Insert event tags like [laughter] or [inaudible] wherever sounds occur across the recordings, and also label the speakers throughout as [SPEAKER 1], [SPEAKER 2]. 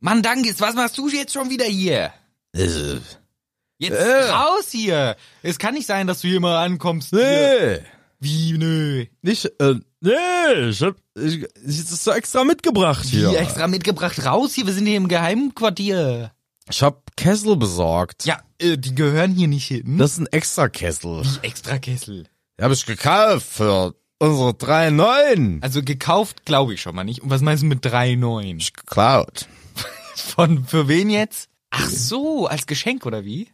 [SPEAKER 1] Mann, Dankis, was machst du jetzt schon wieder hier? Also,
[SPEAKER 2] Äh,
[SPEAKER 1] Jetzt
[SPEAKER 2] Äh.
[SPEAKER 1] raus hier! Es kann nicht sein, dass du hier mal ankommst. Hier.
[SPEAKER 2] nee,
[SPEAKER 1] Wie, nö.
[SPEAKER 2] nicht, äh, nee, ich hab, ich, ich hab das so extra mitgebracht
[SPEAKER 1] Wie
[SPEAKER 2] hier.
[SPEAKER 1] extra mitgebracht raus hier, wir sind hier im Geheimquartier.
[SPEAKER 2] Ich hab Kessel besorgt.
[SPEAKER 1] Ja, äh, die gehören hier nicht hin.
[SPEAKER 2] Das ist ein extra Kessel.
[SPEAKER 1] extra Kessel.
[SPEAKER 2] Den hab ich gekauft für unsere drei Neuen.
[SPEAKER 1] Also gekauft glaube ich schon mal nicht. Und was meinst du mit 3,9?
[SPEAKER 2] Ich geklaut.
[SPEAKER 1] Von für wen jetzt? Ach so, als Geschenk oder wie?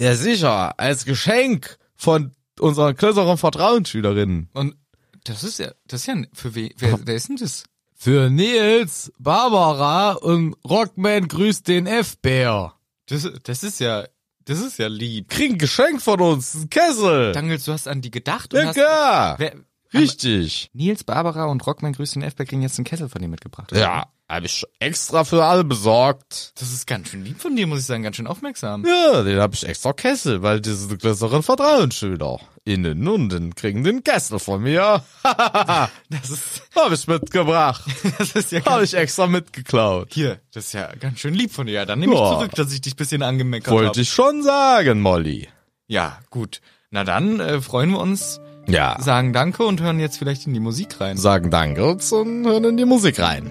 [SPEAKER 2] Ja, sicher, als Geschenk von unserer größeren Vertrauensschülerin.
[SPEAKER 1] Und das ist ja, das ist ja, ein- für wen, wer, wer ist denn das?
[SPEAKER 3] Für Nils, Barbara und Rockman grüßt den F-Bär.
[SPEAKER 1] Das, das ist ja, das ist ja lieb.
[SPEAKER 2] Kriegen ein Geschenk von uns, ein Kessel.
[SPEAKER 1] Dangels, du hast an die gedacht und hast,
[SPEAKER 2] Danke.
[SPEAKER 1] wer,
[SPEAKER 2] Richtig.
[SPEAKER 1] Nils, Barbara und Rockman grüßen den F-Back kriegen jetzt einen Kessel von dir mitgebracht. oder?
[SPEAKER 2] Ja, hab ich extra für alle besorgt.
[SPEAKER 1] Das ist ganz schön lieb von dir, muss ich sagen, ganz schön aufmerksam.
[SPEAKER 2] Ja, den hab ich extra Kessel, weil die sind die größeren Vertrauensschüler. Innen und den kriegen den Kessel von mir.
[SPEAKER 1] Das ist, [laughs]
[SPEAKER 2] hab ich mitgebracht.
[SPEAKER 1] das ist ja
[SPEAKER 2] hab
[SPEAKER 1] ganz,
[SPEAKER 2] ich extra mitgeklaut.
[SPEAKER 1] hier, das ist ja ganz schön lieb von dir. Ja, dann nehme ich
[SPEAKER 2] Ja.
[SPEAKER 1] zurück, dass ich dich bisschen angemeckert
[SPEAKER 2] Wollte
[SPEAKER 1] habe.
[SPEAKER 2] ich schon sagen, Molly.
[SPEAKER 1] Ja, gut. Na dann äh, freuen wir uns,
[SPEAKER 2] Ja.
[SPEAKER 1] sagen Danke und hören jetzt vielleicht in die Musik rein.
[SPEAKER 2] Sagen Danke und hören in die Musik rein.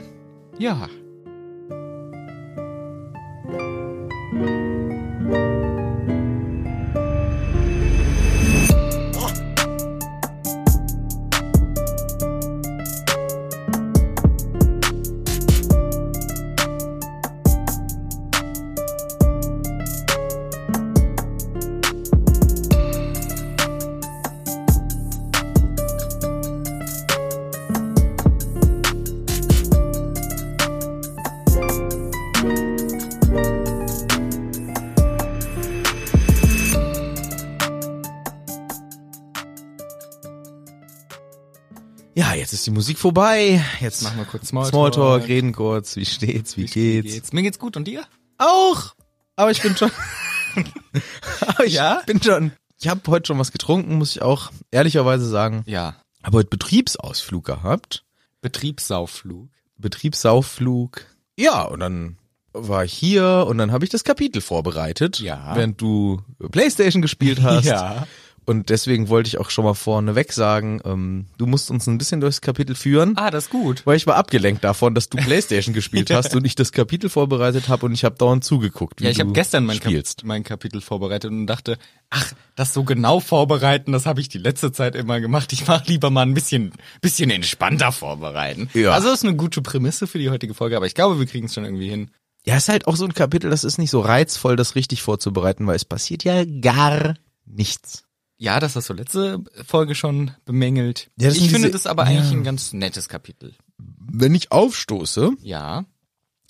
[SPEAKER 1] Ja.
[SPEAKER 2] Ja, jetzt ist die Musik vorbei. Jetzt
[SPEAKER 1] Machen wir kurz Smalltalk.
[SPEAKER 2] Smalltalk, reden kurz. Wie steht's? Wie, geht's?
[SPEAKER 1] Mir geht's gut und dir?
[SPEAKER 2] Auch. Aber ich bin [laughs] schon. aber ich
[SPEAKER 1] Ja?
[SPEAKER 2] bin schon. Ich habe heute schon was getrunken, muss ich auch ehrlicherweise sagen.
[SPEAKER 1] Ja.
[SPEAKER 2] Habe heute Betriebsausflug gehabt.
[SPEAKER 1] Betriebssaufflug.
[SPEAKER 2] Betriebsaufflug. Ja, und dann war ich hier und dann habe ich das Kapitel vorbereitet,
[SPEAKER 1] Ja.
[SPEAKER 2] während du Playstation gespielt [laughs] hast.
[SPEAKER 1] Ja.
[SPEAKER 2] Und deswegen wollte ich auch schon mal vorneweg sagen, ähm, du musst uns ein bisschen durchs Kapitel führen.
[SPEAKER 1] Ah, das ist gut.
[SPEAKER 2] Weil ich war abgelenkt davon, dass du Playstation [laughs] gespielt hast und ich das Kapitel vorbereitet habe und ich habe dauernd zugeguckt, wie
[SPEAKER 1] Ja, ich
[SPEAKER 2] du
[SPEAKER 1] habe gestern mein, Kap
[SPEAKER 2] spielst.
[SPEAKER 1] mein Kapitel vorbereitet und dachte, ach, das so genau vorbereiten, das habe ich die letzte Zeit immer gemacht. Ich mache lieber mal ein bisschen, bisschen entspannter vorbereiten.
[SPEAKER 2] Ja.
[SPEAKER 1] Also ist eine gute Prämisse für die heutige Folge, aber ich glaube, wir kriegen es schon irgendwie hin.
[SPEAKER 2] Ja, ist halt auch so ein Kapitel, das ist nicht so reizvoll, das richtig vorzubereiten, weil es passiert ja gar nichts.
[SPEAKER 1] Ja, das hast du letzte Folge schon bemängelt.
[SPEAKER 2] Ja, das
[SPEAKER 1] ich
[SPEAKER 2] sind
[SPEAKER 1] finde
[SPEAKER 2] diese-
[SPEAKER 1] das aber eigentlich ein ganz nettes Kapitel.
[SPEAKER 2] Wenn ich aufstoße,
[SPEAKER 1] Ja.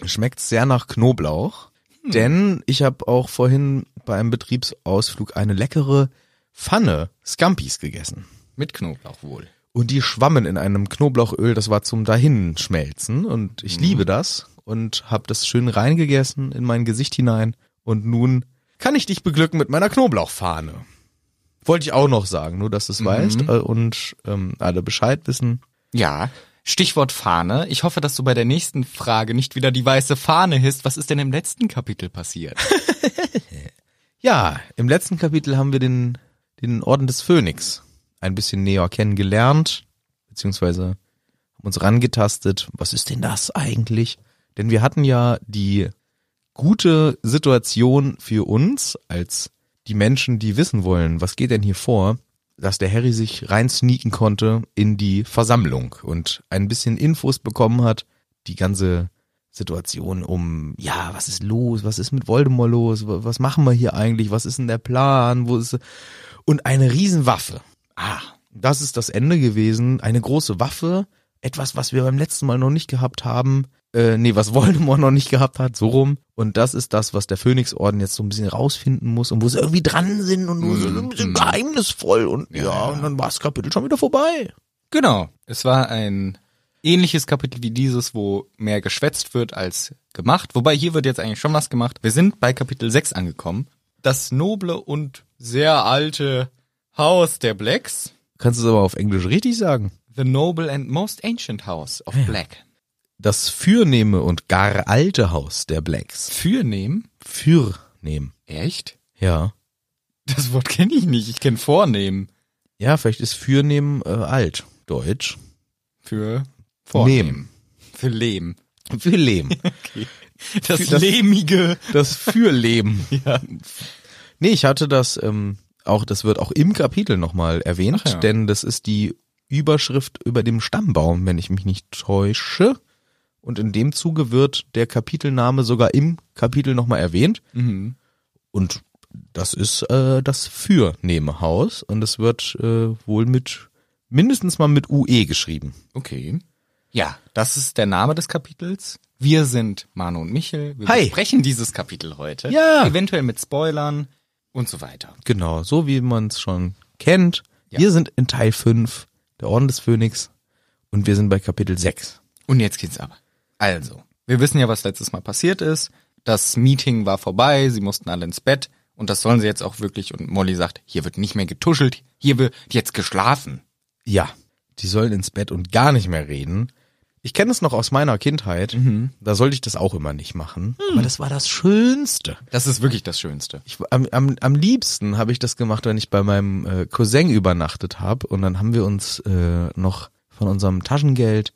[SPEAKER 2] schmeckt sehr nach Knoblauch, denn ich habe auch vorhin bei einem Betriebsausflug eine leckere Pfanne Scampis gegessen.
[SPEAKER 1] Mit Knoblauch wohl.
[SPEAKER 2] Und die schwammen in einem Knoblauchöl, das war zum Dahinschmelzen. Und ich liebe das und habe das schön reingegessen in mein Gesicht hinein. Und nun kann ich dich beglücken mit meiner Knoblauchfahne. Wollte ich auch noch sagen, nur dass du es weißt äh, und ähm, alle Bescheid wissen.
[SPEAKER 1] Ja. Stichwort Fahne. Ich hoffe, dass du bei der nächsten Frage nicht wieder die weiße Fahne hisst. Was ist denn im letzten Kapitel passiert?
[SPEAKER 2] Ja, im letzten Kapitel haben wir den, den Orden des Phönix ein bisschen näher kennengelernt, beziehungsweise haben uns rangetastet. Was ist denn das eigentlich? Denn wir hatten ja die gute Situation für uns als die Menschen, die wissen wollen, was geht denn hier vor, dass der Harry sich rein sneaken konnte in die Versammlung und ein bisschen Infos bekommen hat, die ganze Situation um, ja, was ist los, was ist mit Voldemort los, Wa- was machen wir hier eigentlich, was ist denn der Plan, wo ist und eine Riesenwaffe.
[SPEAKER 1] ah.
[SPEAKER 2] Das ist das Ende gewesen, eine große Waffe, etwas, was wir beim letzten Mal noch nicht gehabt haben. Äh, nee, was [laughs] Voldemort noch nicht gehabt hat, so rum. Und das ist das, was der Phönixorden jetzt so ein bisschen rausfinden muss und wo sie irgendwie dran sind und nur so ein bisschen geheimnisvoll und Mhm. ja,
[SPEAKER 1] ja.
[SPEAKER 2] und dann war das Kapitel schon wieder vorbei.
[SPEAKER 1] Genau. Es war ein ähnliches Kapitel wie dieses, wo mehr geschwätzt wird als gemacht. Wobei hier wird jetzt eigentlich schon was gemacht. Wir sind bei Kapitel 6 angekommen. Das noble und sehr alte Haus der Blacks.
[SPEAKER 2] Kannst du es aber auf Englisch richtig sagen?
[SPEAKER 1] The noble and most ancient house of Black.
[SPEAKER 2] das fürnehme und gar alte Haus der Blacks.
[SPEAKER 1] Fürnehmen?
[SPEAKER 2] Fürnehm.
[SPEAKER 1] Echt?
[SPEAKER 2] Ja.
[SPEAKER 1] Das Wort kenne ich nicht. Ich kenne Vornehmen.
[SPEAKER 2] Ja, vielleicht ist fürnehm äh, alt. Deutsch.
[SPEAKER 1] Für Vornehmen. Für Lehm.
[SPEAKER 2] Für Lehm.
[SPEAKER 1] Das,
[SPEAKER 2] Für das-
[SPEAKER 1] lehmige.
[SPEAKER 2] Das Fürleben.
[SPEAKER 1] [laughs] Ja.
[SPEAKER 2] Nee, ich hatte das ähm, auch, das wird auch im Kapitel nochmal erwähnt,
[SPEAKER 1] Ach ja.
[SPEAKER 2] denn das ist die Überschrift über dem Stammbaum, wenn ich mich nicht täusche. Und in dem Zuge wird der Kapitelname sogar im Kapitel nochmal erwähnt.
[SPEAKER 1] Mhm.
[SPEAKER 2] Und das ist äh, das Fürnehmehaus und es wird äh, wohl mit mindestens mal mit UE geschrieben.
[SPEAKER 1] Okay. Ja, das ist der Name des Kapitels. Wir sind Manu und Michel. Wir
[SPEAKER 2] Hi.
[SPEAKER 1] besprechen dieses Kapitel heute.
[SPEAKER 2] Ja.
[SPEAKER 1] Eventuell mit Spoilern und so weiter.
[SPEAKER 2] Genau, so wie man es schon kennt.
[SPEAKER 1] Ja.
[SPEAKER 2] Wir sind in Teil 5 der Orden des Phönix und wir sind bei Kapitel 6.
[SPEAKER 1] Und jetzt geht's ab. Also, wir wissen ja, was letztes Mal passiert ist. Das Meeting war vorbei, sie mussten alle ins Bett und das sollen sie jetzt auch wirklich. Und Molly sagt, hier wird nicht mehr getuschelt, hier wird jetzt geschlafen.
[SPEAKER 2] Ja, die sollen ins Bett und gar nicht mehr reden. Ich kenne es noch aus meiner Kindheit. Da sollte ich das auch immer nicht machen. Mhm. Hm. Aber das war das Schönste.
[SPEAKER 1] Das ist wirklich das Schönste.
[SPEAKER 2] Ich, am, am, am liebsten habe ich das gemacht, wenn ich bei meinem äh, Cousin übernachtet habe. Und dann haben wir uns äh, noch von unserem Taschengeld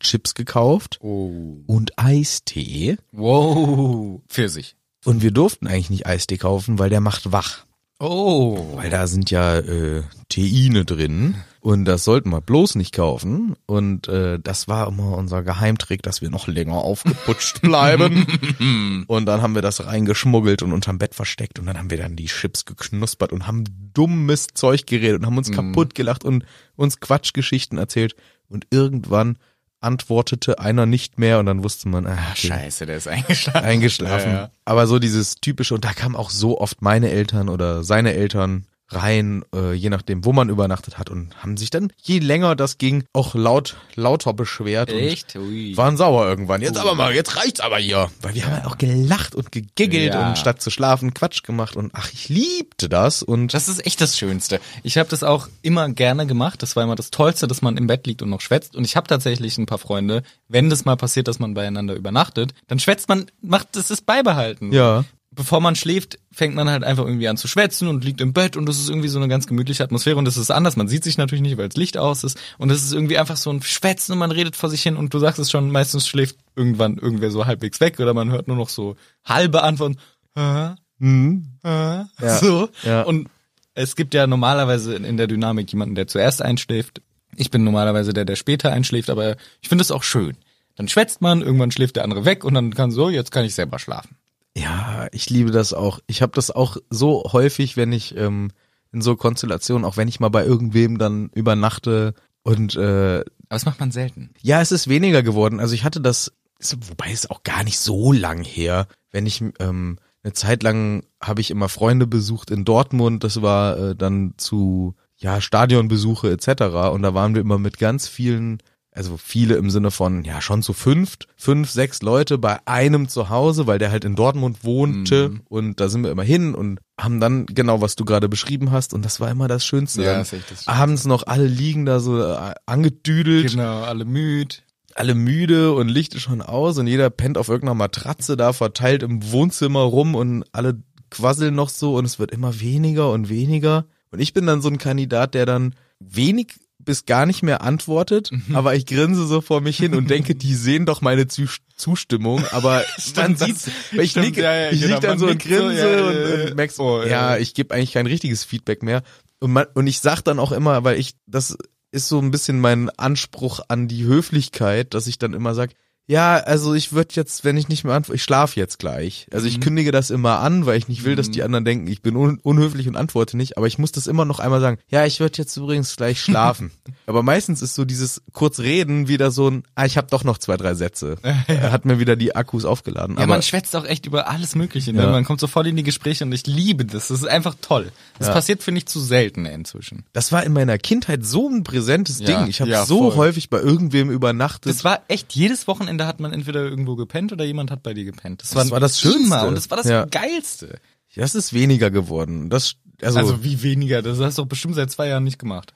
[SPEAKER 2] Chips gekauft
[SPEAKER 1] Oh.
[SPEAKER 2] und Eistee.
[SPEAKER 1] Wow. Für sich.
[SPEAKER 2] Und wir durften eigentlich nicht Eistee kaufen, weil der macht wach.
[SPEAKER 1] Oh.
[SPEAKER 2] Weil da sind ja äh, Teine drin und das sollten wir bloß nicht kaufen. Und äh, das war immer unser Geheimtrick, dass wir noch länger aufgeputscht bleiben. und dann haben wir das reingeschmuggelt und unterm Bett versteckt und dann haben wir dann die Chips geknuspert und haben dummes Zeug geredet und haben uns kaputt gelacht und uns Quatschgeschichten erzählt. Und irgendwann antwortete einer nicht mehr und dann wusste man, ah, okay,
[SPEAKER 1] Oh, Scheiße, der ist eingeschlafen.
[SPEAKER 2] [laughs] eingeschlafen.
[SPEAKER 1] Ja, ja.
[SPEAKER 2] Aber so dieses typische, und da kamen auch so oft meine Eltern oder seine Eltern rein, äh, je nachdem, wo man übernachtet hat und haben sich dann, je länger das ging, auch laut, lauter beschwert
[SPEAKER 1] Echt?
[SPEAKER 2] und
[SPEAKER 1] Ui.
[SPEAKER 2] waren sauer irgendwann. Jetzt
[SPEAKER 1] Oh.
[SPEAKER 2] aber mal, jetzt reicht's aber hier. Weil wir haben halt auch gelacht und gegiggelt
[SPEAKER 1] Ja.
[SPEAKER 2] und statt zu schlafen Quatsch gemacht und ach, ich liebte das und
[SPEAKER 1] Das ist echt das Schönste. Ich habe das auch immer gerne gemacht. Das war immer das Tollste, dass man im Bett liegt und noch schwätzt. Und ich habe tatsächlich ein paar Freunde, wenn das mal passiert, dass man beieinander übernachtet, dann schwätzt man, macht, das ist beibehalten.
[SPEAKER 2] ja.
[SPEAKER 1] Bevor man schläft, fängt man halt einfach irgendwie an zu schwätzen und liegt im Bett und das ist irgendwie so eine ganz gemütliche Atmosphäre und das ist anders. Man sieht sich natürlich nicht, weil das Licht aus ist und das ist irgendwie einfach so ein Schwätzen und man redet vor sich hin und du sagst es schon, meistens schläft irgendwann irgendwer so halbwegs weg oder man hört nur noch so halbe Antworten. Hä? Äh, so.
[SPEAKER 2] Mhm. ja.
[SPEAKER 1] Und es gibt ja normalerweise in- in der Dynamik jemanden, der zuerst einschläft. Ich bin normalerweise der, der später einschläft, aber ich finde es auch schön. Dann schwätzt man, irgendwann schläft der andere weg und dann kann so, jetzt kann ich selber schlafen.
[SPEAKER 2] Ja, ich liebe das auch. Ich habe das auch so häufig, wenn ich ähm, in so Konstellationen, auch wenn ich mal bei irgendwem dann übernachte und äh,
[SPEAKER 1] Aber das macht man selten.
[SPEAKER 2] ja, es ist weniger geworden. Also ich hatte das, ist- wobei es auch gar nicht so lang her, wenn ich ähm, eine Zeit lang habe ich immer Freunde besucht in Dortmund. Das war äh, dann zu ja Stadionbesuche etc. Und da waren wir immer mit ganz vielen, also viele im Sinne von ja schon zu fünft, fünf, sechs Leute bei einem zu Hause, weil der halt in Dortmund wohnte.
[SPEAKER 1] Mhm.
[SPEAKER 2] Und da sind wir immer hin und haben dann genau was du gerade beschrieben hast. Und das war immer das Schönste.
[SPEAKER 1] Ja,
[SPEAKER 2] Dann
[SPEAKER 1] das ist echt das Schönste.
[SPEAKER 2] abends noch alle liegen da so äh, angedüdelt
[SPEAKER 1] Genau, alle müde.
[SPEAKER 2] alle müde und Licht ist schon aus und jeder pennt auf irgendeiner Matratze da verteilt im Wohnzimmer rum und alle quasseln noch so und es wird immer weniger und weniger. Und ich bin dann so ein Kandidat, der dann wenig bis gar nicht mehr antwortet,
[SPEAKER 1] Mhm.
[SPEAKER 2] aber ich grinse so vor mich hin und denke, die sehen doch meine Zu Zustimmung,
[SPEAKER 1] [laughs]
[SPEAKER 2] aber man
[SPEAKER 1] Stimmt, das-
[SPEAKER 2] sieht's, weil ich
[SPEAKER 1] stimmt,
[SPEAKER 2] nicke,
[SPEAKER 1] ja, ja,
[SPEAKER 2] ich
[SPEAKER 1] genau,
[SPEAKER 2] nick dann
[SPEAKER 1] man
[SPEAKER 2] so und
[SPEAKER 1] nickt so,
[SPEAKER 2] grinse
[SPEAKER 1] ja, ja,
[SPEAKER 2] und,
[SPEAKER 1] ja,
[SPEAKER 2] und merkst,
[SPEAKER 1] oh, ja,
[SPEAKER 2] ja,
[SPEAKER 1] ja.
[SPEAKER 2] ich gebe eigentlich kein richtiges Feedback mehr. Und, man, und ich sag dann auch immer, weil ich, das ist so ein bisschen mein Anspruch an die Höflichkeit, dass ich dann immer sag, ja, also ich würde jetzt, wenn ich nicht mehr antworte, ich schlaf jetzt gleich. Also
[SPEAKER 1] Mhm.
[SPEAKER 2] ich kündige das immer an, weil ich nicht will, dass die anderen denken, ich bin un unhöflich und antworte nicht, aber ich muss das immer noch einmal sagen, ja, ich würde jetzt
[SPEAKER 1] [laughs]
[SPEAKER 2] übrigens gleich schlafen. aber meistens ist so dieses Kurzreden wieder so ein, ah, ich habe doch noch zwei,
[SPEAKER 1] [laughs]
[SPEAKER 2] drei Sätze. Hat mir wieder die Akkus aufgeladen.
[SPEAKER 1] Ja,
[SPEAKER 2] aber
[SPEAKER 1] man schwätzt auch echt über alles Mögliche. Ne?
[SPEAKER 2] Ja.
[SPEAKER 1] Man kommt sofort in die Gespräche und ich liebe das. Das ist einfach toll. Das passiert, finde ich, zu selten inzwischen.
[SPEAKER 2] Das war in meiner Kindheit so ein präsentes
[SPEAKER 1] Ja,
[SPEAKER 2] Ding. Ich habe
[SPEAKER 1] ja,
[SPEAKER 2] so
[SPEAKER 1] voll.
[SPEAKER 2] häufig bei irgendwem übernachtet.
[SPEAKER 1] Das war echt, jedes Wochenende hat man entweder irgendwo gepennt oder jemand hat bei dir gepennt. Das,
[SPEAKER 2] war das Schönste.
[SPEAKER 1] Immer und das war das
[SPEAKER 2] Ja.
[SPEAKER 1] Geilste.
[SPEAKER 2] das ist weniger geworden. Das, also,
[SPEAKER 1] Also wie weniger, das hast du doch bestimmt seit zwei Jahren nicht gemacht.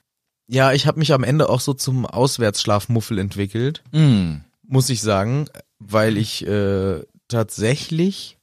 [SPEAKER 1] Mm. [laughs]
[SPEAKER 2] ja, ich habe mich am Ende auch so zum Auswärtsschlafmuffel entwickelt, muss ich sagen, weil ich äh, tatsächlich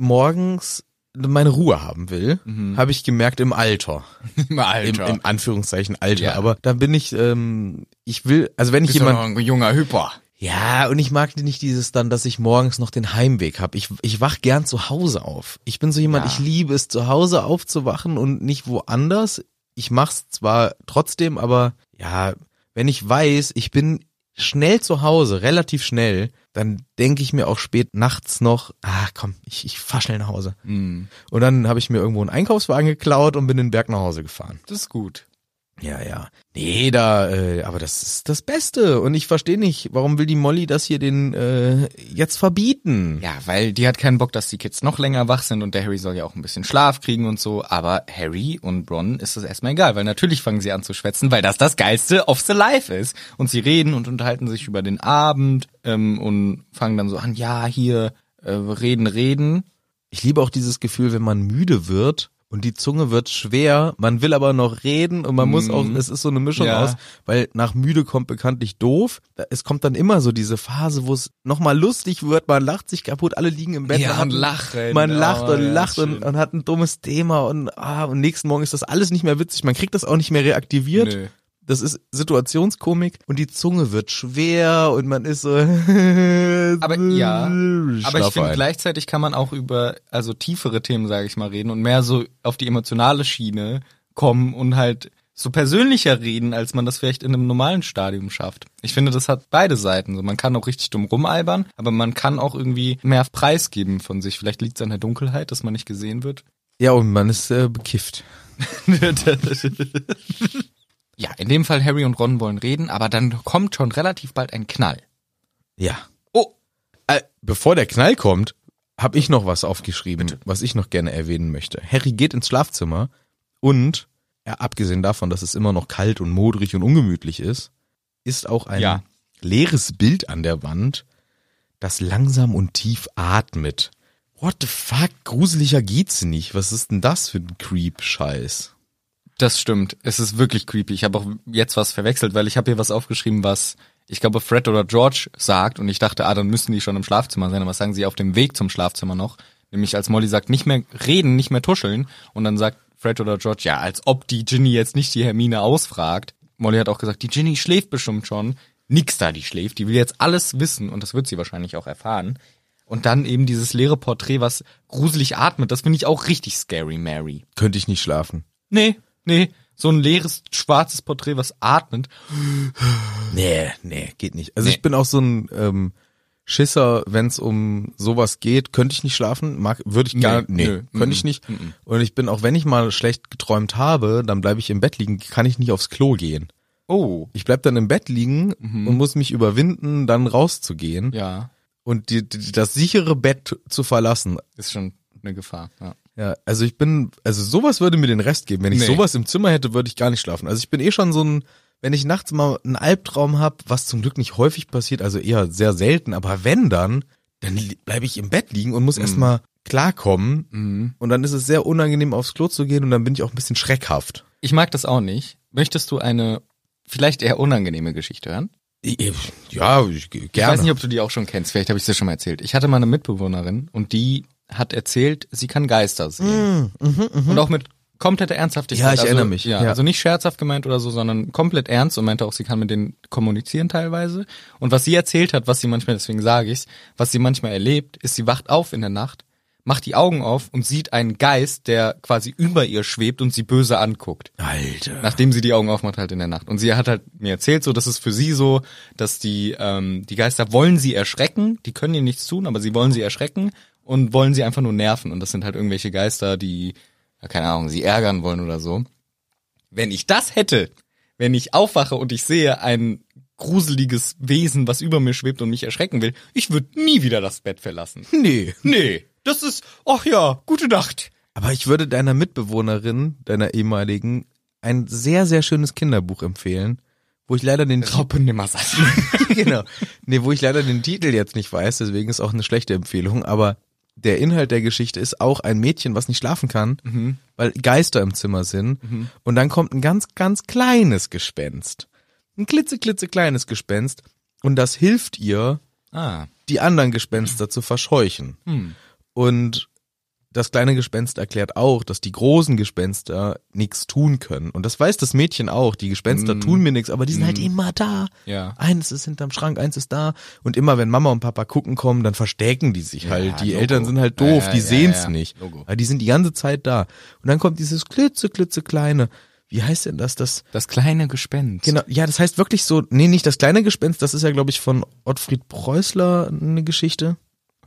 [SPEAKER 2] morgens meine Ruhe haben will, habe ich gemerkt im Alter.
[SPEAKER 1] Mhm. Alter.
[SPEAKER 2] Im, Im Anführungszeichen Alter.
[SPEAKER 1] Ja.
[SPEAKER 2] Aber dann bin ich, ähm, ich will, also wenn ich jemand
[SPEAKER 1] ein junger Hyper.
[SPEAKER 2] ja, und ich mag nicht dieses dann, dass ich morgens noch den Heimweg habe. Ich, ich wach gern zu Hause auf. Ich bin so jemand,
[SPEAKER 1] Ja.
[SPEAKER 2] ich liebe es, zu Hause aufzuwachen und nicht woanders. Ich mach's zwar trotzdem, aber ja, wenn ich weiß, ich bin schnell zu Hause, relativ schnell, dann denke ich mir auch spät nachts noch, ah komm, ich, ich fahr schnell nach Hause.
[SPEAKER 1] Mm.
[SPEAKER 2] Und dann habe ich mir irgendwo einen Einkaufswagen geklaut und bin den Berg nach Hause gefahren.
[SPEAKER 1] Das ist gut.
[SPEAKER 2] Ja, ja. Nee, da, äh, aber das ist das Beste. Und ich verstehe nicht, warum will die Molly das hier den äh, jetzt verbieten?
[SPEAKER 1] Ja, weil die hat keinen Bock, dass die Kids noch länger wach sind und der Harry soll ja auch ein bisschen Schlaf kriegen und so. Aber Harry und Ron ist das erstmal egal, weil natürlich fangen sie an zu schwätzen, weil das das Geilste of the Life ist. Und sie reden und unterhalten sich über den Abend ähm, und fangen dann so an, ja, hier, äh, reden, reden.
[SPEAKER 2] Ich liebe auch dieses Gefühl, wenn man müde wird und die Zunge wird schwer, man will aber noch reden und man muss auch, es ist so eine Mischung
[SPEAKER 1] Mhm. Ja.
[SPEAKER 2] aus, weil nach müde kommt bekanntlich doof. Da- Es kommt dann immer so diese Phase, wo es nochmal lustig wird, man lacht sich kaputt, alle liegen im Bett.
[SPEAKER 1] Ja,
[SPEAKER 2] man hat
[SPEAKER 1] und
[SPEAKER 2] einen-
[SPEAKER 1] lachen.
[SPEAKER 2] Man lacht
[SPEAKER 1] Oh,
[SPEAKER 2] und
[SPEAKER 1] ja,
[SPEAKER 2] lacht und,
[SPEAKER 1] schön.
[SPEAKER 2] und hat ein dummes Thema und, ah, und nächsten Morgen ist das alles nicht mehr witzig, man kriegt das auch nicht mehr reaktiviert.
[SPEAKER 1] Nö.
[SPEAKER 2] Das ist Situationskomik und die Zunge wird schwer und man ist so. [laughs] Aber
[SPEAKER 1] ja, Aber ich finde, gleichzeitig kann man auch über also tiefere Themen, sage ich mal, reden und mehr so auf die emotionale Schiene kommen und halt so persönlicher reden, als man das vielleicht in einem normalen Stadium schafft. Ich finde, das hat beide Seiten. So, man kann auch richtig dumm rumalbern, aber man kann auch irgendwie mehr preisgeben von sich. Vielleicht liegt es an der Dunkelheit, dass man nicht gesehen wird. [laughs]
[SPEAKER 2] Ja, und man ist äh, bekifft.
[SPEAKER 1] ja, in dem Fall Harry und Ron wollen reden, aber dann kommt schon relativ bald ein Knall.
[SPEAKER 2] Ja.
[SPEAKER 1] Oh,
[SPEAKER 2] Äh, bevor der Knall kommt, habe ich noch was aufgeschrieben, was ich noch gerne erwähnen möchte. Harry geht ins Schlafzimmer und, ja, abgesehen davon, dass es immer noch kalt und modrig und ungemütlich ist, ist auch ein
[SPEAKER 1] Ja.
[SPEAKER 2] leeres Bild an der Wand, das langsam und tief atmet. What the fuck? Gruseliger geht's nicht. Was ist denn das für ein Creep-Scheiß?
[SPEAKER 1] Das stimmt. Es ist wirklich creepy. Ich habe auch jetzt was verwechselt, weil ich habe hier was aufgeschrieben, was ich glaube Fred oder George sagt und ich dachte, ah, dann müssen die schon im Schlafzimmer sein. Aber was sagen sie auf dem Weg zum Schlafzimmer noch? Nämlich als Molly sagt, nicht mehr reden, nicht mehr tuscheln und dann sagt Fred oder George, ja, als ob die Ginny jetzt nicht die Hermine ausfragt. Molly hat auch gesagt, die Ginny schläft bestimmt schon. Nix da, die schläft. Die will jetzt alles wissen und das wird sie wahrscheinlich auch erfahren. Und dann eben dieses leere Porträt, was gruselig atmet, das finde ich auch richtig scary, Mary.
[SPEAKER 2] Könnte ich nicht schlafen.
[SPEAKER 1] Nee, nee. So ein leeres, schwarzes Porträt, was atmet.
[SPEAKER 2] Nee, nee, geht nicht. Also
[SPEAKER 1] Nee.
[SPEAKER 2] ich bin auch so ein ähm, Schisser, wenn es um sowas geht, könnte ich nicht schlafen, mag, würde ich gar
[SPEAKER 1] Nee,
[SPEAKER 2] nee,
[SPEAKER 1] nö,
[SPEAKER 2] könnte
[SPEAKER 1] mhm,
[SPEAKER 2] ich nicht. Und ich bin auch, wenn ich mal schlecht geträumt habe, dann bleibe ich im Bett liegen, kann ich nicht aufs Klo gehen.
[SPEAKER 1] Oh.
[SPEAKER 2] Ich bleib dann im Bett liegen und muss mich überwinden, dann rauszugehen
[SPEAKER 1] Mhm. Ja,
[SPEAKER 2] und die, die, das sichere Bett zu verlassen.
[SPEAKER 1] ist schon eine Gefahr. Ja.
[SPEAKER 2] Ja, also ich bin, also sowas würde mir den Rest geben. Wenn ich
[SPEAKER 1] Nee.
[SPEAKER 2] sowas im Zimmer hätte, würde ich gar nicht schlafen. Also ich bin eh schon so ein, wenn ich nachts mal einen Albtraum habe, was zum Glück nicht häufig passiert, also eher sehr selten, aber wenn dann, dann bleibe ich im Bett liegen und muss erstmal klarkommen. Und dann ist es sehr unangenehm, aufs Klo zu gehen und dann bin ich auch ein bisschen schreckhaft.
[SPEAKER 1] Ich mag das auch nicht. Möchtest du eine vielleicht eher unangenehme Geschichte hören?
[SPEAKER 2] Ich- ich- Ja, ich, gerne.
[SPEAKER 1] Ich weiß nicht, ob du die auch schon kennst. Vielleicht habe ich sie schon mal erzählt. Ich hatte mal eine Mitbewohnerin und die hat erzählt, sie kann Geister sehen. und auch mit kompletter Ernsthaftigkeit.
[SPEAKER 2] Ja, ich
[SPEAKER 1] also,
[SPEAKER 2] erinnere mich.
[SPEAKER 1] Ja,
[SPEAKER 2] Ja.
[SPEAKER 1] Also nicht scherzhaft gemeint oder so, sondern komplett ernst und meinte auch, sie kann mit denen kommunizieren teilweise. Und was sie erzählt hat, was sie manchmal, deswegen sage ich's, was sie manchmal erlebt, ist, sie wacht auf in der Nacht, macht die Augen auf und sieht einen Geist, der quasi über ihr schwebt und sie böse anguckt.
[SPEAKER 2] Alter.
[SPEAKER 1] Nachdem sie die Augen aufmacht halt in der Nacht. Und sie hat halt mir erzählt, so, das ist für sie so, dass die, ähm, die Geister wollen sie erschrecken, die können ihnen nichts tun, aber sie wollen sie erschrecken und wollen sie einfach nur nerven. Und das sind halt irgendwelche Geister, die, ja, keine Ahnung, sie ärgern wollen oder so. Wenn ich das hätte, wenn ich aufwache und ich sehe ein gruseliges Wesen, was über mir schwebt und mich erschrecken will, ich würde nie wieder das Bett verlassen.
[SPEAKER 2] [laughs] Nee.
[SPEAKER 1] Nee, das ist, ach ja, gute Nacht.
[SPEAKER 2] Aber ich würde deiner Mitbewohnerin, deiner ehemaligen, ein sehr, sehr schönes Kinderbuch empfehlen, wo ich leider den Titel-
[SPEAKER 1] Raupen nimmer satt.
[SPEAKER 2] genau. Nee, wo ich leider den Titel jetzt nicht weiß, deswegen ist auch eine schlechte Empfehlung, aber der Inhalt der Geschichte ist auch ein Mädchen, was nicht schlafen kann, weil Geister im Zimmer sind. Und dann kommt ein ganz, ganz kleines Gespenst. Ein klitzeklitzekleines Gespenst. Und das hilft ihr,
[SPEAKER 1] Ah, hm.
[SPEAKER 2] die anderen Gespenster zu verscheuchen. Und das kleine Gespenst erklärt auch, dass die großen Gespenster nichts tun können. Und das weiß das Mädchen auch. Die Gespenster tun mir nichts, aber die sind halt immer da.
[SPEAKER 1] Mhm. Ja.
[SPEAKER 2] Eins ist hinterm Schrank, eins ist da. Und immer wenn Mama und Papa gucken kommen, dann verstecken die sich halt. Die
[SPEAKER 1] Logo.
[SPEAKER 2] Eltern sind halt doof,
[SPEAKER 1] Ja,
[SPEAKER 2] die
[SPEAKER 1] ja,
[SPEAKER 2] sehen's
[SPEAKER 1] ja, ja.
[SPEAKER 2] nicht.
[SPEAKER 1] Logo.
[SPEAKER 2] Aber die sind die ganze Zeit da. Und dann kommt dieses klitzeklitzekleine. Wie heißt denn das? Das
[SPEAKER 1] das kleine Gespenst.
[SPEAKER 2] Genau, ja, das heißt wirklich so, nee, nicht das kleine Gespenst, das ist ja, glaube ich, von Ottfried Preußler eine Geschichte.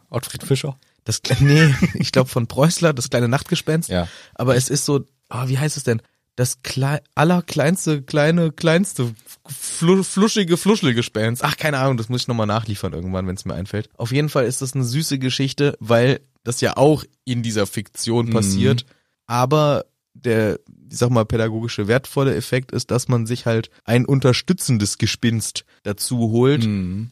[SPEAKER 1] Ottfried Fischer.
[SPEAKER 2] Das, kle- [laughs] nee, ich glaube von Preußler, das kleine Nachtgespenst.
[SPEAKER 1] Ja.
[SPEAKER 2] Aber es ist so, ah, wie heißt es denn? Das klei allerkleinste, kleine, kleinste, flu fluschige, Fluschelgespenst. Ach, keine Ahnung, das muss ich nochmal nachliefern irgendwann, wenn es mir einfällt. Auf jeden Fall ist das eine süße Geschichte, weil das ja auch in dieser Fiktion
[SPEAKER 1] Mhm.
[SPEAKER 2] passiert. Aber der, ich sag mal, pädagogische wertvolle Effekt ist, dass man sich halt ein unterstützendes Gespinst dazu holt,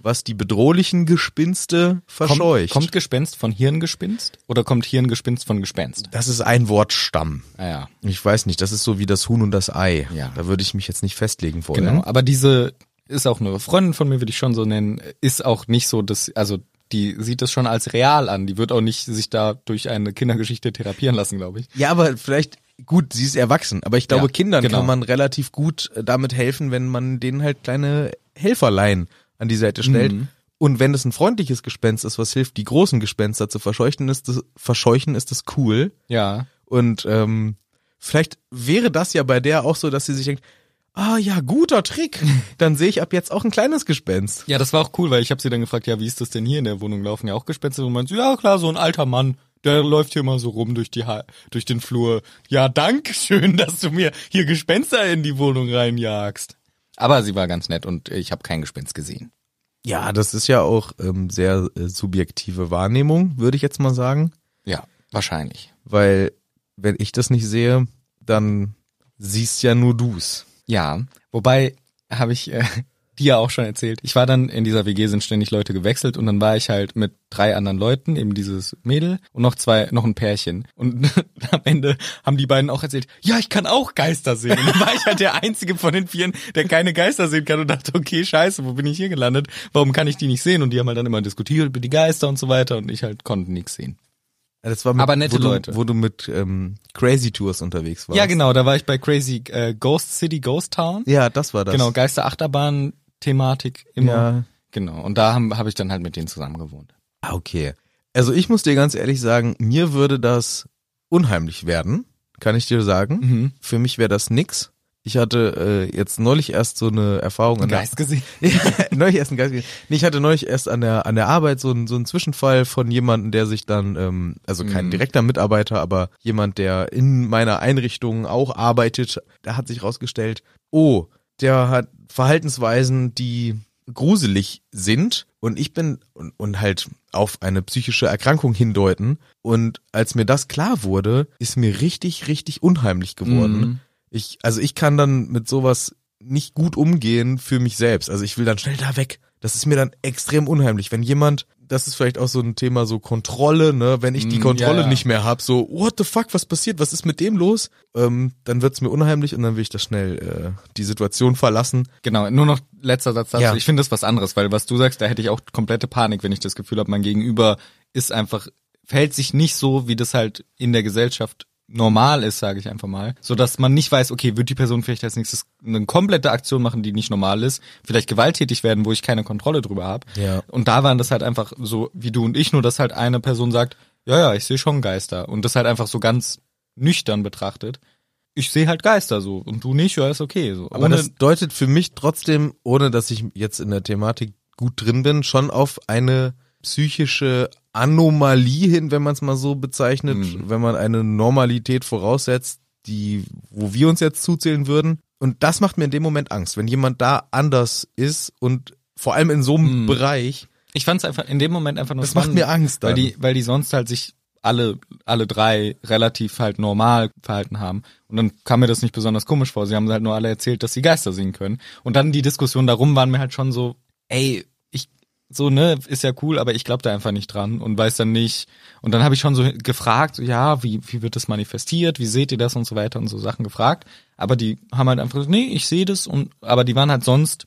[SPEAKER 2] was die bedrohlichen Gespinste
[SPEAKER 1] Mhm. Kommt,
[SPEAKER 2] verscheucht.
[SPEAKER 1] kommt Gespenst von Hirngespinst oder kommt Hirngespinst von Gespenst?
[SPEAKER 2] das ist ein Wortstamm.
[SPEAKER 1] Ah, ja.
[SPEAKER 2] Ich weiß nicht, das ist so wie das Huhn und das Ei.
[SPEAKER 1] Ja.
[SPEAKER 2] Da würde ich mich jetzt nicht festlegen wollen.
[SPEAKER 1] Genau, aber diese ist auch eine Freundin von mir, würde ich schon so nennen, ist auch nicht so, dass, also die sieht das schon als real an. Die wird auch nicht sich da durch eine Kindergeschichte therapieren lassen, glaube ich.
[SPEAKER 2] Ja, aber vielleicht, gut, sie ist erwachsen, aber ich glaube,
[SPEAKER 1] Ja,
[SPEAKER 2] Kindern
[SPEAKER 1] genau.
[SPEAKER 2] kann man relativ gut äh, damit helfen, wenn man denen halt kleine Helferlein an die Seite stellt.
[SPEAKER 1] Mhm.
[SPEAKER 2] Und wenn es ein freundliches Gespenst ist, was hilft, die großen Gespenster zu verscheuchen, ist das, verscheuchen ist das cool.
[SPEAKER 1] Ja.
[SPEAKER 2] Und ähm, vielleicht wäre das ja bei der auch so, dass sie sich denkt, ah ja,
[SPEAKER 1] [laughs]
[SPEAKER 2] guter Trick, dann sehe ich ab jetzt auch ein kleines Gespenst.
[SPEAKER 1] Ja, das war auch cool, weil ich habe sie dann gefragt, ja, wie ist das denn hier in der Wohnung? Laufen ja auch Gespenster und meinst, ja klar, so ein alter Mann, der läuft hier mal so rum durch die ha durch den Flur. Ja, danke schön, [laughs] dass du mir hier Gespenster in die Wohnung reinjagst. Aber sie war ganz nett und ich habe kein Gespenst gesehen.
[SPEAKER 2] Ja, das ist ja auch ähm, sehr äh, subjektive Wahrnehmung, würde ich jetzt mal sagen.
[SPEAKER 1] Ja, wahrscheinlich.
[SPEAKER 2] Weil, wenn ich das nicht sehe, dann siehst ja nur du's.
[SPEAKER 1] Ja, wobei habe ich äh, [laughs] dir auch schon erzählt. Ich war dann in dieser WG sind ständig Leute gewechselt und dann war ich halt mit drei anderen Leuten, eben dieses Mädel und noch zwei, noch ein Pärchen. Und [laughs] am Ende haben die beiden auch erzählt, ja, ich kann auch Geister sehen. Und dann war ich halt der einzige von den vieren, der keine Geister sehen kann und dachte, okay, scheiße, wo bin ich hier gelandet? Warum kann ich die nicht sehen? Und die haben halt dann immer diskutiert über die Geister und so weiter und ich halt konnte nichts sehen.
[SPEAKER 2] Das war mit,
[SPEAKER 1] Aber nette
[SPEAKER 2] wo du,
[SPEAKER 1] Leute.
[SPEAKER 2] Wo du mit ähm, Crazy Tours unterwegs warst.
[SPEAKER 1] Ja, genau, da war ich bei Crazy äh, Ghost City, Ghost Town.
[SPEAKER 2] Ja, das war das.
[SPEAKER 1] Genau, Geisterachterbahn-Thematik immer.
[SPEAKER 2] Ja.
[SPEAKER 1] Genau. Und da habe hab ich dann halt mit denen zusammen gewohnt.
[SPEAKER 2] Ah, okay. Also ich muss dir ganz ehrlich sagen, mir würde das unheimlich werden, kann ich dir sagen.
[SPEAKER 1] Mhm.
[SPEAKER 2] Für mich wäre das nix. Ich hatte äh, jetzt neulich erst so eine Erfahrung an der-
[SPEAKER 1] gesehen.
[SPEAKER 2] Ja, [laughs] neulich erst ein Geist. gesehen. Nee, ich hatte neulich erst an der an der Arbeit so einen so einen Zwischenfall von jemandem, der sich dann ähm, also kein direkter Mitarbeiter, aber jemand, der in meiner Einrichtung auch arbeitet, da hat sich rausgestellt, oh, der hat Verhaltensweisen, die gruselig sind und ich bin und, und halt auf eine psychische Erkrankung hindeuten und als mir das klar wurde, ist mir richtig richtig unheimlich geworden.
[SPEAKER 1] Mhm.
[SPEAKER 2] Ich, also ich kann dann mit sowas nicht gut umgehen für mich selbst. Also ich will dann schnell da weg. Das ist mir dann extrem unheimlich, wenn jemand, das ist vielleicht auch so ein Thema so Kontrolle, ne, wenn ich die
[SPEAKER 1] Mm,
[SPEAKER 2] Kontrolle
[SPEAKER 1] ja, ja.
[SPEAKER 2] nicht mehr hab, so what the fuck, was passiert, was ist mit dem los? Ähm, dann wird's mir unheimlich und dann will ich das schnell äh, die Situation verlassen.
[SPEAKER 1] Genau, nur noch letzter Satz dazu.
[SPEAKER 2] Ja.
[SPEAKER 1] Ich finde das was anderes, weil was du sagst, da hätte ich auch komplette Panik, wenn ich das Gefühl habe, mein Gegenüber ist einfach, verhält sich nicht so, wie das halt in der Gesellschaft normal ist, sage ich einfach mal, so dass man nicht weiß, okay, wird die Person vielleicht als nächstes eine komplette Aktion machen, die nicht normal ist, vielleicht gewalttätig werden, wo ich keine Kontrolle drüber habe.
[SPEAKER 2] Ja.
[SPEAKER 1] Und da waren das halt einfach so wie du und ich, nur dass halt eine Person sagt, ja, ja, ich sehe schon Geister und das halt einfach so ganz nüchtern betrachtet. Ich sehe halt Geister so und du nicht, ja, ist okay so.
[SPEAKER 2] Aber
[SPEAKER 1] Ohne-
[SPEAKER 2] das deutet für mich trotzdem, ohne dass ich jetzt in der Thematik gut drin bin, schon auf eine psychische Anomalie hin, wenn man es mal so bezeichnet,
[SPEAKER 1] Mhm.
[SPEAKER 2] wenn man eine Normalität voraussetzt, die, wo wir uns jetzt zuzählen würden. Und das macht mir in dem Moment Angst, wenn jemand da anders ist und vor allem in so
[SPEAKER 1] Mhm.
[SPEAKER 2] einem Bereich.
[SPEAKER 1] Ich fand es einfach in dem Moment einfach nur
[SPEAKER 2] Das macht mir Angst
[SPEAKER 1] weil
[SPEAKER 2] dann.
[SPEAKER 1] die, weil die sonst halt sich alle, alle drei relativ halt normal verhalten haben. Und dann kam mir das nicht besonders komisch vor. Sie haben halt nur alle erzählt, dass sie Geister singen können. Und dann die Diskussion darum waren mir halt schon so, ey, ich, so, ne, ist ja cool, aber ich glaube da einfach nicht dran und weiß dann nicht. Und dann habe ich schon so gefragt, so, ja, wie, wie wird das manifestiert? Wie seht ihr das und so weiter und so Sachen gefragt. Aber die haben halt einfach, gesagt, nee, ich sehe das und, aber die waren halt sonst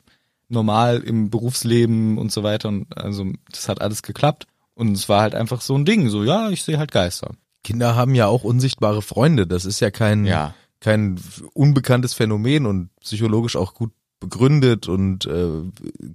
[SPEAKER 1] normal im Berufsleben und so weiter. Und also das hat alles geklappt. Und es war halt einfach so ein Ding, so ja, ich sehe halt Geister. Mhm.
[SPEAKER 2] Kinder haben ja auch unsichtbare Freunde. Das ist ja kein,
[SPEAKER 1] Ja.
[SPEAKER 2] kein unbekanntes Phänomen und psychologisch auch gut begründet und äh,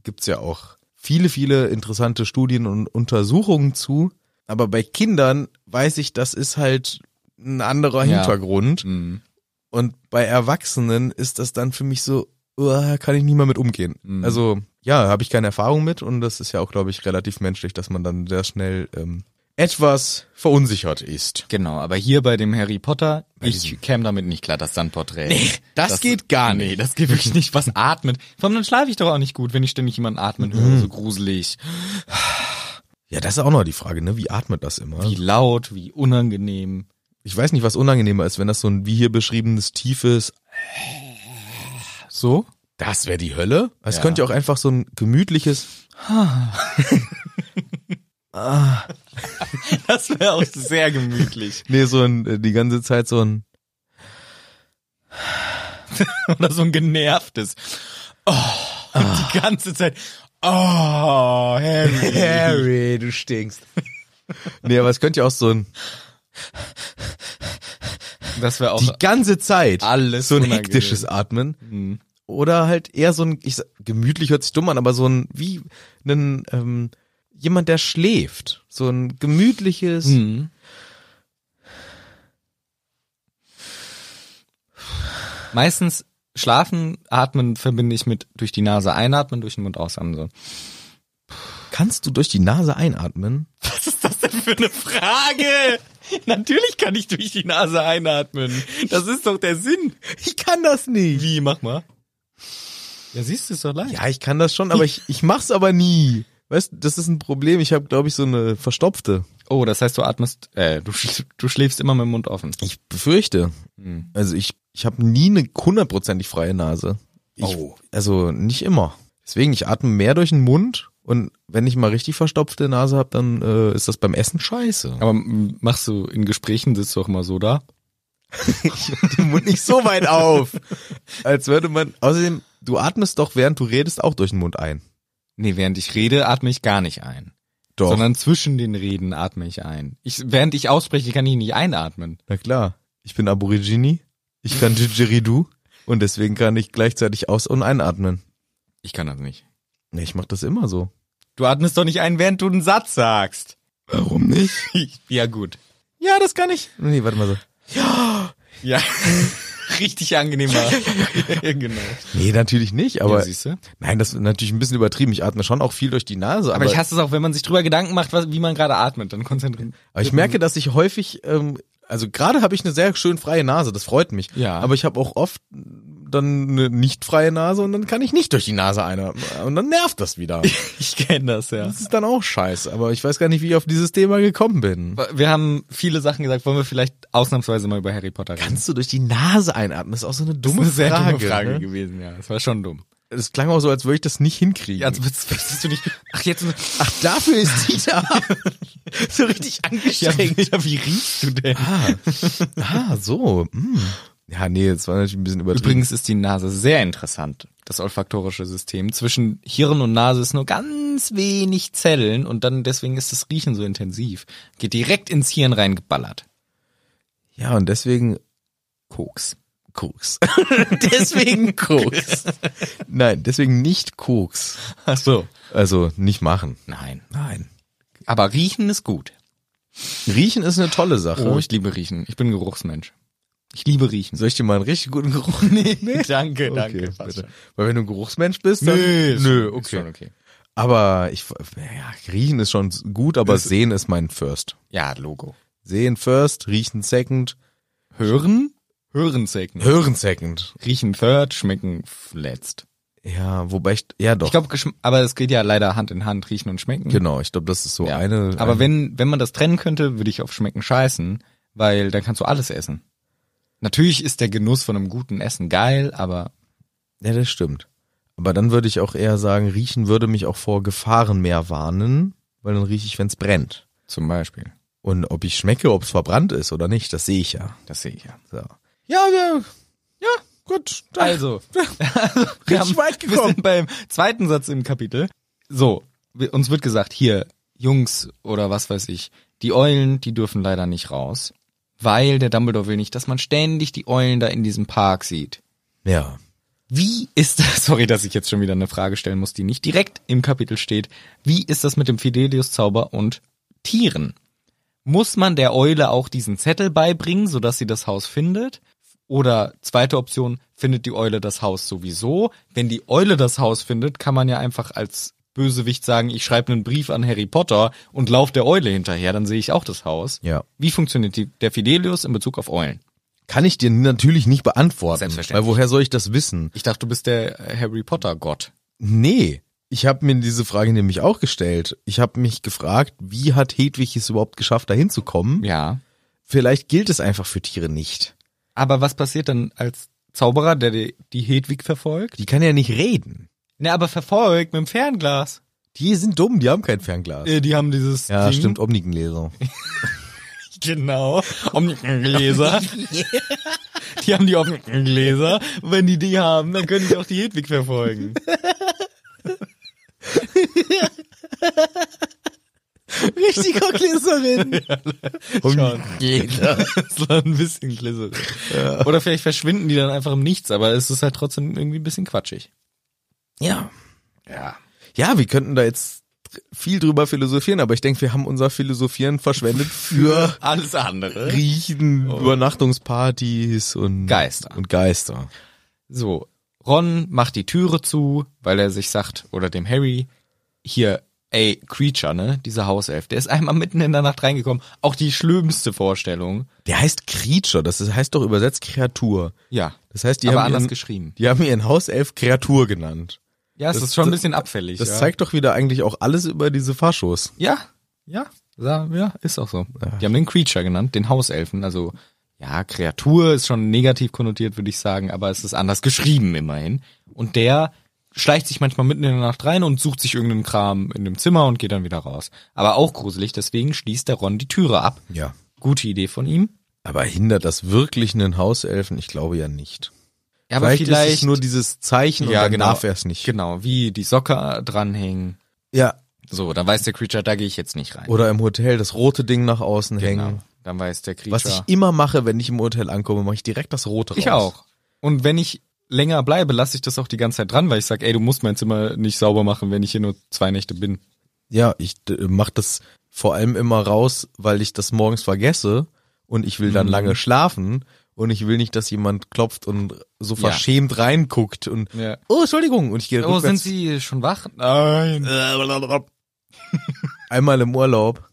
[SPEAKER 2] gibt's ja auch viele, viele interessante Studien und Untersuchungen zu. Aber bei Kindern weiß ich, das ist halt ein anderer
[SPEAKER 1] Ja.
[SPEAKER 2] Hintergrund.
[SPEAKER 1] Mhm.
[SPEAKER 2] Und bei Erwachsenen ist das dann für mich so, uah, kann ich nie mehr mit umgehen.
[SPEAKER 1] Mhm.
[SPEAKER 2] Also ja, habe ich keine Erfahrung mit und das ist ja auch, glaube ich, relativ menschlich, dass man dann sehr schnell ähm, etwas verunsichert ist.
[SPEAKER 1] Genau, aber hier bei dem Harry Potter, ich
[SPEAKER 2] diesem-
[SPEAKER 1] käme damit nicht klar, das Sandporträt. Nee,
[SPEAKER 2] das geht gar
[SPEAKER 1] Nee, das geht wirklich nicht. Was atmet? Vor allem dann schlafe ich doch auch nicht gut, wenn ich ständig jemanden atmen höre, so gruselig.
[SPEAKER 2] Ja, das ist auch noch die Frage, ne? Wie atmet das immer?
[SPEAKER 1] Wie laut, wie unangenehm.
[SPEAKER 2] Ich weiß nicht, was unangenehmer ist, wenn das so ein wie hier beschriebenes tiefes so. Das wäre die Hölle. Es
[SPEAKER 1] Ja.
[SPEAKER 2] könnte ja auch einfach so ein gemütliches.
[SPEAKER 1] Ah. [laughs] Das wäre auch sehr gemütlich.
[SPEAKER 2] Nee, so ein äh, die ganze Zeit so ein.
[SPEAKER 1] [laughs] Oder so ein genervtes. Oh, und die ganze Zeit. Oh, Harry.
[SPEAKER 2] Harry, du stinkst. [laughs] nee, aber es könnte ja auch so ein
[SPEAKER 1] Das wäre auch.
[SPEAKER 2] die ganze Zeit
[SPEAKER 1] Alles
[SPEAKER 2] so ein
[SPEAKER 1] unangenehm.
[SPEAKER 2] hektisches Atmen
[SPEAKER 1] Mhm.
[SPEAKER 2] oder halt eher so ein ich sag, gemütlich hört sich dumm an, aber so ein wie ein ähm, jemand der schläft, so ein gemütliches
[SPEAKER 1] Mhm. Meistens schlafen, atmen verbinde ich mit durch die Nase einatmen, durch den Mund ausatmen. So.
[SPEAKER 2] Kannst du durch die Nase einatmen?
[SPEAKER 1] Was ist das denn für eine Frage? Natürlich kann ich durch die Nase einatmen. Das ist doch der Sinn.
[SPEAKER 2] Ich kann das nicht.
[SPEAKER 1] Wie, mach mal. Ja, siehst du es doch leicht.
[SPEAKER 2] Ja, ich kann das schon, aber ich, ich mach's aber nie. Weißt, du, das ist ein Problem. Ich habe, glaube ich, so eine verstopfte.
[SPEAKER 1] Oh, das heißt, du atmest, äh, du, schl- du schläfst immer mit dem Mund offen.
[SPEAKER 2] Ich befürchte.
[SPEAKER 1] Hm.
[SPEAKER 2] Also ich, ich habe nie eine hundertprozentig freie Nase. Ich,
[SPEAKER 1] Oh.
[SPEAKER 2] Also nicht immer. Deswegen, ich atme mehr durch den Mund und wenn ich mal richtig verstopfte Nase habe, dann äh, ist das beim Essen [laughs] scheiße.
[SPEAKER 1] Aber m, machst du in Gesprächen, sitzt du auch immer so da?
[SPEAKER 2] Den Mund nicht so weit auf. Als würde man. Außerdem, du atmest doch, während du redest, auch durch den Mund ein.
[SPEAKER 1] Nee, während ich rede, atme ich gar nicht ein.
[SPEAKER 2] Doch.
[SPEAKER 1] Sondern zwischen den Reden atme ich ein. Ich, während ich ausspreche, kann ich nicht einatmen.
[SPEAKER 2] Na klar, ich bin Aborigini, ich kann Didgeridoo und deswegen kann ich gleichzeitig aus- und einatmen.
[SPEAKER 1] Ich kann das nicht.
[SPEAKER 2] Nee, ich mach das immer so.
[SPEAKER 1] Du atmest doch nicht ein, während du einen Satz sagst.
[SPEAKER 2] Warum nicht?
[SPEAKER 1] [laughs] ja, gut.
[SPEAKER 2] Ja, das kann ich. Nee, warte mal so.
[SPEAKER 1] Ja. [laughs] Richtig angenehm war. [laughs] ja, genau.
[SPEAKER 2] Nee, natürlich nicht,
[SPEAKER 1] Aber,
[SPEAKER 2] aber
[SPEAKER 1] siehst du?
[SPEAKER 2] nein, das ist natürlich ein bisschen übertrieben. Ich atme schon auch viel durch die Nase, aber,
[SPEAKER 1] aber ich hasse es auch, wenn man sich drüber Gedanken macht, was, wie man gerade atmet, dann konzentriert.
[SPEAKER 2] aber ich merke, dass ich häufig, ähm, also gerade habe ich eine sehr schön freie Nase, das freut mich.
[SPEAKER 1] Ja.
[SPEAKER 2] Aber ich habe auch oft dann eine nicht freie Nase und dann kann ich nicht durch die Nase einatmen und dann nervt das wieder.
[SPEAKER 1] [laughs] Ich kenne das, ja.
[SPEAKER 2] Das ist dann auch scheiße, aber ich weiß gar nicht, wie ich auf dieses Thema gekommen bin.
[SPEAKER 1] Wir haben viele Sachen gesagt, wollen wir vielleicht ausnahmsweise mal über Harry Potter reden?
[SPEAKER 2] Kannst du durch die Nase einatmen? Das ist auch so eine dumme
[SPEAKER 1] das ist eine sehr
[SPEAKER 2] Frage.
[SPEAKER 1] dumme Frage
[SPEAKER 2] Ne?
[SPEAKER 1] gewesen, ja. Das war schon dumm.
[SPEAKER 2] Das klang auch so, als würde ich das nicht hinkriegen.
[SPEAKER 1] Ja, also, willst, willst du nicht, ach, jetzt,
[SPEAKER 2] Ach, dafür ist die da. so richtig
[SPEAKER 1] ja,
[SPEAKER 2] angestrengt.
[SPEAKER 1] wie- wie riechst du denn?
[SPEAKER 2] Ah, [laughs] ah so. Hm. Ja, nee, das war natürlich ein bisschen übertrieben.
[SPEAKER 1] Übrigens ist die Nase sehr interessant. Das olfaktorische System zwischen Hirn und Nase ist nur ganz wenig Zellen und dann deswegen ist das Riechen so intensiv. Geht direkt ins Hirn reingeballert.
[SPEAKER 2] Ja, und deswegen
[SPEAKER 1] Koks.
[SPEAKER 2] Koks. [laughs] deswegen Koks. Nein, deswegen nicht Koks.
[SPEAKER 1] Ach so.
[SPEAKER 2] Also nicht machen.
[SPEAKER 1] Nein.
[SPEAKER 2] Nein.
[SPEAKER 1] Aber riechen ist gut.
[SPEAKER 2] Riechen ist eine tolle Sache.
[SPEAKER 1] Oh, ich liebe riechen. Ich bin ein Geruchsmensch. Ich liebe [laughs] riechen.
[SPEAKER 2] Soll ich dir mal einen richtig guten Geruch [laughs] nehmen?
[SPEAKER 1] Danke,
[SPEAKER 2] Okay, bitte. Weil wenn du ein Geruchsmensch bist, dann...
[SPEAKER 1] Nö,
[SPEAKER 2] nö,
[SPEAKER 1] okay.
[SPEAKER 2] okay. Aber ich, ja, riechen ist schon gut, aber sehen ist mein First.
[SPEAKER 1] Ja, Logo.
[SPEAKER 2] Sehen First, riechen Second,
[SPEAKER 1] Hören? Hören second.
[SPEAKER 2] hören Second.
[SPEAKER 1] Riechen third, schmecken letzt.
[SPEAKER 2] Ja, wobei ich, ja doch.
[SPEAKER 1] Ich glaube, aber es geht ja leider Hand in Hand, riechen und schmecken.
[SPEAKER 2] genau, ich glaube, das ist so
[SPEAKER 1] Ja.
[SPEAKER 2] eine.
[SPEAKER 1] Aber
[SPEAKER 2] eine,
[SPEAKER 1] wenn, wenn man das trennen könnte, würde ich auf Schmecken scheißen, weil dann kannst du alles essen. Natürlich ist der Genuss von einem guten Essen geil, aber
[SPEAKER 2] Ja, das stimmt. Aber dann würde ich auch eher sagen, riechen würde mich auch vor Gefahren mehr warnen, weil dann rieche ich, wenn's brennt.
[SPEAKER 1] zum Beispiel,
[SPEAKER 2] Und ob ich schmecke, ob's verbrannt ist oder nicht, das sehe ich ja.
[SPEAKER 1] das sehe ich ja.
[SPEAKER 2] So. Ja, ja. Ja, gut. Gut. [laughs]
[SPEAKER 1] [laughs] Also, wir, haben,
[SPEAKER 2] weit
[SPEAKER 1] wir sind beim zweiten Satz im Kapitel. So, wir, uns wird gesagt, hier, Jungs oder was weiß ich, die Eulen, die dürfen leider nicht raus, weil der Dumbledore will nicht, dass man ständig die Eulen da in diesem Park sieht.
[SPEAKER 2] Ja.
[SPEAKER 1] Wie ist das, [laughs] sorry, dass ich jetzt schon wieder eine Frage stellen muss, die nicht direkt im Kapitel steht. Wie ist das mit dem Fidelius-Zauber und Tieren? Muss man der Eule auch diesen Zettel beibringen, sodass sie das Haus findet? Oder zweite Option, findet die Eule das Haus sowieso? Wenn die Eule das Haus findet, kann man ja einfach als Bösewicht sagen, ich schreibe einen Brief an Harry Potter und lauf der Eule hinterher, dann sehe ich auch das Haus.
[SPEAKER 2] Ja.
[SPEAKER 1] Wie funktioniert die, der Fidelius in Bezug auf Eulen?
[SPEAKER 2] Kann ich dir natürlich nicht beantworten.
[SPEAKER 1] Selbstverständlich.
[SPEAKER 2] Weil woher soll ich das wissen?
[SPEAKER 1] Ich dachte, du bist der Harry Potter-Gott.
[SPEAKER 2] Nee. Ich habe mir diese Frage nämlich auch gestellt. Ich habe mich gefragt, wie hat Hedwig es überhaupt geschafft, da hinzukommen?
[SPEAKER 1] Ja.
[SPEAKER 2] Vielleicht gilt es einfach für Tiere nicht.
[SPEAKER 1] Aber was passiert dann als Zauberer, der die, die Hedwig verfolgt?
[SPEAKER 2] Die kann ja nicht reden.
[SPEAKER 1] Ne, aber verfolgt mit dem Fernglas.
[SPEAKER 2] Die sind dumm, die haben kein Fernglas.
[SPEAKER 1] Äh, die haben dieses
[SPEAKER 2] ja,
[SPEAKER 1] Ding. [laughs]
[SPEAKER 2] stimmt, Omnigenleser.
[SPEAKER 1] Genau.
[SPEAKER 2] [laughs]
[SPEAKER 1] Omnigläser. die haben die Omnigläser. Wenn die die haben, dann können die auch die Hedwig verfolgen.
[SPEAKER 2] Richtiger
[SPEAKER 1] [laughs]
[SPEAKER 2] Gläserin.
[SPEAKER 1] Schon.
[SPEAKER 2] Jeder.
[SPEAKER 1] Das war ein bisschen glitzerig. Oder vielleicht verschwinden die dann einfach im Nichts, aber es ist halt trotzdem irgendwie ein bisschen quatschig.
[SPEAKER 2] Ja.
[SPEAKER 1] Ja.
[SPEAKER 2] Ja, wir könnten da jetzt viel drüber philosophieren, aber ich denke, wir haben unser Philosophieren verschwendet für
[SPEAKER 1] Alles andere.
[SPEAKER 2] Riechen, Übernachtungspartys und
[SPEAKER 1] Oh. Geister.
[SPEAKER 2] Und Geister.
[SPEAKER 1] So, Ron macht die Türe zu, weil er sich sagt, oder dem Harry, hier, ey, Creature, ne, dieser Hauself, der ist einmal mitten in der Nacht reingekommen. Auch die schlimmste Vorstellung.
[SPEAKER 2] Der heißt Creature, das ist- heißt doch übersetzt Kreatur.
[SPEAKER 1] Ja,
[SPEAKER 2] Das heißt, die
[SPEAKER 1] aber
[SPEAKER 2] haben
[SPEAKER 1] anders
[SPEAKER 2] ihren,
[SPEAKER 1] geschrieben.
[SPEAKER 2] die haben ihren Hauself Kreatur genannt.
[SPEAKER 1] Ja, es
[SPEAKER 2] das-
[SPEAKER 1] ist schon ein
[SPEAKER 2] das-
[SPEAKER 1] bisschen abfällig.
[SPEAKER 2] Das
[SPEAKER 1] ja.
[SPEAKER 2] zeigt doch wieder eigentlich auch alles über diese Faschos.
[SPEAKER 1] Ja, ja, ja, ja, ist auch so. Die haben den Creature genannt, den Hauselfen. Also ja, Kreatur ist schon negativ konnotiert, würde ich sagen, aber es ist anders geschrieben immerhin. Und der schleicht sich manchmal mitten in der Nacht rein und sucht sich irgendeinen Kram in dem Zimmer und geht dann wieder raus. Aber auch gruselig, deswegen schließt der Ron die Türe ab.
[SPEAKER 2] Ja.
[SPEAKER 1] Gute Idee von ihm.
[SPEAKER 2] Aber hindert das wirklich einen Hauselfen? Ich glaube ja nicht.
[SPEAKER 1] Ja,
[SPEAKER 2] vielleicht, ist es nur dieses Zeichen
[SPEAKER 1] ja,
[SPEAKER 2] und
[SPEAKER 1] genau,
[SPEAKER 2] danach wär's nicht.
[SPEAKER 1] Genau, wie die Socke dranhängen.
[SPEAKER 2] Ja.
[SPEAKER 1] So, dann weiß der Creature, da gehe ich jetzt nicht rein.
[SPEAKER 2] Oder im Hotel das rote Ding nach außen hängen.
[SPEAKER 1] genau. Dann weiß der Creature.
[SPEAKER 2] Was ich immer mache, wenn ich im Hotel ankomme, mache ich direkt das rote raus.
[SPEAKER 1] Ich auch. Und wenn ich länger bleibe, lasse ich das auch die ganze Zeit dran, weil ich sage, ey, du musst mein Zimmer nicht sauber machen, wenn ich hier nur zwei Nächte bin.
[SPEAKER 2] Ja, ich äh, mache das vor allem immer raus, weil ich das morgens vergesse und ich will dann
[SPEAKER 1] Mhm.
[SPEAKER 2] lange schlafen und ich will nicht, dass jemand klopft und so
[SPEAKER 1] Ja.
[SPEAKER 2] verschämt reinguckt und
[SPEAKER 1] Ja.
[SPEAKER 2] oh Entschuldigung und ich gehe
[SPEAKER 1] Oh, sind
[SPEAKER 2] rückwärts.
[SPEAKER 1] Sie schon wach? Nein.
[SPEAKER 2] einmal im Urlaub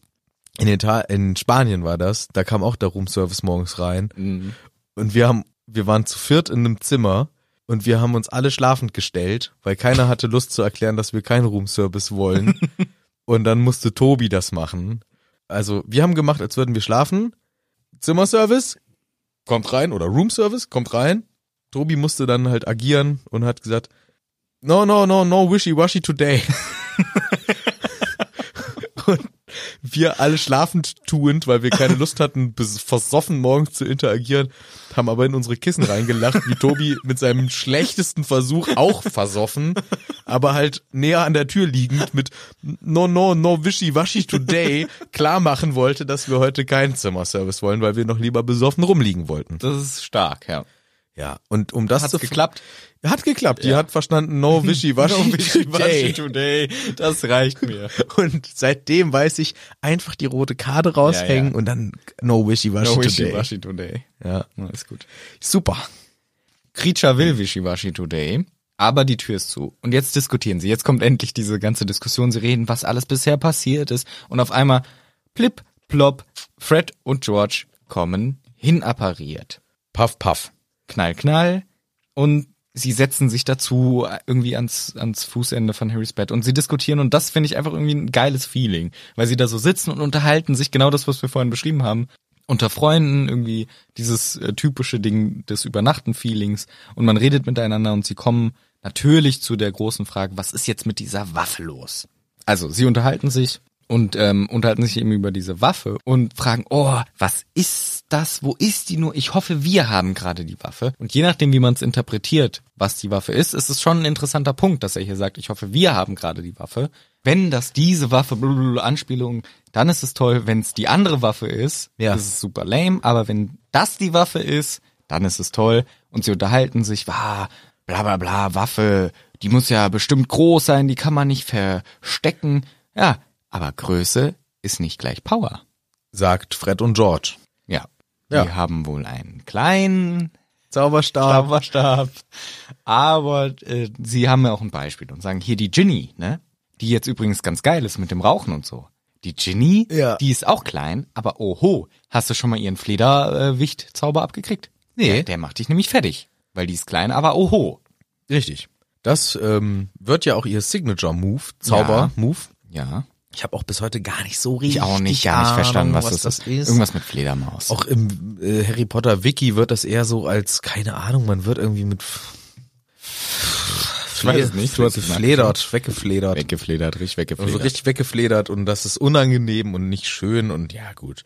[SPEAKER 2] in, Ital in Spanien war das, da kam auch der Roomservice morgens rein
[SPEAKER 1] Mhm.
[SPEAKER 2] und wir haben wir waren zu viert in einem Zimmer und wir haben uns alle schlafend gestellt, weil keiner hatte Lust zu erklären, dass wir keinen Roomservice wollen. und dann musste Tobi das machen. Also, wir haben gemacht, als würden wir schlafen. Zimmerservice kommt rein oder Roomservice kommt rein. Tobi musste dann halt agieren und hat gesagt, no, no, no, no, wishy-washy today. [laughs] und wir alle schlafend tuend, weil wir keine Lust hatten, bis versoffen morgens zu interagieren, haben aber in unsere Kissen reingelacht, wie Tobi mit seinem schlechtesten Versuch auch versoffen, aber halt näher an der Tür liegend mit no, no, no, wishy-washy today klar machen wollte, dass wir heute keinen Zimmerservice wollen, weil wir noch lieber besoffen rumliegen wollten.
[SPEAKER 1] Das ist stark, ja.
[SPEAKER 2] Ja, und um das
[SPEAKER 1] Hat's
[SPEAKER 2] zu
[SPEAKER 1] geklappt?
[SPEAKER 2] hat geklappt. Die hat verstanden, [laughs] no wishy-washy
[SPEAKER 1] [laughs] No wishy-washy
[SPEAKER 2] today.
[SPEAKER 1] today. Das reicht mir.
[SPEAKER 2] Und seitdem weiß ich, einfach die rote Karte raushängen
[SPEAKER 1] Ja, ja.
[SPEAKER 2] und dann no wishy-washy
[SPEAKER 1] No
[SPEAKER 2] today.
[SPEAKER 1] wishy-washy today.
[SPEAKER 2] Ja.
[SPEAKER 1] Na, ist gut.
[SPEAKER 2] Super.
[SPEAKER 1] Creature will wishy-washy today, aber die Tür ist zu. Und jetzt diskutieren sie. Jetzt kommt endlich diese ganze Diskussion. Sie reden, was alles bisher passiert ist. Und auf einmal, plip, plop, Fred und George kommen hinappariert.
[SPEAKER 2] Puff, puff.
[SPEAKER 1] Knall, knall. Und sie setzen sich dazu irgendwie ans, ans Fußende von Harrys Bett und sie diskutieren und das finde ich einfach irgendwie ein geiles Feeling, weil sie da so sitzen und unterhalten sich genau das, was wir vorhin beschrieben haben. Unter Freunden irgendwie dieses äh, typische Ding des Übernachten-Feelings und man redet miteinander und sie kommen natürlich zu der großen Frage, was ist jetzt mit dieser Waffe los? Also sie unterhalten sich und ähm, unterhalten sich eben über diese Waffe und fragen, oh, was ist das? Wo ist die nur? Ich hoffe, wir haben gerade die Waffe. Und je nachdem, wie man es interpretiert, was die Waffe ist, ist es schon ein interessanter Punkt, dass er hier sagt, ich hoffe, wir haben gerade die Waffe. Wenn das diese Waffe, blablabla, Anspielung, dann ist es toll. Wenn es die andere Waffe ist,
[SPEAKER 2] Ja.
[SPEAKER 1] ist es super lame. Aber wenn das die Waffe ist, dann ist es toll. Und sie unterhalten sich, ah, bla bla bla, Waffe, die muss ja bestimmt groß sein, die kann man nicht verstecken. Ja, aber Größe ist nicht gleich Power.
[SPEAKER 2] Sagt Fred und George.
[SPEAKER 1] Ja.
[SPEAKER 2] Ja.
[SPEAKER 1] Die haben wohl einen kleinen
[SPEAKER 2] Zauberstab.
[SPEAKER 1] Zauberstab. Aber äh, sie haben ja auch ein Beispiel und sagen, hier die Ginny, ne? Die jetzt übrigens ganz geil ist mit dem Rauchen und so. Die Ginny,
[SPEAKER 2] Ja.
[SPEAKER 1] die ist auch klein, aber oho, hast du schon mal ihren Flederwicht-Zauber abgekriegt?
[SPEAKER 2] Nee.
[SPEAKER 1] Der, der macht dich nämlich fertig, weil die ist klein, aber oho.
[SPEAKER 2] Richtig. Das ähm, wird ja auch ihr Signature-Move, Zauber-Move.
[SPEAKER 1] Ja.
[SPEAKER 2] Ich habe auch bis heute gar nicht so richtig
[SPEAKER 1] Ich auch nicht, gar nicht
[SPEAKER 2] Ahnung,
[SPEAKER 1] verstanden, was, das, ist. Irgendwas mit
[SPEAKER 2] Ist
[SPEAKER 1] Fledermaus.
[SPEAKER 2] Auch im äh, Harry Potter Wiki wird das eher so als, keine Ahnung, man wird irgendwie mit ich
[SPEAKER 1] weiß es nicht, du hast es
[SPEAKER 2] gefledert, weggefledert.
[SPEAKER 1] weggefledert, richtig weggefledert.
[SPEAKER 2] Also richtig weggefledert und das ist unangenehm und nicht schön und ja, gut.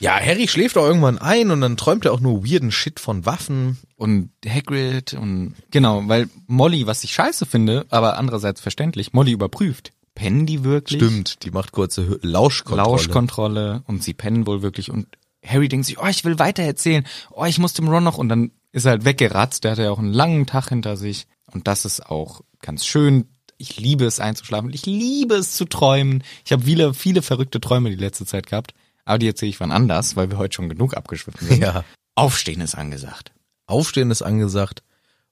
[SPEAKER 2] Ja, Harry schläft auch irgendwann ein und dann träumt er auch nur weirden Shit von Waffen.
[SPEAKER 1] und Hagrid und genau, weil Molly, was ich scheiße finde, aber andererseits verständlich, Molly überprüft, pennen die wirklich?
[SPEAKER 2] Stimmt, die macht kurze Hö- Lauschkontrolle.
[SPEAKER 1] Lauschkontrolle und sie pennen wohl wirklich und Harry denkt sich, oh, ich will weiter erzählen, oh, ich muss dem Ron noch und dann ist er halt weggeratzt, der hatte ja auch einen langen Tag hinter sich und das ist auch ganz schön. Ich liebe es einzuschlafen, ich liebe es zu träumen. Ich habe viele, viele verrückte Träume die letzte Zeit gehabt, aber die erzähle ich wann anders, weil wir heute schon genug abgeschwiffen sind.
[SPEAKER 2] Ja.
[SPEAKER 1] Aufstehen ist angesagt.
[SPEAKER 2] Aufstehen ist angesagt.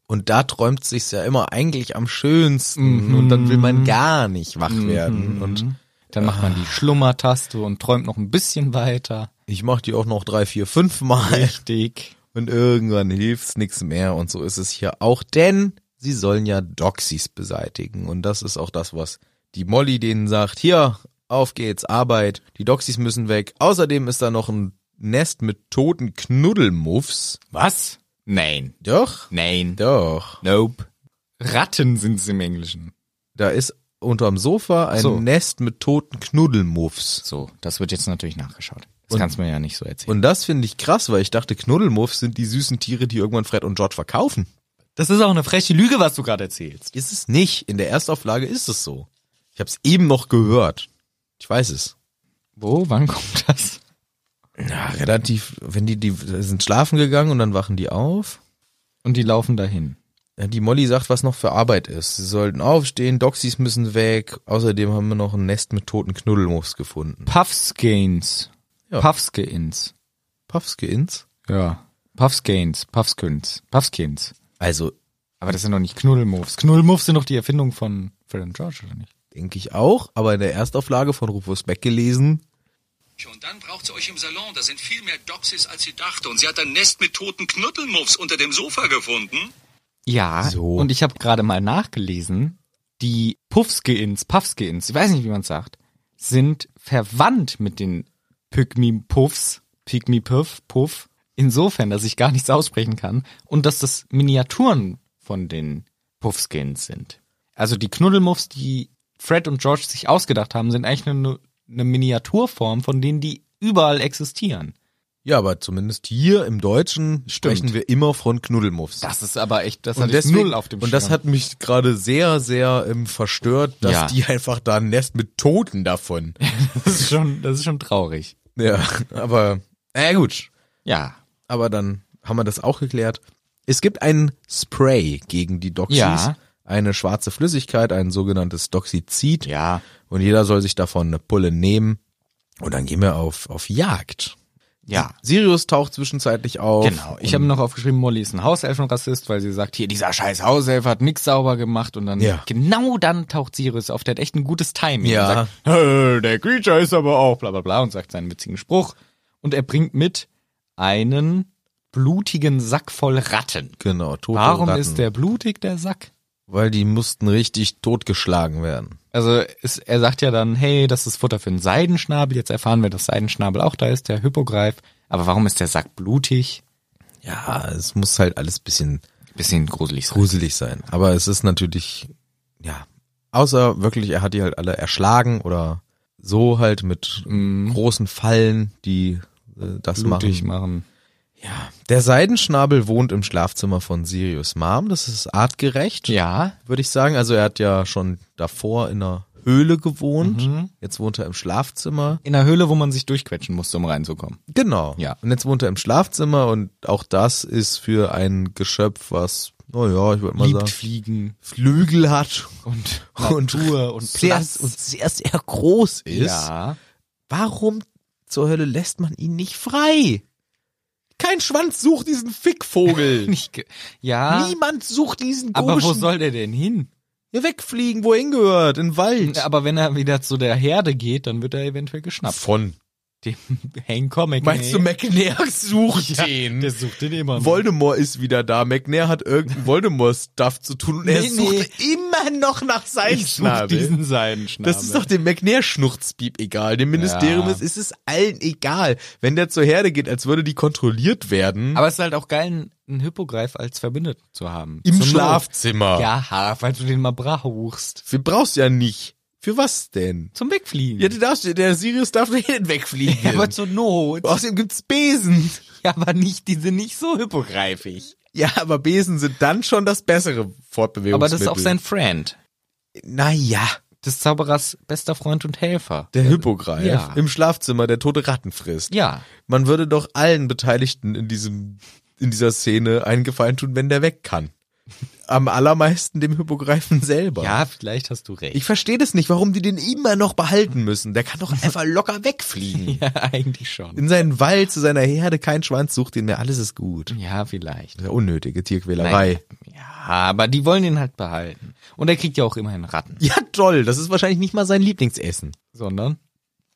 [SPEAKER 2] Und da träumt sich's ja immer eigentlich am schönsten und dann will man gar nicht wach werden. Und
[SPEAKER 1] Dann macht man die Schlummertaste und träumt noch ein bisschen weiter.
[SPEAKER 2] ich mach die auch noch drei, vier, fünf Mal.
[SPEAKER 1] Richtig.
[SPEAKER 2] Und irgendwann hilft's nix mehr und so ist es hier auch, denn sie sollen ja Doxys beseitigen und das ist auch das, was die Molly denen sagt, hier, auf geht's, Arbeit, die Doxys müssen weg. Außerdem ist da noch ein Nest mit toten Knuddelmuffs.
[SPEAKER 1] Was? Nein.
[SPEAKER 2] Doch,
[SPEAKER 1] Nein.
[SPEAKER 2] doch.
[SPEAKER 1] Nope. Ratten sind es im Englischen.
[SPEAKER 2] Da ist unterm Sofa ein
[SPEAKER 1] So.
[SPEAKER 2] Nest mit toten Knuddelmuffs.
[SPEAKER 1] So, das wird jetzt natürlich nachgeschaut. Das
[SPEAKER 2] Und-
[SPEAKER 1] kannst du mir ja nicht so erzählen.
[SPEAKER 2] Und das finde ich krass, weil ich dachte, Knuddelmuffs sind die süßen Tiere, die irgendwann Fred und George verkaufen.
[SPEAKER 1] das ist auch eine freche Lüge, was du gerade erzählst.
[SPEAKER 2] Ist es nicht. In der Erstauflage ist es so. Ich habe es eben noch gehört. Ich weiß es.
[SPEAKER 1] Wo? Wann kommt das?
[SPEAKER 2] Ja, relativ, wenn die, die sind schlafen gegangen und dann wachen die auf.
[SPEAKER 1] Und die laufen dahin.
[SPEAKER 2] Ja, die Molly sagt, was noch für Arbeit ist. Sie sollten aufstehen, Doxys müssen weg. Außerdem haben wir noch ein Nest mit toten Knuddelmuffs gefunden.
[SPEAKER 1] Puffskeins.
[SPEAKER 2] Ja.
[SPEAKER 1] Puffskeins.
[SPEAKER 2] Puffskins?
[SPEAKER 1] Ja. Puffskeins. Puffskins. Puffskins.
[SPEAKER 2] Also,
[SPEAKER 1] Aber das sind doch nicht Knuddelmuffs. Knuddelmuffs sind doch die Erfindung von Fred und George, oder nicht?
[SPEAKER 2] denke ich auch, aber in der Erstauflage von Rufus Beck gelesen.
[SPEAKER 4] Und dann braucht sie euch im Salon. Da sind viel mehr Doxys, als sie dachte. Und sie hat ein Nest mit toten Knuddelmuffs unter dem Sofa gefunden.
[SPEAKER 1] Ja,
[SPEAKER 2] So.
[SPEAKER 1] und ich habe gerade mal nachgelesen, die Puffskeins, Puffskeins, ich weiß nicht, wie man sagt, sind verwandt mit den Pygmy Puffs, Pygmy Puff, Puff, insofern, dass ich gar nichts aussprechen kann und dass das Miniaturen von den Puffskeins sind. Also die Knuddelmuffs, die Fred und George sich ausgedacht haben, sind eigentlich eine, eine Miniaturform von denen, die überall existieren.
[SPEAKER 2] Ja, aber zumindest hier im Deutschen sprechen wir immer von Knuddelmuffs.
[SPEAKER 1] Das ist aber echt, das
[SPEAKER 2] und
[SPEAKER 1] hatte ich
[SPEAKER 2] deswegen,
[SPEAKER 1] null auf dem
[SPEAKER 2] Und das
[SPEAKER 1] Schirm.
[SPEAKER 2] hat mich gerade sehr, sehr ähm, verstört, dass
[SPEAKER 1] Ja.
[SPEAKER 2] die einfach da ein Nest mit
[SPEAKER 1] [laughs]
[SPEAKER 2] Toten davon.
[SPEAKER 1] das ist schon, das ist schon traurig.
[SPEAKER 2] ja, aber, naja gut.
[SPEAKER 1] Ja,
[SPEAKER 2] Aber dann haben wir das auch geklärt. Es gibt ein Spray gegen die Doxys.
[SPEAKER 1] Ja.
[SPEAKER 2] Eine schwarze Flüssigkeit, ein sogenanntes Doxizid.
[SPEAKER 1] ja.
[SPEAKER 2] Und jeder soll sich davon eine Pulle nehmen. Und dann gehen wir auf, auf Jagd.
[SPEAKER 1] Ja.
[SPEAKER 2] Sirius taucht zwischenzeitlich auf.
[SPEAKER 1] Genau. Ich habe noch aufgeschrieben, Molly ist ein Hauselfenrassist, weil sie sagt, hier dieser scheiß Hauself hat nix sauber gemacht und dann
[SPEAKER 2] Ja.
[SPEAKER 1] genau dann taucht Sirius auf, der hat echt ein gutes Timing
[SPEAKER 2] Ja.
[SPEAKER 1] und sagt, "Hey, der Creature ist aber auch bla bla bla und sagt seinen witzigen Spruch und er bringt mit einen blutigen Sack voll Ratten.
[SPEAKER 2] Genau, tote
[SPEAKER 1] Warum
[SPEAKER 2] Ratten.
[SPEAKER 1] ist der blutig der Sack?
[SPEAKER 2] Weil die mussten richtig totgeschlagen werden.
[SPEAKER 1] Also es, er sagt ja dann, hey, das ist Futter für einen Seidenschnabel. Jetzt erfahren wir, dass Seidenschnabel auch da ist, der Hippogreif. Aber warum ist der Sack blutig?
[SPEAKER 2] Ja, es muss halt alles bisschen
[SPEAKER 1] Bisschen gruselig. sein.
[SPEAKER 2] gruselig sein. Aber es ist natürlich, ja, außer wirklich, er hat die halt alle erschlagen oder so halt mit großen Fallen, die äh, das machen.
[SPEAKER 1] Mhm. Blutig machen.
[SPEAKER 2] Ja. Der Seidenschnabel wohnt im Schlafzimmer von Sirius Mom. Das ist artgerecht,
[SPEAKER 1] Ja.
[SPEAKER 2] würde ich sagen. Also er hat ja schon davor in einer Höhle gewohnt.
[SPEAKER 1] Mhm.
[SPEAKER 2] Jetzt wohnt er im Schlafzimmer.
[SPEAKER 1] In der Höhle, wo man sich durchquetschen musste, um reinzukommen.
[SPEAKER 2] Genau.
[SPEAKER 1] Ja.
[SPEAKER 2] Und jetzt wohnt er im Schlafzimmer und auch das ist für ein Geschöpf, was, naja, ich würde mal
[SPEAKER 1] Liebt
[SPEAKER 2] sagen,
[SPEAKER 1] Fliegen
[SPEAKER 2] Flügel hat
[SPEAKER 1] [laughs] und
[SPEAKER 2] und
[SPEAKER 1] Natur und
[SPEAKER 2] sehr,
[SPEAKER 1] Platz.
[SPEAKER 2] und sehr, sehr groß ist.
[SPEAKER 1] ja.
[SPEAKER 2] Warum zur Hölle lässt man ihn nicht frei? Kein Schwanz sucht diesen [laughs] Fickvogel.
[SPEAKER 1] Nicht ge- ja.
[SPEAKER 2] Niemand sucht diesen
[SPEAKER 1] aber wo
[SPEAKER 2] komischen
[SPEAKER 1] soll der denn hin?
[SPEAKER 2] Hier wegfliegen, wo er hingehört, in den Wald.
[SPEAKER 1] Aber wenn er wieder zu der Herde geht, dann wird er eventuell geschnappt.
[SPEAKER 2] Von.
[SPEAKER 1] [laughs] Dem Hank Comic.
[SPEAKER 2] Meinst du, McNair sucht
[SPEAKER 1] Ja,
[SPEAKER 2] den?
[SPEAKER 1] Der sucht den immer.
[SPEAKER 2] Voldemort ist wieder da. McNair
[SPEAKER 1] [laughs]
[SPEAKER 2] hat irgendeinen Voldemort-Stuff zu tun und er
[SPEAKER 1] Nee,
[SPEAKER 2] sucht immer noch nach seinem
[SPEAKER 1] ich such
[SPEAKER 2] Schnabel.
[SPEAKER 1] diesen Seidenschnabel.
[SPEAKER 2] Das ist doch dem McNair-Schnurzpiep egal. Dem Ministerium
[SPEAKER 1] Ja.
[SPEAKER 2] ist, ist es allen egal. Wenn der zur Herde geht, als würde die kontrolliert werden.
[SPEAKER 1] Aber es ist halt auch geil, einen- einen Hippogreif als Verbündeten zu haben.
[SPEAKER 2] Im
[SPEAKER 1] Zur Not.
[SPEAKER 2] Schlafzimmer.
[SPEAKER 1] Ja, weil du den mal brauchst.
[SPEAKER 2] Wir brauchst ja nicht. Für was denn?
[SPEAKER 1] Zum Wegfliegen. [laughs]
[SPEAKER 2] Ja, du darfst, der Sirius darf nicht [laughs] wegfliegen.
[SPEAKER 1] aber zur Not.
[SPEAKER 2] Außerdem gibt's Besen.
[SPEAKER 1] [laughs] Ja, aber nicht, die sind nicht so hippogreifig.
[SPEAKER 2] Ja, aber Besen sind dann schon das bessere Fortbewegungsmittel.
[SPEAKER 1] Aber das ist auch sein Friend.
[SPEAKER 2] Naja,
[SPEAKER 1] Des Zauberers bester Freund und Helfer.
[SPEAKER 2] der Hippogreif
[SPEAKER 1] Ja.
[SPEAKER 2] im Schlafzimmer, der tote Ratten frisst.
[SPEAKER 1] Ja.
[SPEAKER 2] Man würde doch allen Beteiligten in diesem in dieser Szene einen Gefallen tun, wenn der weg kann. Am allermeisten dem Hippogreifen selber.
[SPEAKER 1] Ja, vielleicht hast du recht.
[SPEAKER 2] Ich verstehe das nicht, warum die den immer noch behalten müssen. Der kann doch einfach locker wegfliegen.
[SPEAKER 1] [laughs] ja, eigentlich schon.
[SPEAKER 2] In seinen Wald zu seiner Herde, kein Schwanz sucht ihn mehr, alles ist gut.
[SPEAKER 1] Ja, vielleicht.
[SPEAKER 2] Ja, unnötige Tierquälerei.
[SPEAKER 1] Ja, aber die wollen ihn halt behalten. Und er kriegt ja auch immerhin Ratten.
[SPEAKER 2] Ja, toll, das ist wahrscheinlich nicht mal sein Lieblingsessen.
[SPEAKER 1] Sondern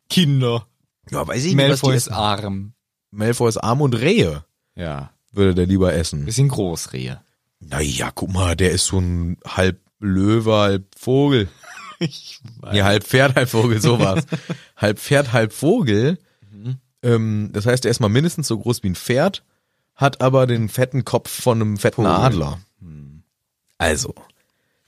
[SPEAKER 1] Kinder.
[SPEAKER 2] Ja, weiß ich
[SPEAKER 1] Malfoys Arm.
[SPEAKER 2] Malfoys Arm und Rehe
[SPEAKER 1] Ja.
[SPEAKER 2] würde der lieber essen.
[SPEAKER 1] Bisschen Großrehe.
[SPEAKER 2] Naja, guck mal, der ist so ein halb Löwe, halb Vogel.
[SPEAKER 1] [laughs] Ich weiß.
[SPEAKER 2] Ja, halb Pferd, halb
[SPEAKER 1] [laughs]
[SPEAKER 2] Vogel, sowas. halb Pferd, halb Vogel.
[SPEAKER 1] Mhm.
[SPEAKER 2] Ähm, das heißt, er ist mal mindestens so groß wie ein Pferd, hat aber den fetten Kopf von einem fetten Adler.
[SPEAKER 1] Hm.
[SPEAKER 2] Also,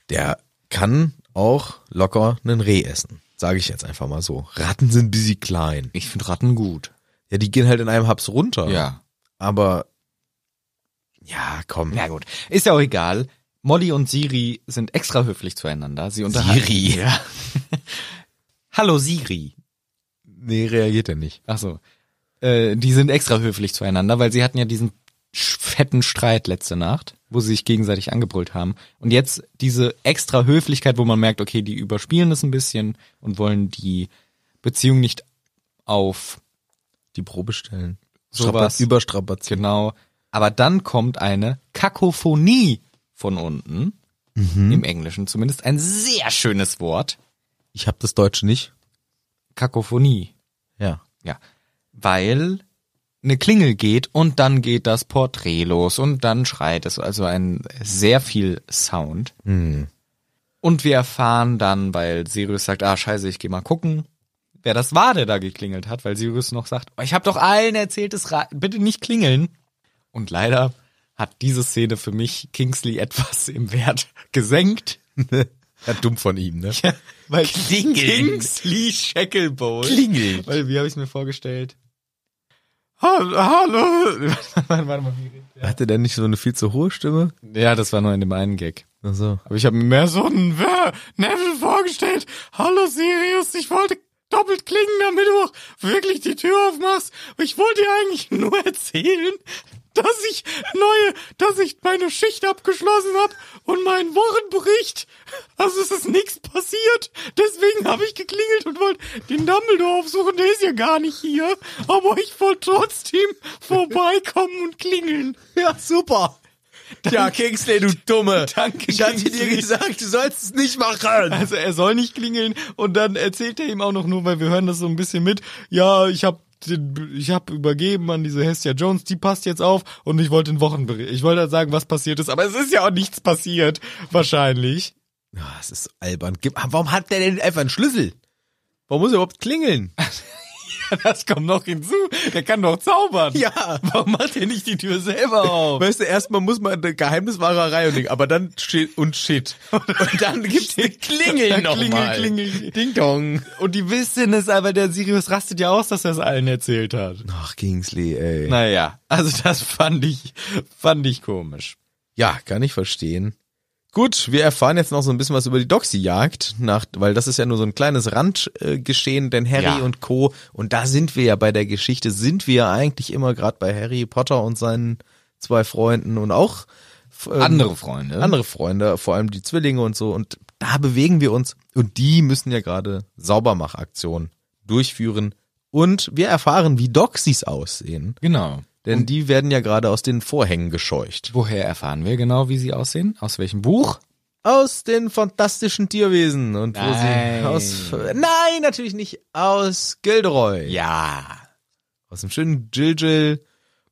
[SPEAKER 2] der kann auch locker einen Reh essen. Sage ich jetzt einfach mal so. Ratten sind ein bisschen klein.
[SPEAKER 1] Ich finde Ratten gut.
[SPEAKER 2] Ja, die gehen halt in einem Haps runter.
[SPEAKER 1] Ja.
[SPEAKER 2] Aber, ja, komm.
[SPEAKER 1] Na gut. Ist ja auch egal. Molly und Siri sind extra höflich zueinander. Sie unterhalten. [laughs]
[SPEAKER 2] Siri.
[SPEAKER 1] Ja. Hallo Siri.
[SPEAKER 2] Nee, reagiert er nicht.
[SPEAKER 1] Ach so. Äh, die sind extra höflich zueinander, weil sie hatten ja diesen sch- fetten Streit letzte Nacht, wo sie sich gegenseitig angebrüllt haben. Und jetzt diese extra Höflichkeit, wo man merkt, okay, die überspielen das ein bisschen und wollen die Beziehung nicht auf,
[SPEAKER 2] Die Probe stellen.
[SPEAKER 1] Sowas.
[SPEAKER 2] Strapaz- Überstrapazieren.
[SPEAKER 1] genau. Aber dann kommt eine Kakophonie von unten, im Englischen zumindest, ein sehr schönes Wort.
[SPEAKER 2] Ich habe das Deutsche nicht.
[SPEAKER 1] Kakophonie.
[SPEAKER 2] Ja.
[SPEAKER 1] Ja, weil eine Klingel geht und dann geht das Porträt los und dann schreit es. Also ein sehr viel Sound. Und wir erfahren dann, weil Sirius sagt, ah scheiße, ich gehe mal gucken, wer das war, der da geklingelt hat, weil Sirius noch sagt, oh, ich habe doch allen erzählt, es ra- bitte nicht klingeln. Und leider hat diese Szene für mich Kingsley etwas im Wert [laughs] gesenkt.
[SPEAKER 2] Ja, dumm von
[SPEAKER 1] [laughs]
[SPEAKER 2] ihm, ne?
[SPEAKER 1] Weil
[SPEAKER 2] Klingeln.
[SPEAKER 1] Kingsley Shacklebolt.
[SPEAKER 2] Klingelt.
[SPEAKER 1] Weil, wie habe ich es mir vorgestellt? Hallo. Hallo. [laughs] Warte, warte mal, wie redet
[SPEAKER 2] Hatte der nicht so eine viel zu hohe Stimme?
[SPEAKER 1] der? Ja, das war nur in dem einen Gag.
[SPEAKER 2] Ach so.
[SPEAKER 1] Aber ich habe mir mehr so einen Wer- Neville vorgestellt. Hallo Sirius, ich wollte doppelt klingen, damit du auch wirklich die Tür aufmachst. Ich wollte dir eigentlich nur erzählen, dass ich neue, dass ich meine Schicht abgeschlossen habe und meinen Wochenbericht. Also es ist nichts passiert. Deswegen habe ich geklingelt und wollte den Dumbledore aufsuchen. Der ist ja gar nicht hier. Aber ich wollte trotzdem vorbeikommen und klingeln.
[SPEAKER 2] Ja, super. ja, Kingsley, du Dumme.
[SPEAKER 1] Danke,
[SPEAKER 2] Ich hatte
[SPEAKER 1] Kingsley.
[SPEAKER 2] dir gesagt, du sollst es nicht machen.
[SPEAKER 1] Also er soll nicht klingeln und dann erzählt er ihm auch noch nur, weil wir hören das so ein bisschen mit. Ja, ich hab den, ich hab übergeben an diese Hestia Jones, die passt jetzt auf und ich wollte den Wochenbericht. Ich wollte halt sagen, was passiert ist, aber es ist ja auch nichts passiert wahrscheinlich.
[SPEAKER 2] Ah, Das
[SPEAKER 1] [laughs]
[SPEAKER 2] ist albern. Gib- ah, Warum hat der denn einfach einen Schlüssel? Warum muss er überhaupt klingeln?
[SPEAKER 1] Das kommt noch hinzu. Der kann doch zaubern.
[SPEAKER 2] Ja.
[SPEAKER 1] Warum macht er nicht die Tür selber auf?
[SPEAKER 2] Weißt du, erstmal muss man eine Geheimniswahrerei und Ding, aber dann steht
[SPEAKER 1] [laughs]
[SPEAKER 2] und shit. Und dann gibt's eine [laughs] Klingel
[SPEAKER 1] Klingel,
[SPEAKER 2] nochmal.
[SPEAKER 1] klingel.
[SPEAKER 2] Ding dong.
[SPEAKER 1] Und die wissen es, aber der Sirius rastet ja aus, dass er es allen erzählt hat.
[SPEAKER 2] Ach, Kingsley, ey.
[SPEAKER 1] Naja, also das fand ich, fand ich komisch.
[SPEAKER 2] Ja, kann ich verstehen. Gut, wir erfahren jetzt noch so ein bisschen was über die Doxy-Jagd, nach, weil das ist ja nur so ein kleines Randgeschehen, denn Harry
[SPEAKER 1] Ja.
[SPEAKER 2] und Co. Und da sind wir ja bei der Geschichte, sind wir ja eigentlich immer gerade bei Harry Potter und seinen zwei Freunden und auch ähm,
[SPEAKER 1] Andere ne? Freunde.
[SPEAKER 2] andere Freunde, vor allem die Zwillinge und so. Und da bewegen wir uns. Und die müssen ja gerade Saubermachaktionen durchführen. Und wir erfahren, wie Doxys aussehen.
[SPEAKER 1] Genau.
[SPEAKER 2] Denn die werden ja gerade aus den Vorhängen gescheucht.
[SPEAKER 1] Woher erfahren wir genau, wie sie aussehen? Aus welchem Buch?
[SPEAKER 2] Aus den fantastischen Tierwesen. Und
[SPEAKER 1] Nein.
[SPEAKER 2] wo sie aus. Nein, natürlich nicht. Aus Gilderoy.
[SPEAKER 1] Ja.
[SPEAKER 2] Aus dem schönen Gilgil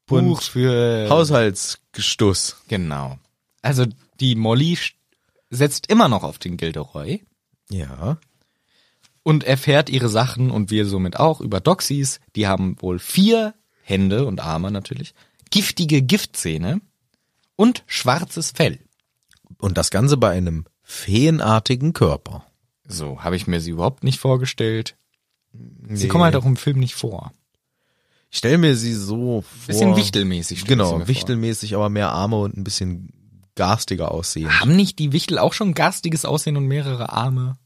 [SPEAKER 1] Buch
[SPEAKER 2] und
[SPEAKER 1] für
[SPEAKER 2] Haushaltsgestuss.
[SPEAKER 1] Genau. Also die Molly sch- setzt immer noch auf den Gilderoy
[SPEAKER 2] Ja.
[SPEAKER 1] und erfährt ihre Sachen und wir somit auch über Doxys. Die haben wohl vier Hände und Arme natürlich, giftige Giftzähne und schwarzes Fell.
[SPEAKER 2] Und das Ganze bei einem feenartigen Körper.
[SPEAKER 1] So habe ich mir sie überhaupt nicht vorgestellt. Sie kommen halt auch im Film nicht vor.
[SPEAKER 2] Ich stelle mir sie so vor.
[SPEAKER 1] Bisschen wichtelmäßig. stelle ich sie mir
[SPEAKER 2] Genau,
[SPEAKER 1] vor.
[SPEAKER 2] wichtelmäßig, aber mehr Arme und ein bisschen garstiger aussehen.
[SPEAKER 1] Haben nicht die Wichtel auch schon garstiges Aussehen und mehrere Arme?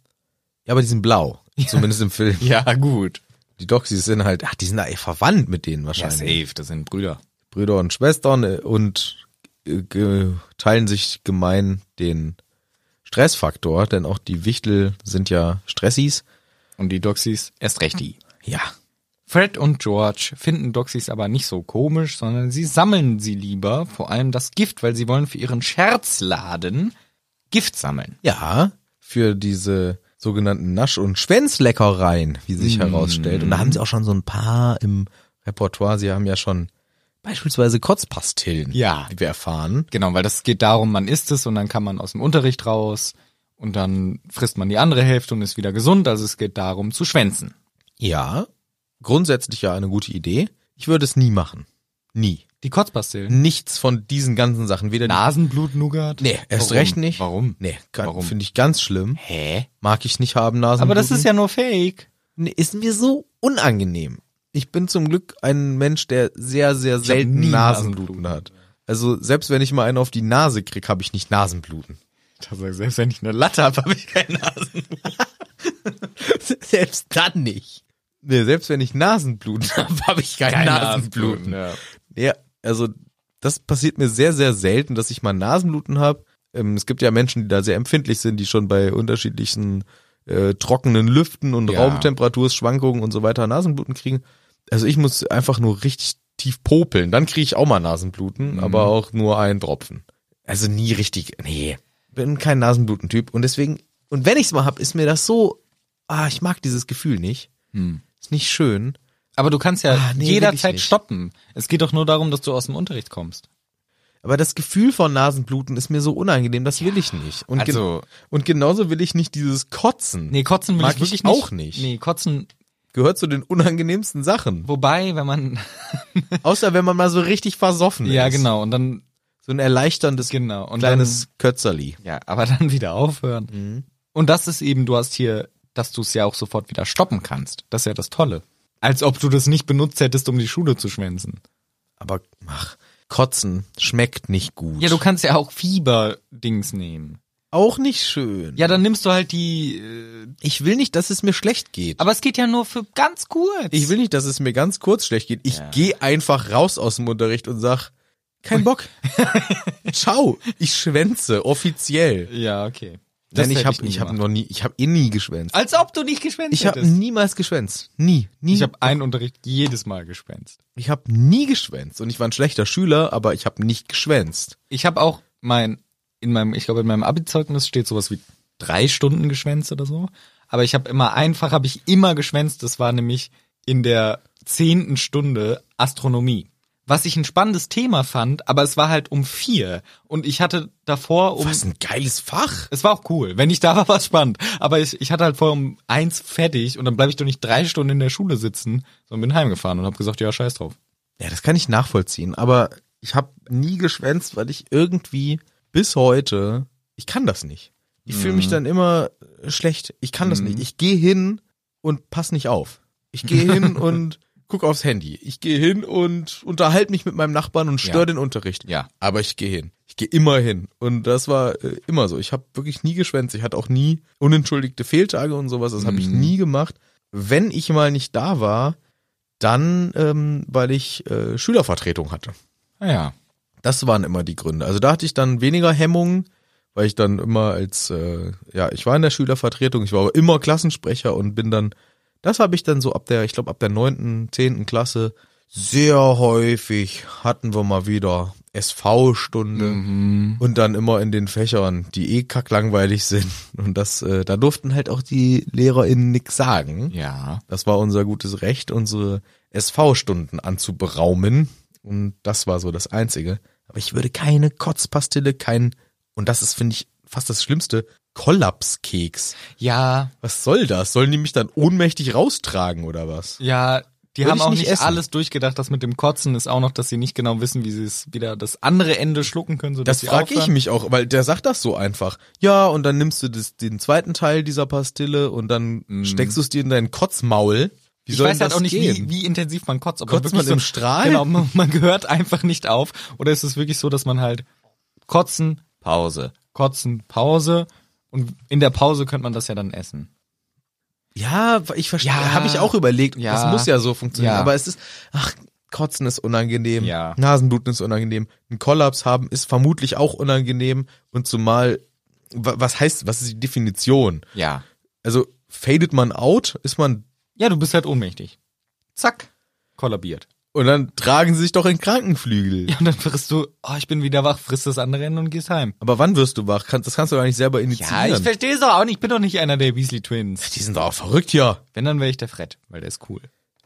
[SPEAKER 2] Ja, aber die sind blau. Zumindest im Film.
[SPEAKER 1] [laughs] Ja, gut.
[SPEAKER 2] Die Doxys sind halt, ach, die sind da eh verwandt mit denen
[SPEAKER 1] Ja,
[SPEAKER 2] wahrscheinlich.
[SPEAKER 1] safe, das sind Brüder.
[SPEAKER 2] Brüder und Schwestern äh, und äh, ge- teilen sich gemein den Stressfaktor, denn auch die Wichtel sind ja Stressis.
[SPEAKER 1] Und die Doxys erst recht die.
[SPEAKER 2] Ja.
[SPEAKER 1] Fred und George finden Doxys aber nicht so komisch, sondern sie sammeln sie lieber, vor allem das Gift, weil sie wollen für ihren Scherzladen Gift sammeln.
[SPEAKER 2] Ja, für diese sogenannten Nasch- und Schwänzleckereien, wie sich herausstellt. Und da haben sie auch schon so ein paar im Repertoire. Sie haben ja schon beispielsweise Kotzpastillen,
[SPEAKER 1] Ja.
[SPEAKER 2] die wir erfahren.
[SPEAKER 1] Genau, weil das geht darum, man isst es und dann kann man aus dem Unterricht raus und dann frisst man die andere Hälfte und ist wieder gesund. Also es geht darum zu schwänzen.
[SPEAKER 2] Ja, grundsätzlich ja eine gute Idee. Ich würde es nie machen. Nie.
[SPEAKER 1] Die Kotzpastillen.
[SPEAKER 2] Nichts von diesen ganzen Sachen. Weder
[SPEAKER 1] Nasenblut-Nougat?
[SPEAKER 2] die, nee, erst
[SPEAKER 1] Warum?
[SPEAKER 2] recht nicht.
[SPEAKER 1] Warum?
[SPEAKER 2] Nee,
[SPEAKER 1] Warum?
[SPEAKER 2] finde ich ganz schlimm.
[SPEAKER 1] Hä?
[SPEAKER 2] Mag ich nicht haben, Nasen.
[SPEAKER 1] Aber das ist ja nur Fake.
[SPEAKER 2] Nee, ist mir so unangenehm. Ich bin zum Glück ein Mensch, der sehr, sehr
[SPEAKER 1] hab nie
[SPEAKER 2] selten Nasenbluten
[SPEAKER 1] Nasenbluten.
[SPEAKER 2] hat. Also selbst wenn ich mal einen auf die Nase krieg, habe ich nicht Nasenbluten.
[SPEAKER 1] Selbst wenn ich eine Latte habe, habe ich keine
[SPEAKER 2] [laughs] selbst dann nicht. Nee, selbst wenn ich [laughs] Nasenbluten habe, habe ich kein, Nasenbluten.
[SPEAKER 1] Ja.
[SPEAKER 2] Ja, also das passiert mir sehr, sehr selten, dass ich mal Nasenbluten habe. Ähm, es gibt ja Menschen, die da sehr empfindlich sind, die schon bei unterschiedlichen äh, trockenen Lüften und
[SPEAKER 1] Ja.
[SPEAKER 2] Raumtemperaturschwankungen und so weiter Nasenbluten kriegen. Also ich muss einfach nur richtig tief popeln. Dann kriege ich auch mal Nasenbluten, aber auch nur einen Tropfen. Also nie richtig, nee. Bin kein Nasenblutentyp und deswegen, und wenn ich's mal hab, ist mir das so, ah, ich mag dieses Gefühl nicht. Ist nicht schön.
[SPEAKER 1] Aber du kannst ja
[SPEAKER 2] Ah, nee, will ich
[SPEAKER 1] jederzeit
[SPEAKER 2] nicht.
[SPEAKER 1] stoppen. Es geht doch nur darum, dass du aus dem Unterricht kommst.
[SPEAKER 2] Aber das Gefühl von Nasenbluten ist mir so unangenehm, das will ich nicht. Und, gen-
[SPEAKER 1] also-
[SPEAKER 2] und genauso will ich nicht dieses Kotzen.
[SPEAKER 1] Nee, kotzen will
[SPEAKER 2] Mag
[SPEAKER 1] ich wirklich
[SPEAKER 2] ich
[SPEAKER 1] nicht.
[SPEAKER 2] auch nicht.
[SPEAKER 1] Nee, kotzen,
[SPEAKER 2] Gehört zu den unangenehmsten Sachen.
[SPEAKER 1] wobei, wenn man,
[SPEAKER 2] Außer wenn man mal so richtig versoffen
[SPEAKER 1] ja
[SPEAKER 2] ist.
[SPEAKER 1] genau, und dann,
[SPEAKER 2] So ein erleichterndes
[SPEAKER 1] genau, und
[SPEAKER 2] kleines Kötzerli.
[SPEAKER 1] dann, ja, aber [laughs] dann wieder aufhören. Und das ist eben, du hast hier, dass du es ja auch sofort wieder stoppen kannst. Das ist ja das Tolle. Als ob du das nicht benutzt hättest, um die Schule zu schwänzen.
[SPEAKER 2] Aber ach, Kotzen schmeckt nicht gut.
[SPEAKER 1] Ja, du kannst ja auch Fieber-Dings nehmen.
[SPEAKER 2] auch nicht schön.
[SPEAKER 1] Ja, dann nimmst du halt die, äh,
[SPEAKER 2] Ich will nicht, dass es mir schlecht geht.
[SPEAKER 1] aber es geht ja nur für ganz kurz.
[SPEAKER 2] ich will nicht, dass es mir ganz kurz schlecht geht. Ich gehe einfach raus aus dem Unterricht und sag,
[SPEAKER 1] [laughs]
[SPEAKER 2] kein Bock. Ciao, ich schwänze offiziell.
[SPEAKER 1] ja, okay. Das
[SPEAKER 2] Nein, ich
[SPEAKER 1] hätte
[SPEAKER 2] habe
[SPEAKER 1] nie
[SPEAKER 2] ich habe
[SPEAKER 1] gemacht.
[SPEAKER 2] noch nie, ich habe eh nie geschwänzt.
[SPEAKER 1] Als ob du nicht geschwänzt
[SPEAKER 2] Ich habe
[SPEAKER 1] hättest.
[SPEAKER 2] niemals geschwänzt, nie, nie.
[SPEAKER 1] Ich habe einen Unterricht jedes Mal geschwänzt.
[SPEAKER 2] ich habe nie geschwänzt und ich war ein schlechter Schüler, aber ich habe nicht geschwänzt.
[SPEAKER 1] Ich habe auch mein, in meinem, ich glaube, in meinem Abi-Zeugnis steht sowas wie drei Stunden geschwänzt oder so. Aber ich habe immer einfach, habe ich immer geschwänzt. Das war nämlich in der zehnten Stunde Astronomie. was ich ein spannendes Thema fand, aber es war halt um vier. Und ich hatte davor um.
[SPEAKER 2] ein geiles Fach.
[SPEAKER 1] Es war auch cool. Wenn ich da war, [laughs] war es spannend. Aber ich, ich hatte halt vorher um eins fertig und dann bleibe ich doch nicht drei Stunden in der Schule sitzen, sondern bin heimgefahren und habe gesagt, ja, scheiß drauf.
[SPEAKER 2] Ja, das kann ich nachvollziehen, aber ich habe nie geschwänzt, weil ich irgendwie bis heute, ich kann das nicht. Ich fühle
[SPEAKER 1] Mhm.
[SPEAKER 2] mich dann immer äh, schlecht. Ich kann das nicht. Ich gehe hin und pass nicht auf. Ich
[SPEAKER 1] [laughs]
[SPEAKER 2] gehe hin und guck aufs Handy. Ich gehe hin und unterhalte mich mit meinem Nachbarn und störe
[SPEAKER 1] Ja.
[SPEAKER 2] den Unterricht.
[SPEAKER 1] Ja.
[SPEAKER 2] Aber ich gehe hin. Ich gehe immer hin. Und das war äh, immer so. Ich habe wirklich nie geschwänzt. Ich hatte auch nie unentschuldigte Fehltage und sowas. Das habe ich nie gemacht. Wenn ich mal nicht da war, dann, ähm, weil ich äh, Schülervertretung hatte.
[SPEAKER 1] Naja.
[SPEAKER 2] Das waren immer die Gründe. Also da hatte ich dann weniger Hemmungen, weil ich dann immer als, äh, ja, ich war in der Schülervertretung, ich war aber immer Klassensprecher und bin dann, das habe ich dann so ab der, ich glaube ab der neunten, zehnten Klasse sehr häufig hatten wir mal wieder SV-Stunde
[SPEAKER 1] Mhm.
[SPEAKER 2] und dann immer in den Fächern, die eh kacklangweilig [laughs] sind. Und das, äh, da durften halt auch die LehrerInnen nix sagen.
[SPEAKER 1] Ja.
[SPEAKER 2] Das war unser gutes Recht, unsere SV-Stunden anzuberaumen. Und das war so das Einzige. Aber ich würde keine Kotzpastille, kein, und das ist, finde ich, fast das Schlimmste, Kollapskeks.
[SPEAKER 1] Ja,
[SPEAKER 2] Was soll das? Sollen die mich dann ohnmächtig raustragen oder was?
[SPEAKER 1] ja. Die
[SPEAKER 2] Würde
[SPEAKER 1] haben
[SPEAKER 2] ich
[SPEAKER 1] auch
[SPEAKER 2] nicht
[SPEAKER 1] nicht
[SPEAKER 2] essen.
[SPEAKER 1] alles durchgedacht. Das mit dem Kotzen ist auch noch, dass sie nicht genau wissen, wie sie es wieder das andere Ende schlucken können. Sodass
[SPEAKER 2] Das
[SPEAKER 1] sie
[SPEAKER 2] frage ich
[SPEAKER 1] aufhören.
[SPEAKER 2] mich auch, weil der sagt das so einfach. Ja, und dann nimmst du das, den zweiten Teil dieser Pastille und dann steckst du es dir in dein Kotzmaul. Wie
[SPEAKER 1] Mhm. Ich
[SPEAKER 2] soll
[SPEAKER 1] weiß
[SPEAKER 2] denn
[SPEAKER 1] halt
[SPEAKER 2] das
[SPEAKER 1] auch nicht, wie,
[SPEAKER 2] gehen?
[SPEAKER 1] wie intensiv man kotzt. Ob
[SPEAKER 2] Kotzt
[SPEAKER 1] wirklich
[SPEAKER 2] man im Strahl?
[SPEAKER 1] Genau, man, man gehört einfach nicht auf. Oder ist es wirklich so, dass man halt kotzen, Pause, kotzen, Pause und in der Pause könnte man das ja dann essen.
[SPEAKER 2] Ja, ich verstehe.
[SPEAKER 1] Ja.
[SPEAKER 2] Habe ich auch überlegt.
[SPEAKER 1] Ja.
[SPEAKER 2] Das muss ja so funktionieren.
[SPEAKER 1] Ja.
[SPEAKER 2] Aber es ist, ach, Kotzen ist unangenehm.
[SPEAKER 1] Ja.
[SPEAKER 2] Nasenbluten ist unangenehm. Ein Kollaps haben ist vermutlich auch unangenehm. Und zumal, wa- was heißt, was ist die Definition?
[SPEAKER 1] Ja.
[SPEAKER 2] Also, fadet man out, ist man,
[SPEAKER 1] Ja, du bist halt ohnmächtig. Zack, kollabiert. [laughs]
[SPEAKER 2] und dann tragen sie sich doch in Krankenflügel.
[SPEAKER 1] Ja, und dann frisst du, oh, ich bin wieder wach, frisst das andere Ende und gehst heim.
[SPEAKER 2] Aber wann wirst du wach? Kann, das kannst du gar nicht selber initiieren.
[SPEAKER 1] verstehe es doch auch nicht. Ich bin doch nicht einer der Weasley Twins.
[SPEAKER 2] die sind doch auch verrückt, ja.
[SPEAKER 1] Wenn, dann wäre ich der Fred, weil der ist cool.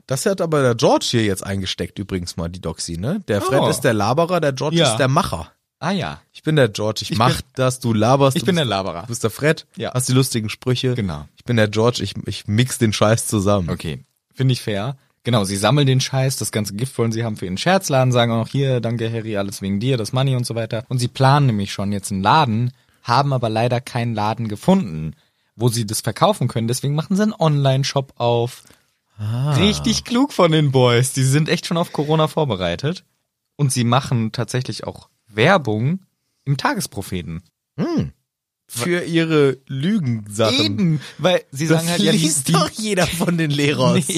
[SPEAKER 2] Das hat aber der George hier jetzt eingesteckt, übrigens mal, die Doxy, ne? Der Fred
[SPEAKER 1] Oh.
[SPEAKER 2] ist der Laberer, der George
[SPEAKER 1] Ja.
[SPEAKER 2] ist der Macher.
[SPEAKER 1] Ah ja,
[SPEAKER 2] Ich bin der George, ich,
[SPEAKER 1] Ich
[SPEAKER 2] mach das, du laberst.
[SPEAKER 1] ich
[SPEAKER 2] du
[SPEAKER 1] bin
[SPEAKER 2] bist-
[SPEAKER 1] der Laberer.
[SPEAKER 2] Du bist der Fred,
[SPEAKER 1] Ja.
[SPEAKER 2] hast die lustigen Sprüche.
[SPEAKER 1] Genau.
[SPEAKER 2] Ich bin der George, ich, ich mix den Scheiß zusammen.
[SPEAKER 1] Okay, finde ich fair. Genau, sie sammeln den Scheiß, das ganze Gift wollen sie haben für ihren Scherzladen, sagen auch noch hier, danke Harry, alles wegen dir, das Money und so weiter. Und sie planen nämlich schon jetzt einen Laden, haben aber leider keinen Laden gefunden, wo sie das verkaufen können. Deswegen machen sie einen Online-Shop auf. Richtig klug von den Boys. Die sind echt schon auf Corona vorbereitet. Und sie machen tatsächlich auch Werbung im Tagespropheten.
[SPEAKER 2] Für ihre Lügensachen.
[SPEAKER 1] Eben, weil sie sagen halt, ja, die, die,
[SPEAKER 2] jeder von den Lehrern.
[SPEAKER 1] [laughs]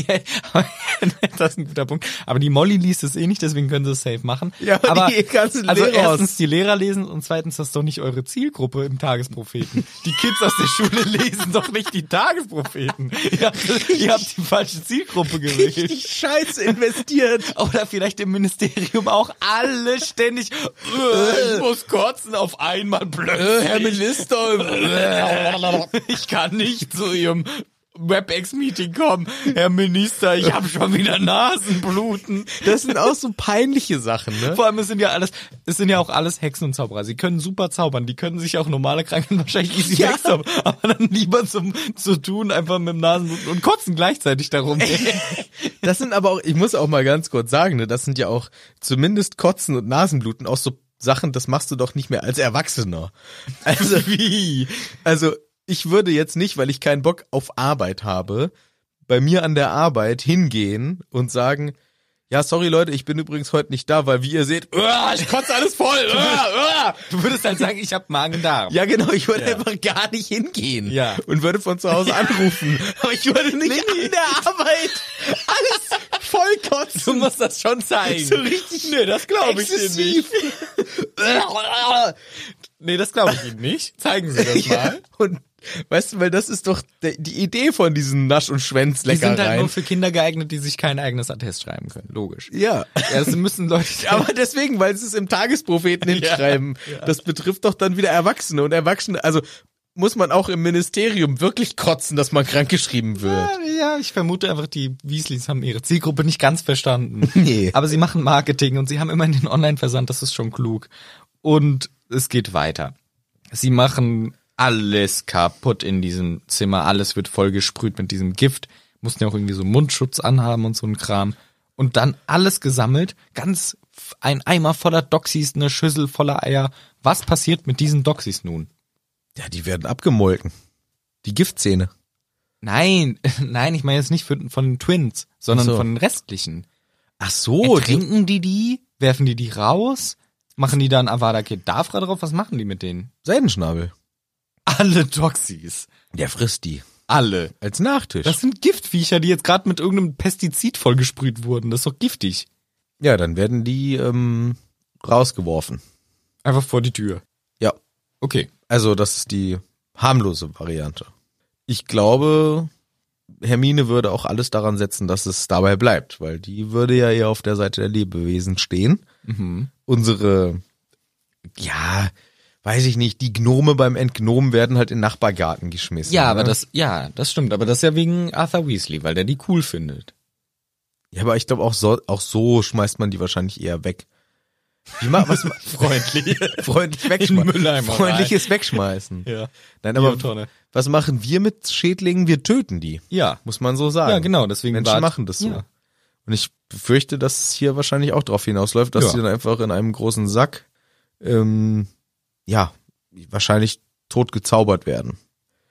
[SPEAKER 1] Nee, [laughs] das ist ein guter Punkt. Aber die Molly liest es eh nicht, deswegen können sie es safe machen.
[SPEAKER 2] Ja, aber
[SPEAKER 1] aber
[SPEAKER 2] die ganzen
[SPEAKER 1] also
[SPEAKER 2] Lehrer aus-
[SPEAKER 1] erstens die Lehrer lesen und zweitens das ist doch nicht eure Zielgruppe im Tagespropheten. Die Kids aus der Schule [laughs] lesen doch nicht die Tagespropheten. Ihr, ihr habt die falsche
[SPEAKER 2] [laughs]
[SPEAKER 1] Zielgruppe gewählt.
[SPEAKER 2] Scheiße investiert.
[SPEAKER 1] [laughs] Oder vielleicht im Ministerium auch alle ständig, äh, ich muss kotzen auf einmal
[SPEAKER 2] Äh,
[SPEAKER 1] plötzlich. Herr Minister, [laughs] ich kann nicht zu Ihrem WebEx-Meeting kommen. Herr Minister, ich habe schon wieder Nasenbluten.
[SPEAKER 2] Das sind auch so peinliche Sachen, ne?
[SPEAKER 1] Vor allem, es sind ja alles, es sind ja auch alles Hexen und Zauberer. Sie können super zaubern, die können sich auch normale Kranken [laughs] wahrscheinlich easy
[SPEAKER 2] Ja.
[SPEAKER 1] wegzaubern, aber dann lieber zum, zu tun, einfach mit dem Nasenbluten und kotzen gleichzeitig
[SPEAKER 2] [laughs]
[SPEAKER 1] darum.
[SPEAKER 2] Das sind aber auch, ich muss auch mal ganz kurz sagen, ne, das sind ja auch zumindest Kotzen und Nasenbluten auch so Sachen, das machst du doch nicht mehr als [laughs] Erwachsener. Also wie? Also ich würde jetzt nicht, weil ich keinen Bock auf Arbeit habe, bei mir an der Arbeit hingehen und sagen, ja, sorry Leute, ich bin übrigens heute nicht da, weil wie ihr seht, uah, ich kotze alles voll. äh. uah, uah.
[SPEAKER 1] Du würdest halt sagen, ich habe Magen-Darm.
[SPEAKER 2] [laughs] Ja, genau, ich würde einfach gar nicht hingehen.
[SPEAKER 1] Ja.
[SPEAKER 2] Und würde von zu Hause anrufen. Aber ich [laughs] würde nicht an der Arbeit [laughs] alles vollkotzen.
[SPEAKER 1] Du musst das schon zeigen.
[SPEAKER 2] So richtig
[SPEAKER 1] Nee, das glaube ich dir nicht.
[SPEAKER 2] exzessiv.
[SPEAKER 1] Ah. Nee, das glaube ich Ihnen nicht. Zeigen Sie [laughs] das
[SPEAKER 2] ja.
[SPEAKER 1] mal.
[SPEAKER 2] [laughs] Und weißt du, weil das ist doch der, die Idee von diesen Nasch- und
[SPEAKER 1] Die sind halt
[SPEAKER 2] Schwänzleckereien.
[SPEAKER 1] nur für Kinder geeignet, die sich kein eigenes Attest schreiben können. Logisch.
[SPEAKER 2] ja. [laughs]
[SPEAKER 1] Ja, das müssen Leute. [laughs]
[SPEAKER 2] Aber deswegen, [laughs] weil sie es im Tagespropheten hinschreiben, das betrifft doch dann wieder Erwachsene und Erwachsene, also muss man auch im Ministerium wirklich kotzen, dass man krankgeschrieben wird.
[SPEAKER 1] Ja, ich vermute einfach, die Weasleys haben ihre Zielgruppe nicht ganz verstanden.
[SPEAKER 2] Nee.
[SPEAKER 1] Aber sie machen Marketing und sie haben immerhin den Online-Versand, das ist schon klug. Und es geht weiter. Sie machen alles kaputt in diesem Zimmer, alles wird vollgesprüht mit diesem Gift, mussten ja auch irgendwie so Mundschutz anhaben und so ein Kram. Und dann alles gesammelt, ganz f- ein Eimer voller Doxys, eine Schüssel voller Eier. Was passiert mit diesen Doxys nun?
[SPEAKER 2] Ja, die werden abgemolken. Die Giftzähne.
[SPEAKER 1] Nein, [laughs] nein, ich meine jetzt nicht für, von den Twins, sondern
[SPEAKER 2] Ach so.
[SPEAKER 1] von den restlichen.
[SPEAKER 2] Ach so, die,
[SPEAKER 1] Ertrinken die die? Werfen die die raus? Machen die dann Avada Kedavra drauf? Was machen die mit denen?
[SPEAKER 2] Seidenschnabel.
[SPEAKER 1] Alle Doxys.
[SPEAKER 2] Der frisst die.
[SPEAKER 1] Alle.
[SPEAKER 2] Als Nachtisch.
[SPEAKER 1] Das sind Giftviecher, die jetzt gerade mit irgendeinem Pestizid vollgesprüht wurden. Das ist doch giftig.
[SPEAKER 2] ja, dann werden die ähm, rausgeworfen.
[SPEAKER 1] Einfach vor die Tür.
[SPEAKER 2] Ja,
[SPEAKER 1] Okay.
[SPEAKER 2] also das ist die harmlose Variante. Ich glaube, Hermine würde auch alles daran setzen, dass es dabei bleibt, weil die würde ja eher auf der Seite der Lebewesen stehen.
[SPEAKER 1] Mhm.
[SPEAKER 2] Unsere, ja, weiß ich nicht, die Gnome beim Entgnomen werden halt in den Nachbargarten geschmissen.
[SPEAKER 1] Ja,
[SPEAKER 2] ne?
[SPEAKER 1] aber das, ja, das stimmt. Aber das ist ja wegen Arthur Weasley, weil der die cool findet.
[SPEAKER 2] Ja, aber ich glaube, auch so, auch so schmeißt man die wahrscheinlich eher weg. Wie ma- was ma-
[SPEAKER 1] [laughs] Freundlich.
[SPEAKER 2] [laughs] freundlich
[SPEAKER 1] In den
[SPEAKER 2] wegschmeißen.
[SPEAKER 1] Mülleimer rein.
[SPEAKER 2] Freundliches Wegschmeißen.
[SPEAKER 1] ja.
[SPEAKER 2] Nein, aber
[SPEAKER 1] Biotonne.
[SPEAKER 2] was machen wir mit Schädlingen? Wir töten die.
[SPEAKER 1] Ja.
[SPEAKER 2] Muss man so sagen.
[SPEAKER 1] Ja, genau, deswegen
[SPEAKER 2] Menschen
[SPEAKER 1] war-
[SPEAKER 2] machen das so.
[SPEAKER 1] Ja.
[SPEAKER 2] Und ich befürchte, dass es hier wahrscheinlich auch drauf hinausläuft, dass
[SPEAKER 1] Ja.
[SPEAKER 2] sie dann einfach in einem großen Sack, ähm, ja, wahrscheinlich tot gezaubert werden.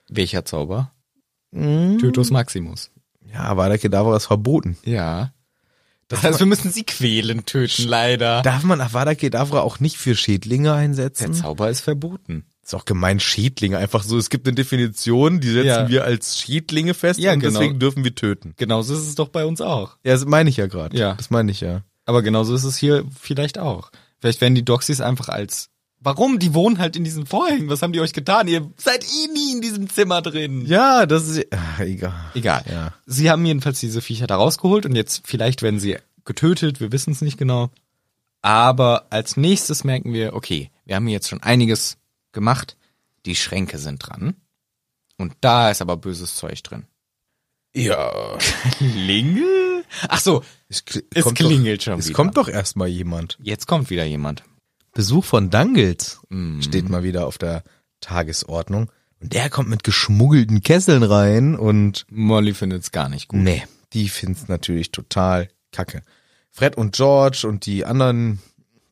[SPEAKER 1] Welcher Zauber? Tytus Maximus.
[SPEAKER 2] Ja, war der Kedavra ist verboten.
[SPEAKER 1] Ja. Das heißt, wir müssen sie quälen, töten, leider.
[SPEAKER 2] Darf man Avada Kedavra auch nicht für Schädlinge
[SPEAKER 1] Der
[SPEAKER 2] einsetzen?
[SPEAKER 1] Zauber ist verboten.
[SPEAKER 2] Ist auch gemein, Schädlinge. Einfach so, es gibt eine Definition, die setzen
[SPEAKER 1] Ja.
[SPEAKER 2] wir als Schädlinge fest
[SPEAKER 1] Ja,
[SPEAKER 2] und
[SPEAKER 1] genau.
[SPEAKER 2] deswegen dürfen wir töten.
[SPEAKER 1] Genauso ist es doch bei uns auch.
[SPEAKER 2] Ja, das meine ich ja gerade.
[SPEAKER 1] Ja.
[SPEAKER 2] Das meine ich ja.
[SPEAKER 1] Aber genauso ist es hier vielleicht auch. Vielleicht werden die Doxys einfach als. Warum? Die wohnen halt in diesen Vorhängen. Was haben die euch getan? Ihr seid eh nie in diesem Zimmer drin.
[SPEAKER 2] Ja, das ist, ah, egal.
[SPEAKER 1] Egal.
[SPEAKER 2] Ja.
[SPEAKER 1] Sie haben jedenfalls diese Viecher da rausgeholt und jetzt vielleicht werden sie getötet. Wir wissen es nicht genau. Aber als nächstes merken wir, okay, wir haben hier jetzt schon einiges gemacht. Die Schränke sind dran. Und da ist aber böses Zeug drin. [laughs]
[SPEAKER 2] Ja.
[SPEAKER 1] Klingel? Ach so,
[SPEAKER 2] Es, kli-
[SPEAKER 1] Es
[SPEAKER 2] kommt
[SPEAKER 1] klingelt
[SPEAKER 2] doch,
[SPEAKER 1] schon
[SPEAKER 2] Es
[SPEAKER 1] wieder.
[SPEAKER 2] kommt doch erstmal jemand.
[SPEAKER 1] jetzt kommt wieder jemand.
[SPEAKER 2] Besuch von Dangles steht mal wieder auf der Tagesordnung. Und der kommt mit geschmuggelten Kesseln rein und
[SPEAKER 1] Molly findet's gar nicht gut.
[SPEAKER 2] nee, die find's natürlich total kacke. Fred und George und die anderen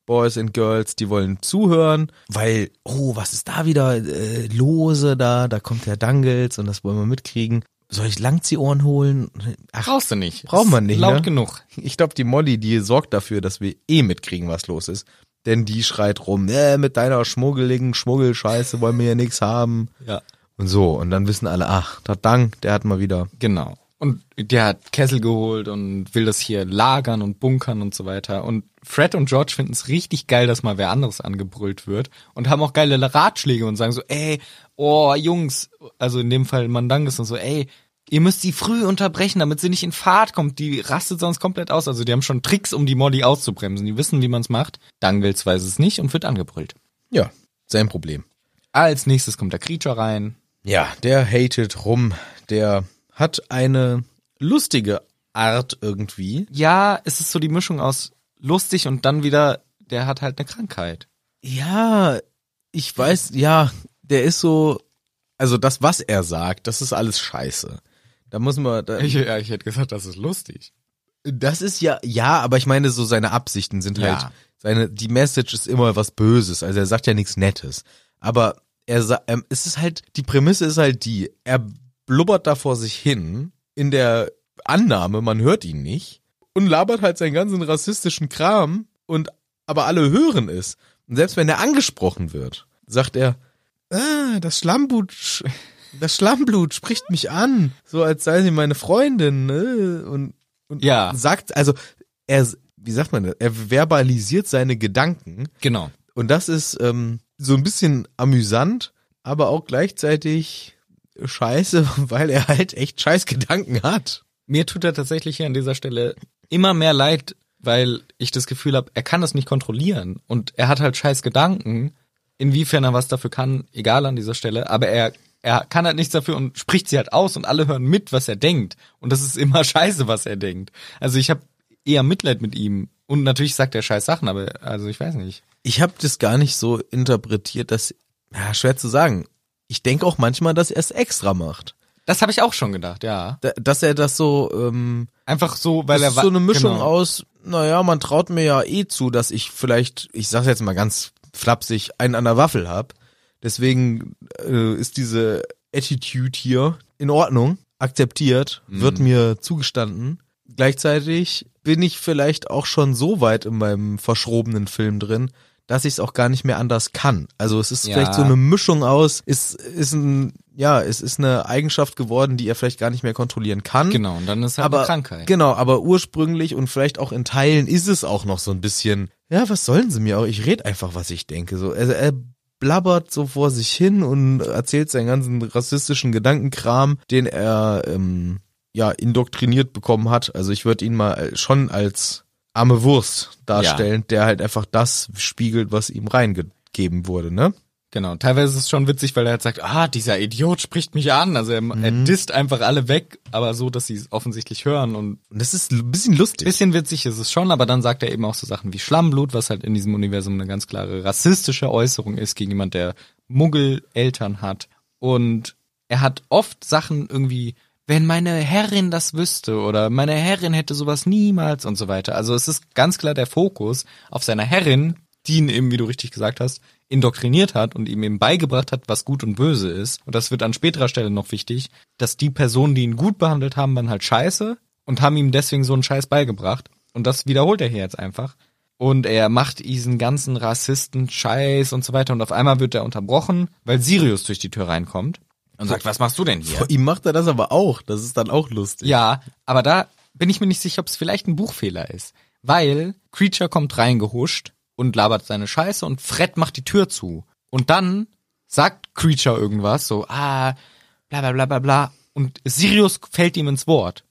[SPEAKER 2] Boys and Girls, die wollen zuhören, weil, oh, was ist da wieder äh, lose da, da kommt der Dangles und das wollen wir mitkriegen. Soll ich Langziehohren holen? Ach,
[SPEAKER 1] Brauchst du nicht.
[SPEAKER 2] Braucht
[SPEAKER 1] Ist
[SPEAKER 2] man nicht,
[SPEAKER 1] Laut
[SPEAKER 2] ne?
[SPEAKER 1] genug.
[SPEAKER 2] Ich glaube, die Molly, die sorgt dafür, dass wir eh mitkriegen, was los ist. Denn die schreit rum, äh, mit deiner schmuggeligen Schmuggelscheiße wollen wir ja nichts haben.
[SPEAKER 1] Ja.
[SPEAKER 2] Und so, und dann wissen alle, ach, der Dank, der hat mal wieder.
[SPEAKER 1] Genau. Und der hat Kessel geholt und will das hier lagern und bunkern und so weiter. Und Fred und George finden es richtig geil, dass mal wer anderes angebrüllt wird und haben auch geile Ratschläge und sagen so, ey, oh Jungs, also in dem Fall Mandanges und so, ey, ihr müsst sie früh unterbrechen, damit sie nicht in Fahrt kommt. Die rastet sonst komplett aus. Also die haben schon Tricks, um die Molly auszubremsen. Die wissen, wie man es macht. Dangles weiß es nicht und wird angebrüllt.
[SPEAKER 2] Ja, sein Problem.
[SPEAKER 1] Als nächstes kommt der Creature rein.
[SPEAKER 2] Ja, der hatet rum. Der hat eine lustige Art irgendwie.
[SPEAKER 1] ja, es ist so die Mischung aus lustig und dann wieder, der hat halt eine Krankheit.
[SPEAKER 2] Ja, ich weiß, ja, der ist so, also das, was er sagt, das ist alles scheiße. Da muss man, da,
[SPEAKER 1] ja, ich hätte gesagt, das ist lustig.
[SPEAKER 2] Das ist ja, ja, aber ich meine, so seine Absichten sind
[SPEAKER 1] Ja.
[SPEAKER 2] halt, seine, die Message ist immer was Böses, also er sagt ja nichts Nettes. Aber er sa- ähm, es ist halt, die Prämisse ist halt die, er blubbert da vor sich hin, in der Annahme, man hört ihn nicht, und labert halt seinen ganzen rassistischen Kram, und, aber alle hören es. Und selbst wenn er angesprochen wird, sagt er, ah, das Schlammblut, sch- das Schlammblut spricht mich an, so als sei sie meine Freundin, ne? und, und
[SPEAKER 1] Ja.
[SPEAKER 2] sagt, also er, wie sagt man das, er verbalisiert seine Gedanken
[SPEAKER 1] Genau.
[SPEAKER 2] und das ist ähm, so ein bisschen amüsant, aber auch gleichzeitig scheiße, [laughs] weil er halt echt scheiß Gedanken hat.
[SPEAKER 1] Mir tut er tatsächlich hier an dieser Stelle immer mehr leid, weil ich das Gefühl habe, er kann das nicht kontrollieren und er hat halt scheiß Gedanken inwiefern er was dafür kann, egal an dieser Stelle, aber er, er kann halt nichts dafür und spricht sie halt aus und alle hören mit, was er denkt. Und das ist immer [laughs] scheiße, was er denkt. Also ich habe eher Mitleid mit ihm. Und natürlich sagt er scheiß Sachen, aber also ich weiß nicht.
[SPEAKER 2] Ich habe das gar nicht so interpretiert, dass, ja, schwer zu sagen. Ich denke auch manchmal, dass er es extra macht.
[SPEAKER 1] Das habe ich auch schon gedacht, ja.
[SPEAKER 2] Da- Dass er das so, ähm,
[SPEAKER 1] Einfach so, weil
[SPEAKER 2] das
[SPEAKER 1] er
[SPEAKER 2] ist
[SPEAKER 1] wa-
[SPEAKER 2] so eine Mischung
[SPEAKER 1] genau.
[SPEAKER 2] aus, naja, man traut mir ja eh zu, dass ich vielleicht, ich sag's jetzt mal ganz flapsig, einen an der Waffel hab. Deswegen äh, ist diese Attitude hier in Ordnung, akzeptiert,
[SPEAKER 1] Mhm.
[SPEAKER 2] wird mir zugestanden. Gleichzeitig bin ich vielleicht auch schon so weit in meinem verschrobenen Film drin, dass ich es auch gar nicht mehr anders kann. Also es ist
[SPEAKER 1] Ja.
[SPEAKER 2] vielleicht so eine Mischung aus, es ist ein, ja, es ist eine Eigenschaft geworden, die er vielleicht gar nicht mehr kontrollieren kann.
[SPEAKER 1] Genau, und dann ist halt eine Krankheit.
[SPEAKER 2] Genau, ne? aber ursprünglich und vielleicht auch in Teilen ist es auch noch so ein bisschen, ja, was sollen sie mir auch? Ich rede einfach, was ich denke. So, also er blabbert so vor sich hin und erzählt seinen ganzen rassistischen Gedankenkram, den er ähm, ja indoktriniert bekommen hat. Also ich würde ihn mal äh, schon als arme Wurst darstellen, der halt einfach das spiegelt, was ihm reingegeben wurde, ne?
[SPEAKER 1] Genau, teilweise ist es schon witzig, weil er halt sagt, ah, dieser Idiot spricht mich an. Also er, er
[SPEAKER 2] Mhm.
[SPEAKER 1] disst einfach alle weg, aber so, dass sie es offensichtlich hören. Und
[SPEAKER 2] Und das ist ein bisschen lustig.
[SPEAKER 1] bisschen witzig ist es schon, aber dann sagt er eben auch so Sachen wie Schlammblut, was halt in diesem Universum eine ganz klare rassistische Äußerung ist gegen jemand, der Muggeleltern hat. Und er hat oft Sachen irgendwie, wenn meine Herrin das wüsste oder meine Herrin hätte sowas niemals und so weiter. Also es ist ganz klar der Fokus auf seiner Herrin, die ihn eben, wie du richtig gesagt hast, indoktriniert hat und ihm eben beigebracht hat, was gut und böse ist. Und das wird an späterer Stelle noch wichtig, dass die Personen, die ihn gut behandelt haben, waren halt scheiße und haben ihm deswegen so einen Scheiß beigebracht. Und das wiederholt er hier jetzt einfach. Und er macht diesen ganzen Rassisten Scheiß und so weiter. Und auf einmal wird er unterbrochen, weil Sirius durch die Tür reinkommt und sagt, was machst du denn hier?
[SPEAKER 2] Vor ihm macht er das aber auch. Das ist dann auch lustig.
[SPEAKER 1] Ja, aber da bin ich mir nicht sicher, ob es vielleicht ein Buchfehler ist. Weil Creature kommt reingehuscht und labert seine Scheiße und Fred macht die Tür zu. Und dann sagt Creature irgendwas, so, ah, bla bla bla bla bla. Und Sirius fällt ihm ins Wort.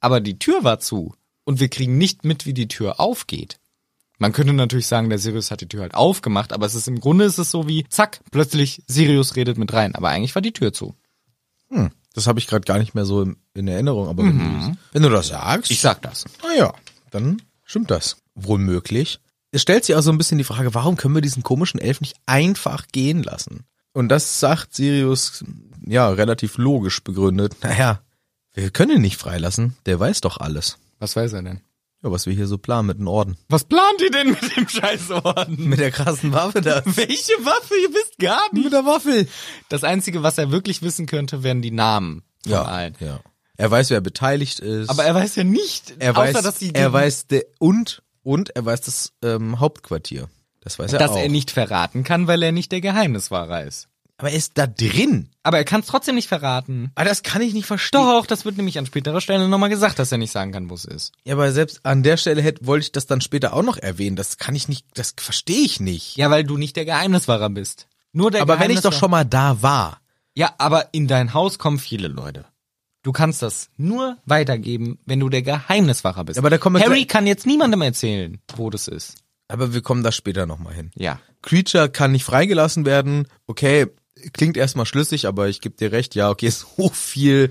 [SPEAKER 1] Aber die Tür war zu. Und wir kriegen nicht mit, wie die Tür aufgeht. Man könnte natürlich sagen, der Sirius hat die Tür halt aufgemacht, aber es ist im Grunde ist es so wie, zack, plötzlich Sirius redet mit rein. Aber eigentlich war die Tür zu.
[SPEAKER 2] Hm, das habe ich gerade gar nicht mehr so im- in Erinnerung, aber wenn, du, wenn du das sagst,
[SPEAKER 1] Mhm. Ich sag das.
[SPEAKER 2] naja, dann stimmt das. Wohl möglich. Es stellt sich auch so ein bisschen die Frage, warum können wir diesen komischen Elf nicht einfach gehen lassen? Und das sagt Sirius, ja, relativ logisch begründet. Naja, wir können ihn nicht freilassen, der weiß doch alles.
[SPEAKER 1] Was weiß er denn?
[SPEAKER 2] Ja, was wir hier so planen mit
[SPEAKER 1] [laughs]
[SPEAKER 2] den Orden.
[SPEAKER 1] Was plant ihr denn mit dem Scheißorden?
[SPEAKER 2] Mit der krassen Waffe da.
[SPEAKER 1] Welche Waffe? Ihr wisst gar nicht.
[SPEAKER 2] mit der Waffel.
[SPEAKER 1] Das Einzige, was er wirklich wissen könnte, wären die Namen von
[SPEAKER 2] Ja,
[SPEAKER 1] allen.
[SPEAKER 2] ja. Er weiß, wer beteiligt ist.
[SPEAKER 1] Aber er weiß ja nicht,
[SPEAKER 2] Er
[SPEAKER 1] außer
[SPEAKER 2] weiß,
[SPEAKER 1] dass sie
[SPEAKER 2] er weiß de, und und er weiß das ähm, Hauptquartier. Das weiß er
[SPEAKER 1] dass
[SPEAKER 2] auch.
[SPEAKER 1] er nicht verraten kann, weil er nicht der Geheimniswahrer ist.
[SPEAKER 2] Aber er ist da drin.
[SPEAKER 1] Aber er kann es trotzdem nicht verraten.
[SPEAKER 2] Aber das kann ich nicht verstehen.
[SPEAKER 1] Doch, das wird nämlich an späterer Stelle nochmal gesagt, dass er nicht sagen kann, wo es ist.
[SPEAKER 2] Ja, aber selbst an der Stelle hätte wollte ich das dann später auch noch erwähnen. Das kann ich nicht. Das verstehe ich nicht.
[SPEAKER 1] Ja, weil du nicht der Geheimniswahrer bist. Nur der
[SPEAKER 2] aber wenn ich doch
[SPEAKER 1] Geheimniswahrer-
[SPEAKER 2] schon mal da war,
[SPEAKER 1] Ja, aber in dein Haus kommen viele Leute. Du kannst das nur weitergeben, wenn du der Geheimniswacher bist.
[SPEAKER 2] Aber da kommen jetzt-
[SPEAKER 1] Harry kann jetzt niemandem erzählen, wo das ist.
[SPEAKER 2] aber wir kommen da später noch mal hin.
[SPEAKER 1] Ja.
[SPEAKER 2] Creature kann nicht freigelassen werden. Okay, klingt erstmal schlüssig, aber ich geb dir recht. Ja, okay, [laughs] so [laughs] viel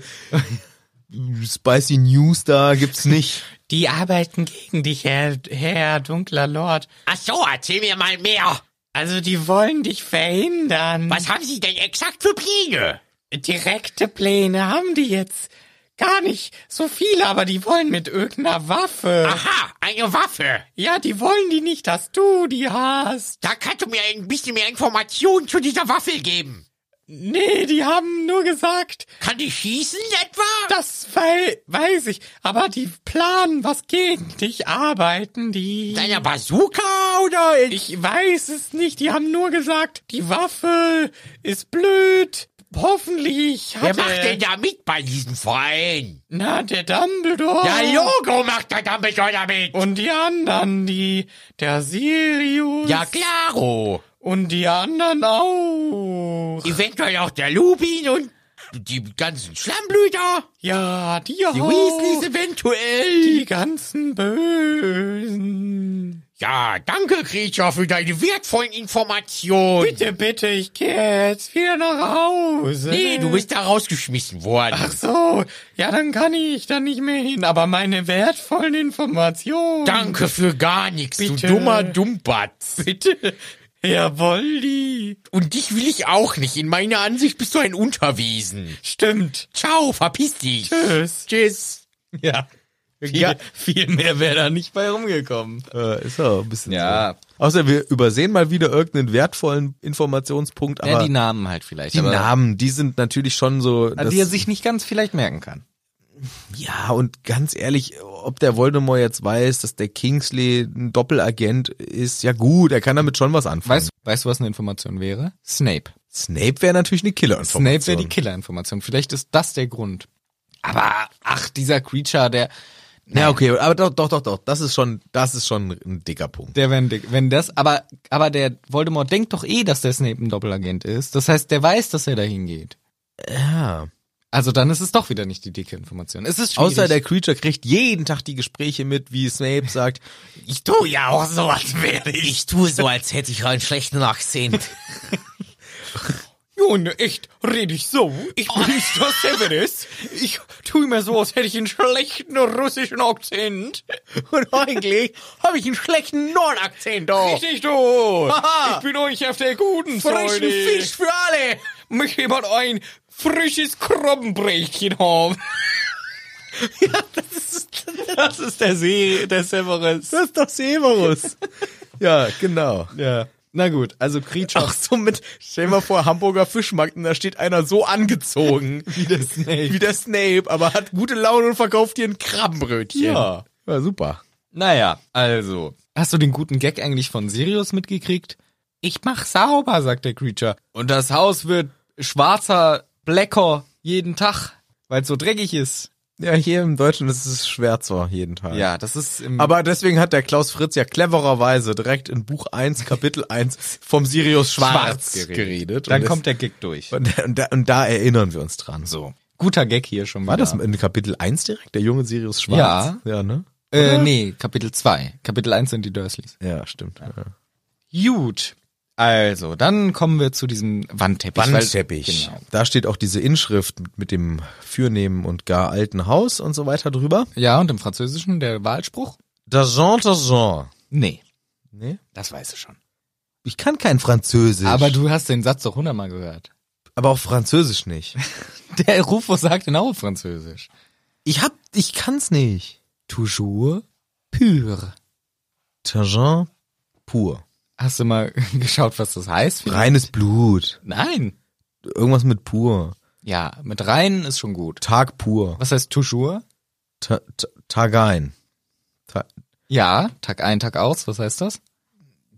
[SPEAKER 2] spicy News da gibt's nicht.
[SPEAKER 1] Die arbeiten gegen dich, Herr, Herr dunkler Lord.
[SPEAKER 5] Ach so, erzähl mir mal mehr.
[SPEAKER 1] Also die wollen dich verhindern.
[SPEAKER 5] Was haben Sie denn exakt für Pläne?
[SPEAKER 1] Direkte Pläne haben die jetzt gar nicht so viele, aber die wollen mit irgendeiner Waffe.
[SPEAKER 5] Aha, Ah, eine Waffe.
[SPEAKER 1] Ja, die wollen die nicht, dass du die hast.
[SPEAKER 5] Da kannst du mir ein bisschen mehr Informationen zu dieser Waffe geben.
[SPEAKER 1] Nee, die haben nur gesagt,
[SPEAKER 5] Kann die schießen etwa?
[SPEAKER 1] das wei- weiß ich. Aber die planen was gegen dich, arbeiten die.
[SPEAKER 5] Mit einer Bazooka oder?
[SPEAKER 1] Ich weiß es nicht. Die haben nur gesagt, die Waffe ist blöd. Hoffentlich hat
[SPEAKER 5] Wer macht
[SPEAKER 1] er-
[SPEAKER 5] denn da mit bei diesem Verein?
[SPEAKER 1] Na, der Dumbledore.
[SPEAKER 5] Der Logo macht der Dumbledore damit.
[SPEAKER 1] Und die anderen, die, der Sirius.
[SPEAKER 5] Ja, klaro.
[SPEAKER 1] Und die anderen auch.
[SPEAKER 5] Eventuell auch der Lupin und die ganzen Schlammblüter.
[SPEAKER 1] Ja,
[SPEAKER 5] Oh.
[SPEAKER 1] die,
[SPEAKER 5] Die Weasleys eventuell.
[SPEAKER 1] Die ganzen Bösen.
[SPEAKER 5] Ja, danke, Kriecher, für deine wertvollen Informationen.
[SPEAKER 6] Bitte, bitte, ich gehe jetzt wieder nach Hause.
[SPEAKER 5] Nee, du bist da rausgeschmissen worden.
[SPEAKER 6] Ach so, ja, dann kann ich da nicht mehr hin. Aber meine wertvollen Informationen.
[SPEAKER 5] Danke für gar nichts, du
[SPEAKER 6] Bitte.
[SPEAKER 5] dummer Dummbatz.
[SPEAKER 6] Bitte. Herr Woldi.
[SPEAKER 5] Und dich will ich auch nicht. In meiner Ansicht bist du ein Unterwesen.
[SPEAKER 6] Stimmt.
[SPEAKER 5] Ciao, verpiss dich.
[SPEAKER 6] Tschüss.
[SPEAKER 5] Tschüss.
[SPEAKER 1] Ja.
[SPEAKER 6] Ja, viel mehr wäre da nicht bei rumgekommen.
[SPEAKER 2] [laughs] Äh, ist ja ein bisschen
[SPEAKER 1] Ja.
[SPEAKER 2] so. Außer wir übersehen mal wieder irgendeinen wertvollen Informationspunkt, aber
[SPEAKER 1] ja, die
[SPEAKER 2] die,
[SPEAKER 1] Namen halt vielleicht.
[SPEAKER 2] Namen, die sind natürlich schon so.
[SPEAKER 1] die er sich nicht ganz vielleicht merken kann.
[SPEAKER 2] ja, und ganz ehrlich, ob der Voldemort jetzt weiß, dass der Kingsley ein Doppelagent ist, ja gut, er kann damit schon was anfangen.
[SPEAKER 1] Weißt, weißt du, was eine Information wäre? Snape.
[SPEAKER 2] Snape wäre natürlich eine Killerinformation.
[SPEAKER 1] Snape wäre die Killerinformation. Vielleicht ist das der Grund. Aber ach, dieser Creature, der,
[SPEAKER 2] Ja, okay, aber doch, doch, doch, doch. Das ist schon, das ist schon ein dicker Punkt.
[SPEAKER 1] der wenn, wenn das, aber, aber der Voldemort denkt doch eh, dass der Snape ein Doppelagent ist. Das heißt, der weiß, dass er dahin geht.
[SPEAKER 2] Ja.
[SPEAKER 1] Also dann ist es doch wieder nicht die dicke Information. Es ist schwierig.
[SPEAKER 2] Außer der Creature kriegt jeden Tag die Gespräche mit, wie Snape sagt, [laughs]
[SPEAKER 5] Ich tue ja auch so, als wäre ich. Ich tue so, als hätte ich einen schlechten Akzent.
[SPEAKER 6] Junge, echt, rede ich so? Ich
[SPEAKER 1] Ah.
[SPEAKER 6] bin nicht der Severus. Ich tue mir so, als hätte ich einen schlechten russischen Akzent.
[SPEAKER 5] Und eigentlich habe ich einen schlechten Nordakzent. Oh.
[SPEAKER 6] Richtig, du.
[SPEAKER 5] Haha.
[SPEAKER 6] Ich bin euch auf der guten
[SPEAKER 5] Frischen
[SPEAKER 6] Seite.
[SPEAKER 5] Fisch für alle.
[SPEAKER 6] Mich jemand ein frisches Krabbenbrötchen haben. ja, das ist, das ist der See, der
[SPEAKER 2] [laughs]
[SPEAKER 6] Severus.
[SPEAKER 2] das ist doch Severus. ja, genau.
[SPEAKER 1] ja. Na gut, also Creature.
[SPEAKER 2] Ach so, mit, stell dir mal vor, Hamburger Fischmarkt und da steht einer so angezogen. [laughs] wie der Snape. Wie der Snape, aber hat gute Laune und verkauft dir ein Krabbenbrötchen.
[SPEAKER 1] Ja.
[SPEAKER 2] Ja, super.
[SPEAKER 1] Naja, also. Hast du den guten Gag eigentlich von Sirius mitgekriegt? Ich mach sauber, sagt der Creature. Und das Haus wird schwarzer Blecker jeden Tag, weil es so dreckig ist.
[SPEAKER 2] Ja, hier im Deutschen ist es schwärzer jeden Tag.
[SPEAKER 1] Ja, das ist im
[SPEAKER 2] Aber deswegen hat der Klaus Fritz ja clevererweise direkt in Buch 1, Kapitel 1 vom Sirius Schwarz, geredet.
[SPEAKER 1] Dann
[SPEAKER 2] Und
[SPEAKER 1] kommt der Gag durch.
[SPEAKER 2] Und, da- und, da, und da erinnern wir uns dran. So.
[SPEAKER 1] Guter Gag hier schon
[SPEAKER 2] War
[SPEAKER 1] wieder.
[SPEAKER 2] das in Kapitel 1 direkt, der junge Sirius Schwarz? Ja. Ja, ne?
[SPEAKER 1] Äh, nee, Kapitel 2. Kapitel 1 sind die Dursleys.
[SPEAKER 2] Ja, stimmt. Ja.
[SPEAKER 1] Gut. Also, dann kommen wir zu diesem Wandteppich. weil- Genau.
[SPEAKER 2] Da steht auch diese Inschrift mit dem Fürnehmen und gar alten Haus und so weiter drüber.
[SPEAKER 1] Ja, und im Französischen der Wahlspruch?
[SPEAKER 2] D'argent, d'argent.
[SPEAKER 1] Nee.
[SPEAKER 2] Nee?
[SPEAKER 1] Das weißt du schon.
[SPEAKER 2] Ich kann kein Französisch.
[SPEAKER 1] Aber du hast den Satz doch hundertmal gehört.
[SPEAKER 2] aber auch Französisch nicht.
[SPEAKER 1] Der Rufus sagt ihn auch auf Französisch.
[SPEAKER 2] Ich hab, ich kann's nicht.
[SPEAKER 1] Toujours pur.
[SPEAKER 2] D'argent pur.
[SPEAKER 1] Hast du mal [laughs] geschaut, was das heißt?
[SPEAKER 2] Reines Blut.
[SPEAKER 1] Nein.
[SPEAKER 2] Irgendwas mit pur.
[SPEAKER 1] Ja, mit rein ist schon gut.
[SPEAKER 2] Tag pur.
[SPEAKER 1] Was heißt toujours?
[SPEAKER 2] Ta- ta- Tag ein. Ta
[SPEAKER 1] Ja, Tag ein, Tag aus. Was heißt das?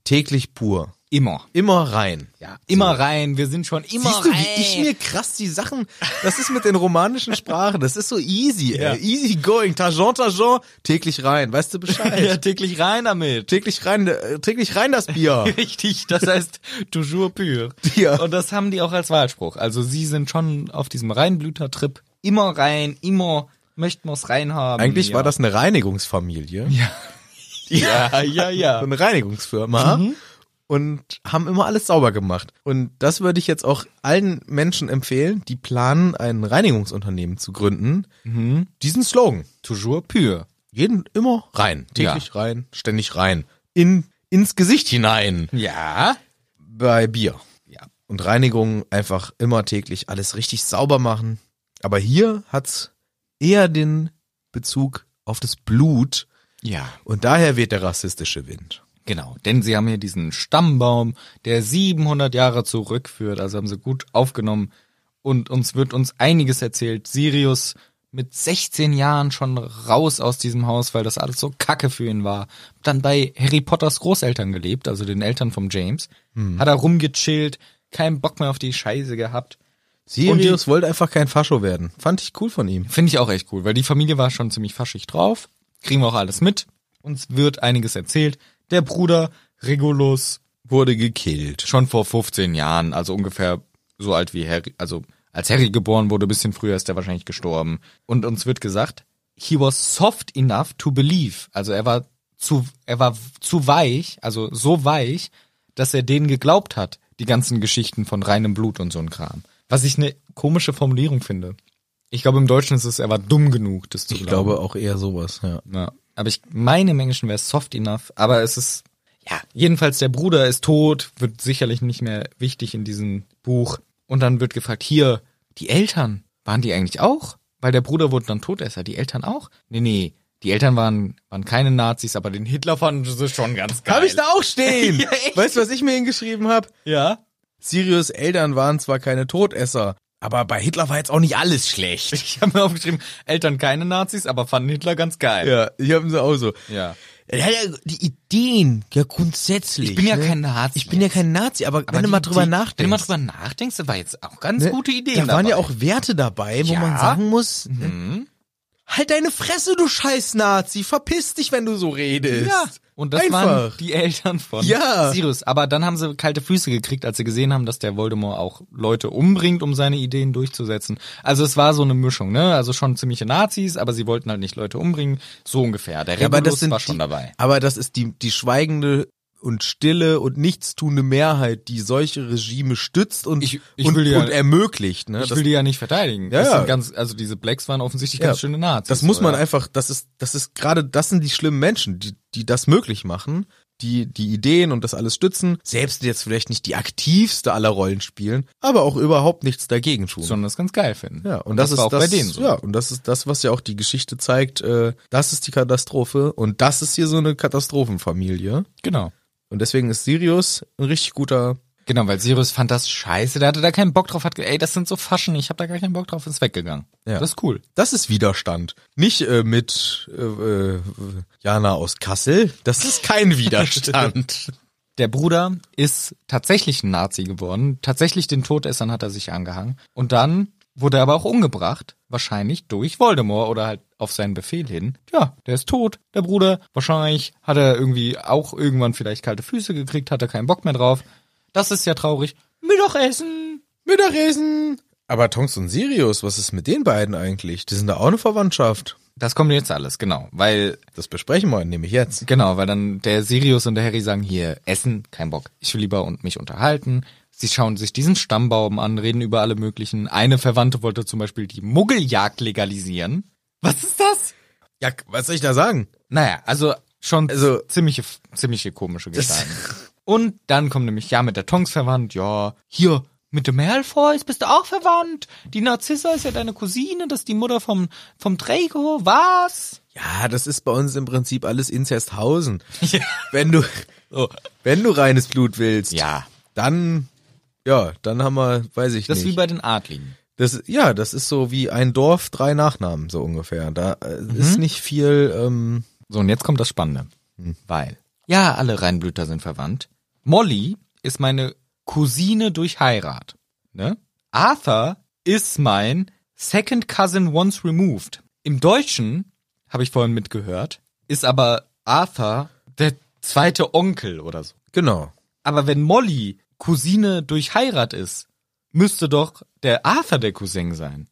[SPEAKER 2] täglich pur.
[SPEAKER 1] Immer.
[SPEAKER 2] Immer rein.
[SPEAKER 1] Ja, immer rein. Wir sind schon immer
[SPEAKER 2] Siehst du,
[SPEAKER 1] rein.
[SPEAKER 2] wie ich mir krass die Sachen, das ist mit den romanischen Sprachen, das ist so easy, ey. easy going, Tagent, Tagent, täglich rein, weißt du Bescheid?
[SPEAKER 1] [laughs] ja, täglich rein damit.
[SPEAKER 2] Täglich rein, äh, täglich rein
[SPEAKER 1] [laughs]
[SPEAKER 2] das Bier.
[SPEAKER 1] Richtig, das heißt toujours pur.
[SPEAKER 2] Ja.
[SPEAKER 1] Und das haben die auch als Wahlspruch. Also sie sind schon auf diesem Reinblüter-Trip. Immer rein, immer möchten wir's rein haben.
[SPEAKER 2] Eigentlich
[SPEAKER 1] ja.
[SPEAKER 2] war das eine Reinigungsfamilie,
[SPEAKER 1] Ja, ja, ja. Mhm.
[SPEAKER 2] so eine Reinigungsfirma. Und haben immer alles sauber gemacht. Und das würde ich jetzt auch allen Menschen empfehlen, die planen, ein Reinigungsunternehmen zu gründen. Diesen Slogan.
[SPEAKER 1] Mhm. Toujours pur.
[SPEAKER 2] Jeden immer rein. Täglich rein, ständig rein. In, ins Gesicht hinein.
[SPEAKER 1] Ja.
[SPEAKER 2] bei Bier.
[SPEAKER 1] Ja.
[SPEAKER 2] Und Reinigung einfach immer täglich alles richtig sauber machen. Aber hier hat's eher den Bezug auf das Blut
[SPEAKER 1] Ja.
[SPEAKER 2] und daher weht der rassistische Wind.
[SPEAKER 1] Genau, denn sie haben hier diesen Stammbaum, der 700 Jahre zurückführt, also haben sie gut aufgenommen und uns wird uns einiges erzählt. Sirius mit 16 Jahren schon raus aus diesem Haus, weil das alles so kacke für ihn war. Dann bei Harry Potters Großeltern gelebt, also den Eltern vom James. Hat er rumgechillt, keinen Bock mehr auf die Scheiße gehabt.
[SPEAKER 2] Sirius wollte einfach kein Fascho werden. Fand ich cool von ihm.
[SPEAKER 1] Finde ich auch echt cool, weil die Familie war schon ziemlich faschig drauf. Kriegen wir auch alles mit. Uns wird einiges erzählt. Der Bruder Regulus
[SPEAKER 2] Wurde gekillt.
[SPEAKER 1] schon vor 15 Jahren, also ungefähr so alt wie Harry, also als Harry geboren wurde, ein bisschen früher ist er wahrscheinlich gestorben. Und uns wird gesagt, he was soft enough to believe. Also er war zu, er war zu weich, also so weich, dass er denen geglaubt hat, die ganzen Geschichten von reinem Blut und so ein Kram. Was ich eine komische Formulierung finde. Ich glaube, im Deutschen ist es, er war dumm genug, das zu
[SPEAKER 2] Ich
[SPEAKER 1] glauben.
[SPEAKER 2] glaube auch eher sowas, ja.
[SPEAKER 1] Ja. Aber ich meine, im Englischen wäre es soft enough, aber es ist, ja, jedenfalls der Bruder ist tot, wird sicherlich nicht mehr wichtig in diesem Buch. Und dann wird gefragt, hier, die Eltern, waren die eigentlich auch? Weil der Bruder wurde dann Todesser, die Eltern auch? Nee, nee, die Eltern waren, waren keine Nazis, aber den Hitler fanden sie schon ganz geil.
[SPEAKER 2] Hab ich da
[SPEAKER 1] [laughs]
[SPEAKER 2] auch stehen! weißt du, was ich mir hingeschrieben habe?
[SPEAKER 1] Ja.
[SPEAKER 2] Sirius Eltern waren zwar keine Todesser, aber bei Hitler war jetzt auch nicht alles schlecht.
[SPEAKER 1] Ich habe mir aufgeschrieben, Eltern keine Nazis, aber fanden Hitler ganz geil.
[SPEAKER 2] Ja, ich habe sie auch so.
[SPEAKER 1] Ja.
[SPEAKER 2] Er hat ja die Ideen, ja grundsätzlich.
[SPEAKER 1] Ich bin ja
[SPEAKER 2] ne?
[SPEAKER 1] kein Nazi.
[SPEAKER 2] Ich bin ja kein Nazi, aber, wenn du mal drüber nachdenkst.
[SPEAKER 1] Wenn du mal drüber nachdenkst, da war jetzt auch ganz
[SPEAKER 2] ne?
[SPEAKER 1] gute Ideen
[SPEAKER 2] Da waren
[SPEAKER 1] dabei.
[SPEAKER 2] ja auch Werte dabei, wo
[SPEAKER 1] Ja. Mhm.
[SPEAKER 2] man sagen muss, ne? halt deine Fresse, du scheiß Nazi, verpiss dich, wenn du so redest.
[SPEAKER 1] Ja. Und das
[SPEAKER 2] Einfach.
[SPEAKER 1] waren die Eltern von
[SPEAKER 2] Ja.
[SPEAKER 1] Sirius. Aber dann haben sie kalte Füße gekriegt, als sie gesehen haben, dass der Voldemort auch Leute umbringt, um seine Ideen durchzusetzen. Also es war so eine Mischung, ne? Also schon ziemliche Nazis, aber sie wollten halt nicht Leute umbringen. So ungefähr. Der
[SPEAKER 2] Ja,
[SPEAKER 1] Rebellus war schon
[SPEAKER 2] die,
[SPEAKER 1] dabei.
[SPEAKER 2] Aber das ist die, die schweigende und stille und nichtstuende Mehrheit, die solche Regime stützt und,
[SPEAKER 1] Ich- ich
[SPEAKER 2] und,
[SPEAKER 1] will ja-
[SPEAKER 2] und ermöglicht. Ne?
[SPEAKER 1] Ich
[SPEAKER 2] das
[SPEAKER 1] will die ja nicht verteidigen.
[SPEAKER 2] Ja,
[SPEAKER 1] das
[SPEAKER 2] ja.
[SPEAKER 1] Sind ganz, also diese Blacks waren offensichtlich
[SPEAKER 2] Ja.
[SPEAKER 1] ganz schöne Nazis.
[SPEAKER 2] das muss man
[SPEAKER 1] oder?
[SPEAKER 2] einfach, das ist, das ist gerade, das sind die schlimmen Menschen, die, die das möglich machen, die, die Ideen und das alles stützen, selbst jetzt vielleicht nicht die aktivste aller Rollen spielen, aber auch überhaupt nichts dagegen tun.
[SPEAKER 1] sondern das ganz geil finden.
[SPEAKER 2] ja, und das, ist
[SPEAKER 1] war auch
[SPEAKER 2] das,
[SPEAKER 1] bei denen so.
[SPEAKER 2] Ja, und das ist das, was ja auch die Geschichte zeigt, äh, das ist die Katastrophe und das ist hier so eine Katastrophenfamilie.
[SPEAKER 1] Genau.
[SPEAKER 2] Und deswegen ist Sirius ein richtig guter.
[SPEAKER 1] Genau, weil Sirius fand das scheiße, der hatte da keinen Bock drauf, hat ge- ey, das sind so Faschen, ich habe da gar keinen Bock drauf, ist weggegangen.
[SPEAKER 2] Ja.
[SPEAKER 1] Das ist cool.
[SPEAKER 2] Das ist Widerstand. Nicht äh, mit äh, äh, Jana aus Kassel. Das
[SPEAKER 1] [laughs]
[SPEAKER 2] ist kein Widerstand.
[SPEAKER 1] Der Bruder ist tatsächlich ein Nazi geworden. Tatsächlich den Todessern hat er sich angehangen. Und dann wurde er aber auch umgebracht. Wahrscheinlich durch Voldemort oder halt auf seinen Befehl hin. Ja, der ist tot, der Bruder. Wahrscheinlich hat er irgendwie auch irgendwann vielleicht kalte Füße gekriegt, hat er keinen Bock mehr drauf. Das ist ja traurig. Mittagessen.
[SPEAKER 2] Mittagessen. Aber Tonks und Sirius, was ist mit den beiden eigentlich? Die sind da auch eine Verwandtschaft.
[SPEAKER 1] Das kommt jetzt alles, genau. Weil,
[SPEAKER 2] Das besprechen wir nämlich jetzt.
[SPEAKER 1] genau, weil dann der Sirius und der Harry sagen, hier, Essen, kein Bock. Ich will lieber und mich unterhalten. Sie schauen sich diesen Stammbaum an, reden über alle möglichen. Eine Verwandte wollte zum Beispiel die Muggeljagd legalisieren. Was ist das?
[SPEAKER 2] Ja, was soll ich da sagen?
[SPEAKER 1] Naja, also schon
[SPEAKER 2] Also-
[SPEAKER 1] ziemliche, ziemliche komische Gestalten. Und dann kommt nämlich, ja, mit der Tonks verwandt, ja, hier, mit dem Malfoys bist du auch verwandt. Die Narzissa ist ja deine Cousine, das ist die Mutter vom, vom Draco, was?
[SPEAKER 2] Ja, das ist bei uns im Prinzip alles [laughs] Inzesthausen. Wenn du, wenn du reines Blut willst,
[SPEAKER 1] Ja.
[SPEAKER 2] dann, ja, dann haben wir, weiß ich
[SPEAKER 1] Das
[SPEAKER 2] nicht.
[SPEAKER 1] ist wie bei den Adligen.
[SPEAKER 2] Das, ja, das ist so wie ein Dorf, drei Nachnamen, so ungefähr. Da äh, ist nicht viel, ähm,
[SPEAKER 1] So, und jetzt kommt das Spannende. Weil, ja, alle Reinblüter sind verwandt. Molly ist meine Cousine durch Heirat. Ne? Arthur ist mein Second Cousin Once Removed. Im Deutschen, habe ich vorhin mitgehört, ist aber Arthur der zweite Onkel oder so.
[SPEAKER 2] genau.
[SPEAKER 1] Aber wenn Molly Cousine durch Heirat ist, müsste doch der Arthur der Cousin sein.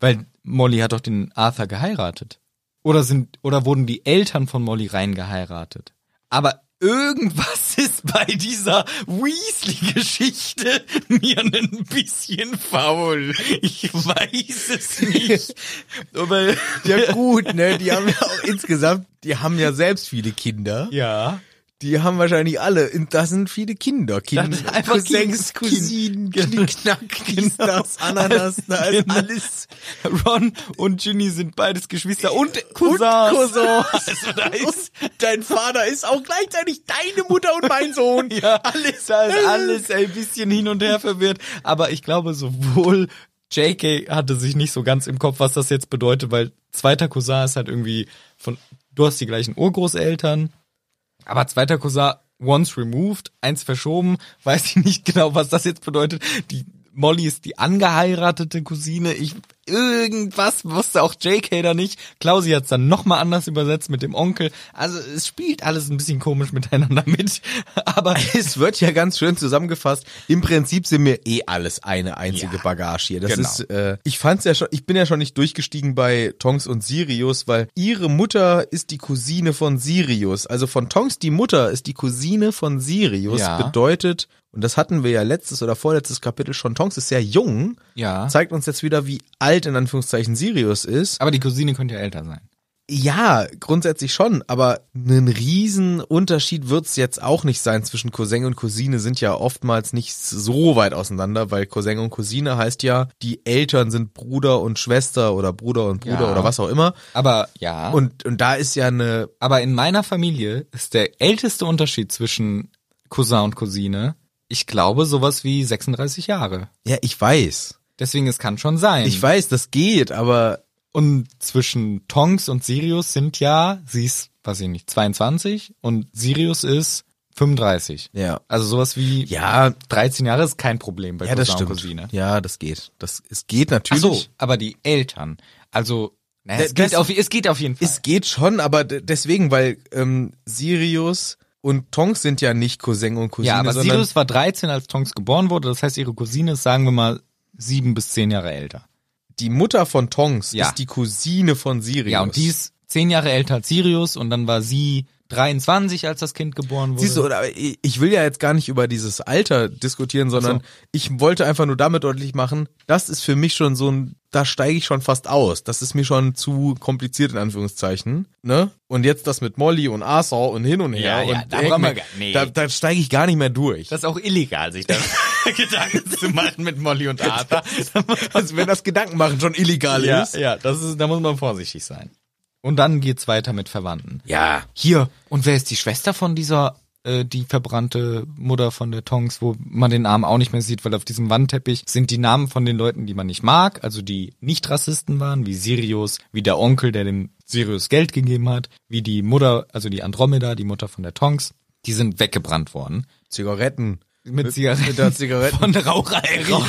[SPEAKER 1] Weil Molly hat doch den Arthur geheiratet. Oder sind, oder wurden die Eltern von Molly rein geheiratet? Aber irgendwas [laughs] ist bei dieser Weasley-Geschichte mir ein bisschen faul. Ich weiß es nicht. Aber,
[SPEAKER 2] Ja gut, ne, die haben ja auch insgesamt, die haben ja selbst viele Kinder.
[SPEAKER 1] ja.
[SPEAKER 2] Die haben wahrscheinlich alle, das sind viele Kinder. Kinder,
[SPEAKER 1] Das sind einfach
[SPEAKER 2] Cousins,
[SPEAKER 1] Kin-
[SPEAKER 2] Cousinen,
[SPEAKER 1] Kin-
[SPEAKER 2] Knickknack, dies,
[SPEAKER 1] Genau.
[SPEAKER 2] das, Ananas, da ist
[SPEAKER 1] Genau.
[SPEAKER 2] alles.
[SPEAKER 1] Ron und Ginny sind beides Geschwister und
[SPEAKER 2] Und
[SPEAKER 1] Cousins.
[SPEAKER 2] Cousins. Und dein Vater ist auch gleichzeitig deine Mutter und mein Sohn.
[SPEAKER 1] Ja, alles, da ist alles ein bisschen hin und her verwirrt. Aber ich glaube, sowohl JK hatte sich nicht so ganz im Kopf, was das jetzt bedeutet, weil zweiter Cousin ist halt irgendwie von, du hast die gleichen Urgroßeltern, aber zweiter Cousin once removed, eins verschoben, [laughs] weiß ich nicht genau, was das jetzt bedeutet. Die Molly ist die angeheiratete Cousine. Ich, irgendwas wusste auch JK da nicht. Klausi hat es dann nochmal anders übersetzt mit dem Onkel. Also es spielt alles ein bisschen komisch miteinander mit. [laughs] Aber
[SPEAKER 2] Es wird ja ganz schön zusammengefasst. Im Prinzip sind mir eh alles eine einzige
[SPEAKER 1] Ja,
[SPEAKER 2] Bagage hier. Das
[SPEAKER 1] genau.
[SPEAKER 2] ist, äh, ich fand's ja schon, ich bin ja schon nicht durchgestiegen bei Tonks und Sirius, weil ihre Mutter ist die Cousine von Sirius. Also von Tonks die Mutter ist die Cousine von Sirius.
[SPEAKER 1] Ja.
[SPEAKER 2] Bedeutet, und das hatten wir ja letztes oder vorletztes Kapitel schon, Tonks ist sehr jung.
[SPEAKER 1] Ja.
[SPEAKER 2] Zeigt uns jetzt wieder, wie alt in Anführungszeichen Sirius ist.
[SPEAKER 1] aber die Cousine könnte ja älter sein.
[SPEAKER 2] Ja, grundsätzlich schon, aber einen riesen Unterschied wird's jetzt auch nicht sein zwischen Cousin und Cousine sind ja oftmals nicht so weit auseinander, weil Cousin und Cousine heißt ja, die Eltern sind Bruder und Schwester oder Bruder und Bruder
[SPEAKER 1] Ja.
[SPEAKER 2] oder was auch immer
[SPEAKER 1] Aber ja.
[SPEAKER 2] und und da ist ja eine
[SPEAKER 1] Aber in meiner Familie ist der älteste Unterschied zwischen Cousin und Cousine, ich glaube, sowas wie 36 Jahre.
[SPEAKER 2] ja, ich weiß.
[SPEAKER 1] Deswegen, es kann schon sein.
[SPEAKER 2] Ich weiß, das geht, aber
[SPEAKER 1] Und zwischen Tonks und Sirius sind ja, sie ist, weiß ich nicht, 22 und Sirius ist 35.
[SPEAKER 2] ja.
[SPEAKER 1] Also sowas wie
[SPEAKER 2] Ja,
[SPEAKER 1] 13 Jahre ist kein Problem bei
[SPEAKER 2] ja, das
[SPEAKER 1] Cousin und
[SPEAKER 2] stimmt.
[SPEAKER 1] Cousine.
[SPEAKER 2] Ja, das geht. Das es geht
[SPEAKER 1] Ach
[SPEAKER 2] natürlich.
[SPEAKER 1] so, aber die Eltern. Also, naja, es,
[SPEAKER 2] Das-
[SPEAKER 1] geht auf, es geht auf jeden Fall.
[SPEAKER 2] Es geht schon, aber d- deswegen, weil ähm, Sirius und Tonks sind ja nicht Cousin und Cousine,
[SPEAKER 1] ja, aber
[SPEAKER 2] sondern
[SPEAKER 1] Sirius war 13, als Tonks geboren wurde. Das heißt, ihre Cousine ist, sagen wir mal, sieben bis zehn Jahre älter.
[SPEAKER 2] die Mutter von Tonks
[SPEAKER 1] Ja.
[SPEAKER 2] ist die Cousine von Sirius.
[SPEAKER 1] Ja, und die ist zehn Jahre älter als Sirius und dann war sie 23, als das Kind geboren wurde.
[SPEAKER 2] Siehst du, oder ich ich will ja jetzt gar nicht über dieses Alter diskutieren, sondern
[SPEAKER 1] Ach so.
[SPEAKER 2] ich wollte einfach nur damit deutlich machen, das ist für mich schon so ein, da steige ich schon fast aus. Das ist mir schon zu kompliziert in Anführungszeichen, ne? Und jetzt das mit Molly und Asa und hin und
[SPEAKER 1] Ja,
[SPEAKER 2] her
[SPEAKER 1] ja,
[SPEAKER 2] und
[SPEAKER 1] da
[SPEAKER 2] Hank
[SPEAKER 1] brauchen wir
[SPEAKER 2] Mac-
[SPEAKER 1] gar- nee.
[SPEAKER 2] da, da steige ich gar nicht mehr durch.
[SPEAKER 1] das ist auch illegal, sich da Gedanken zu machen mit Molly und Arthur. [laughs]
[SPEAKER 2] also wenn das Gedankenmachen schon illegal
[SPEAKER 1] ja,
[SPEAKER 2] ist.
[SPEAKER 1] ja, das ist, da muss man vorsichtig sein. Und dann geht's weiter mit Verwandten.
[SPEAKER 2] Ja,
[SPEAKER 1] Hier, und wer ist die Schwester von dieser, äh, die verbrannte Mutter von der Tongs, wo man den Namen auch nicht mehr sieht, weil auf diesem Wandteppich sind die Namen von den Leuten, die man nicht mag, also die nicht Rassisten waren, wie Sirius, wie der Onkel, der dem Sirius Geld gegeben hat, wie die Mutter, also die Andromeda, die Mutter von der Tongs, die sind weggebrannt worden.
[SPEAKER 2] Zigaretten.
[SPEAKER 1] Mit Zigaretten.
[SPEAKER 2] Mit der Zigaretten.
[SPEAKER 1] Von Raucher Harry.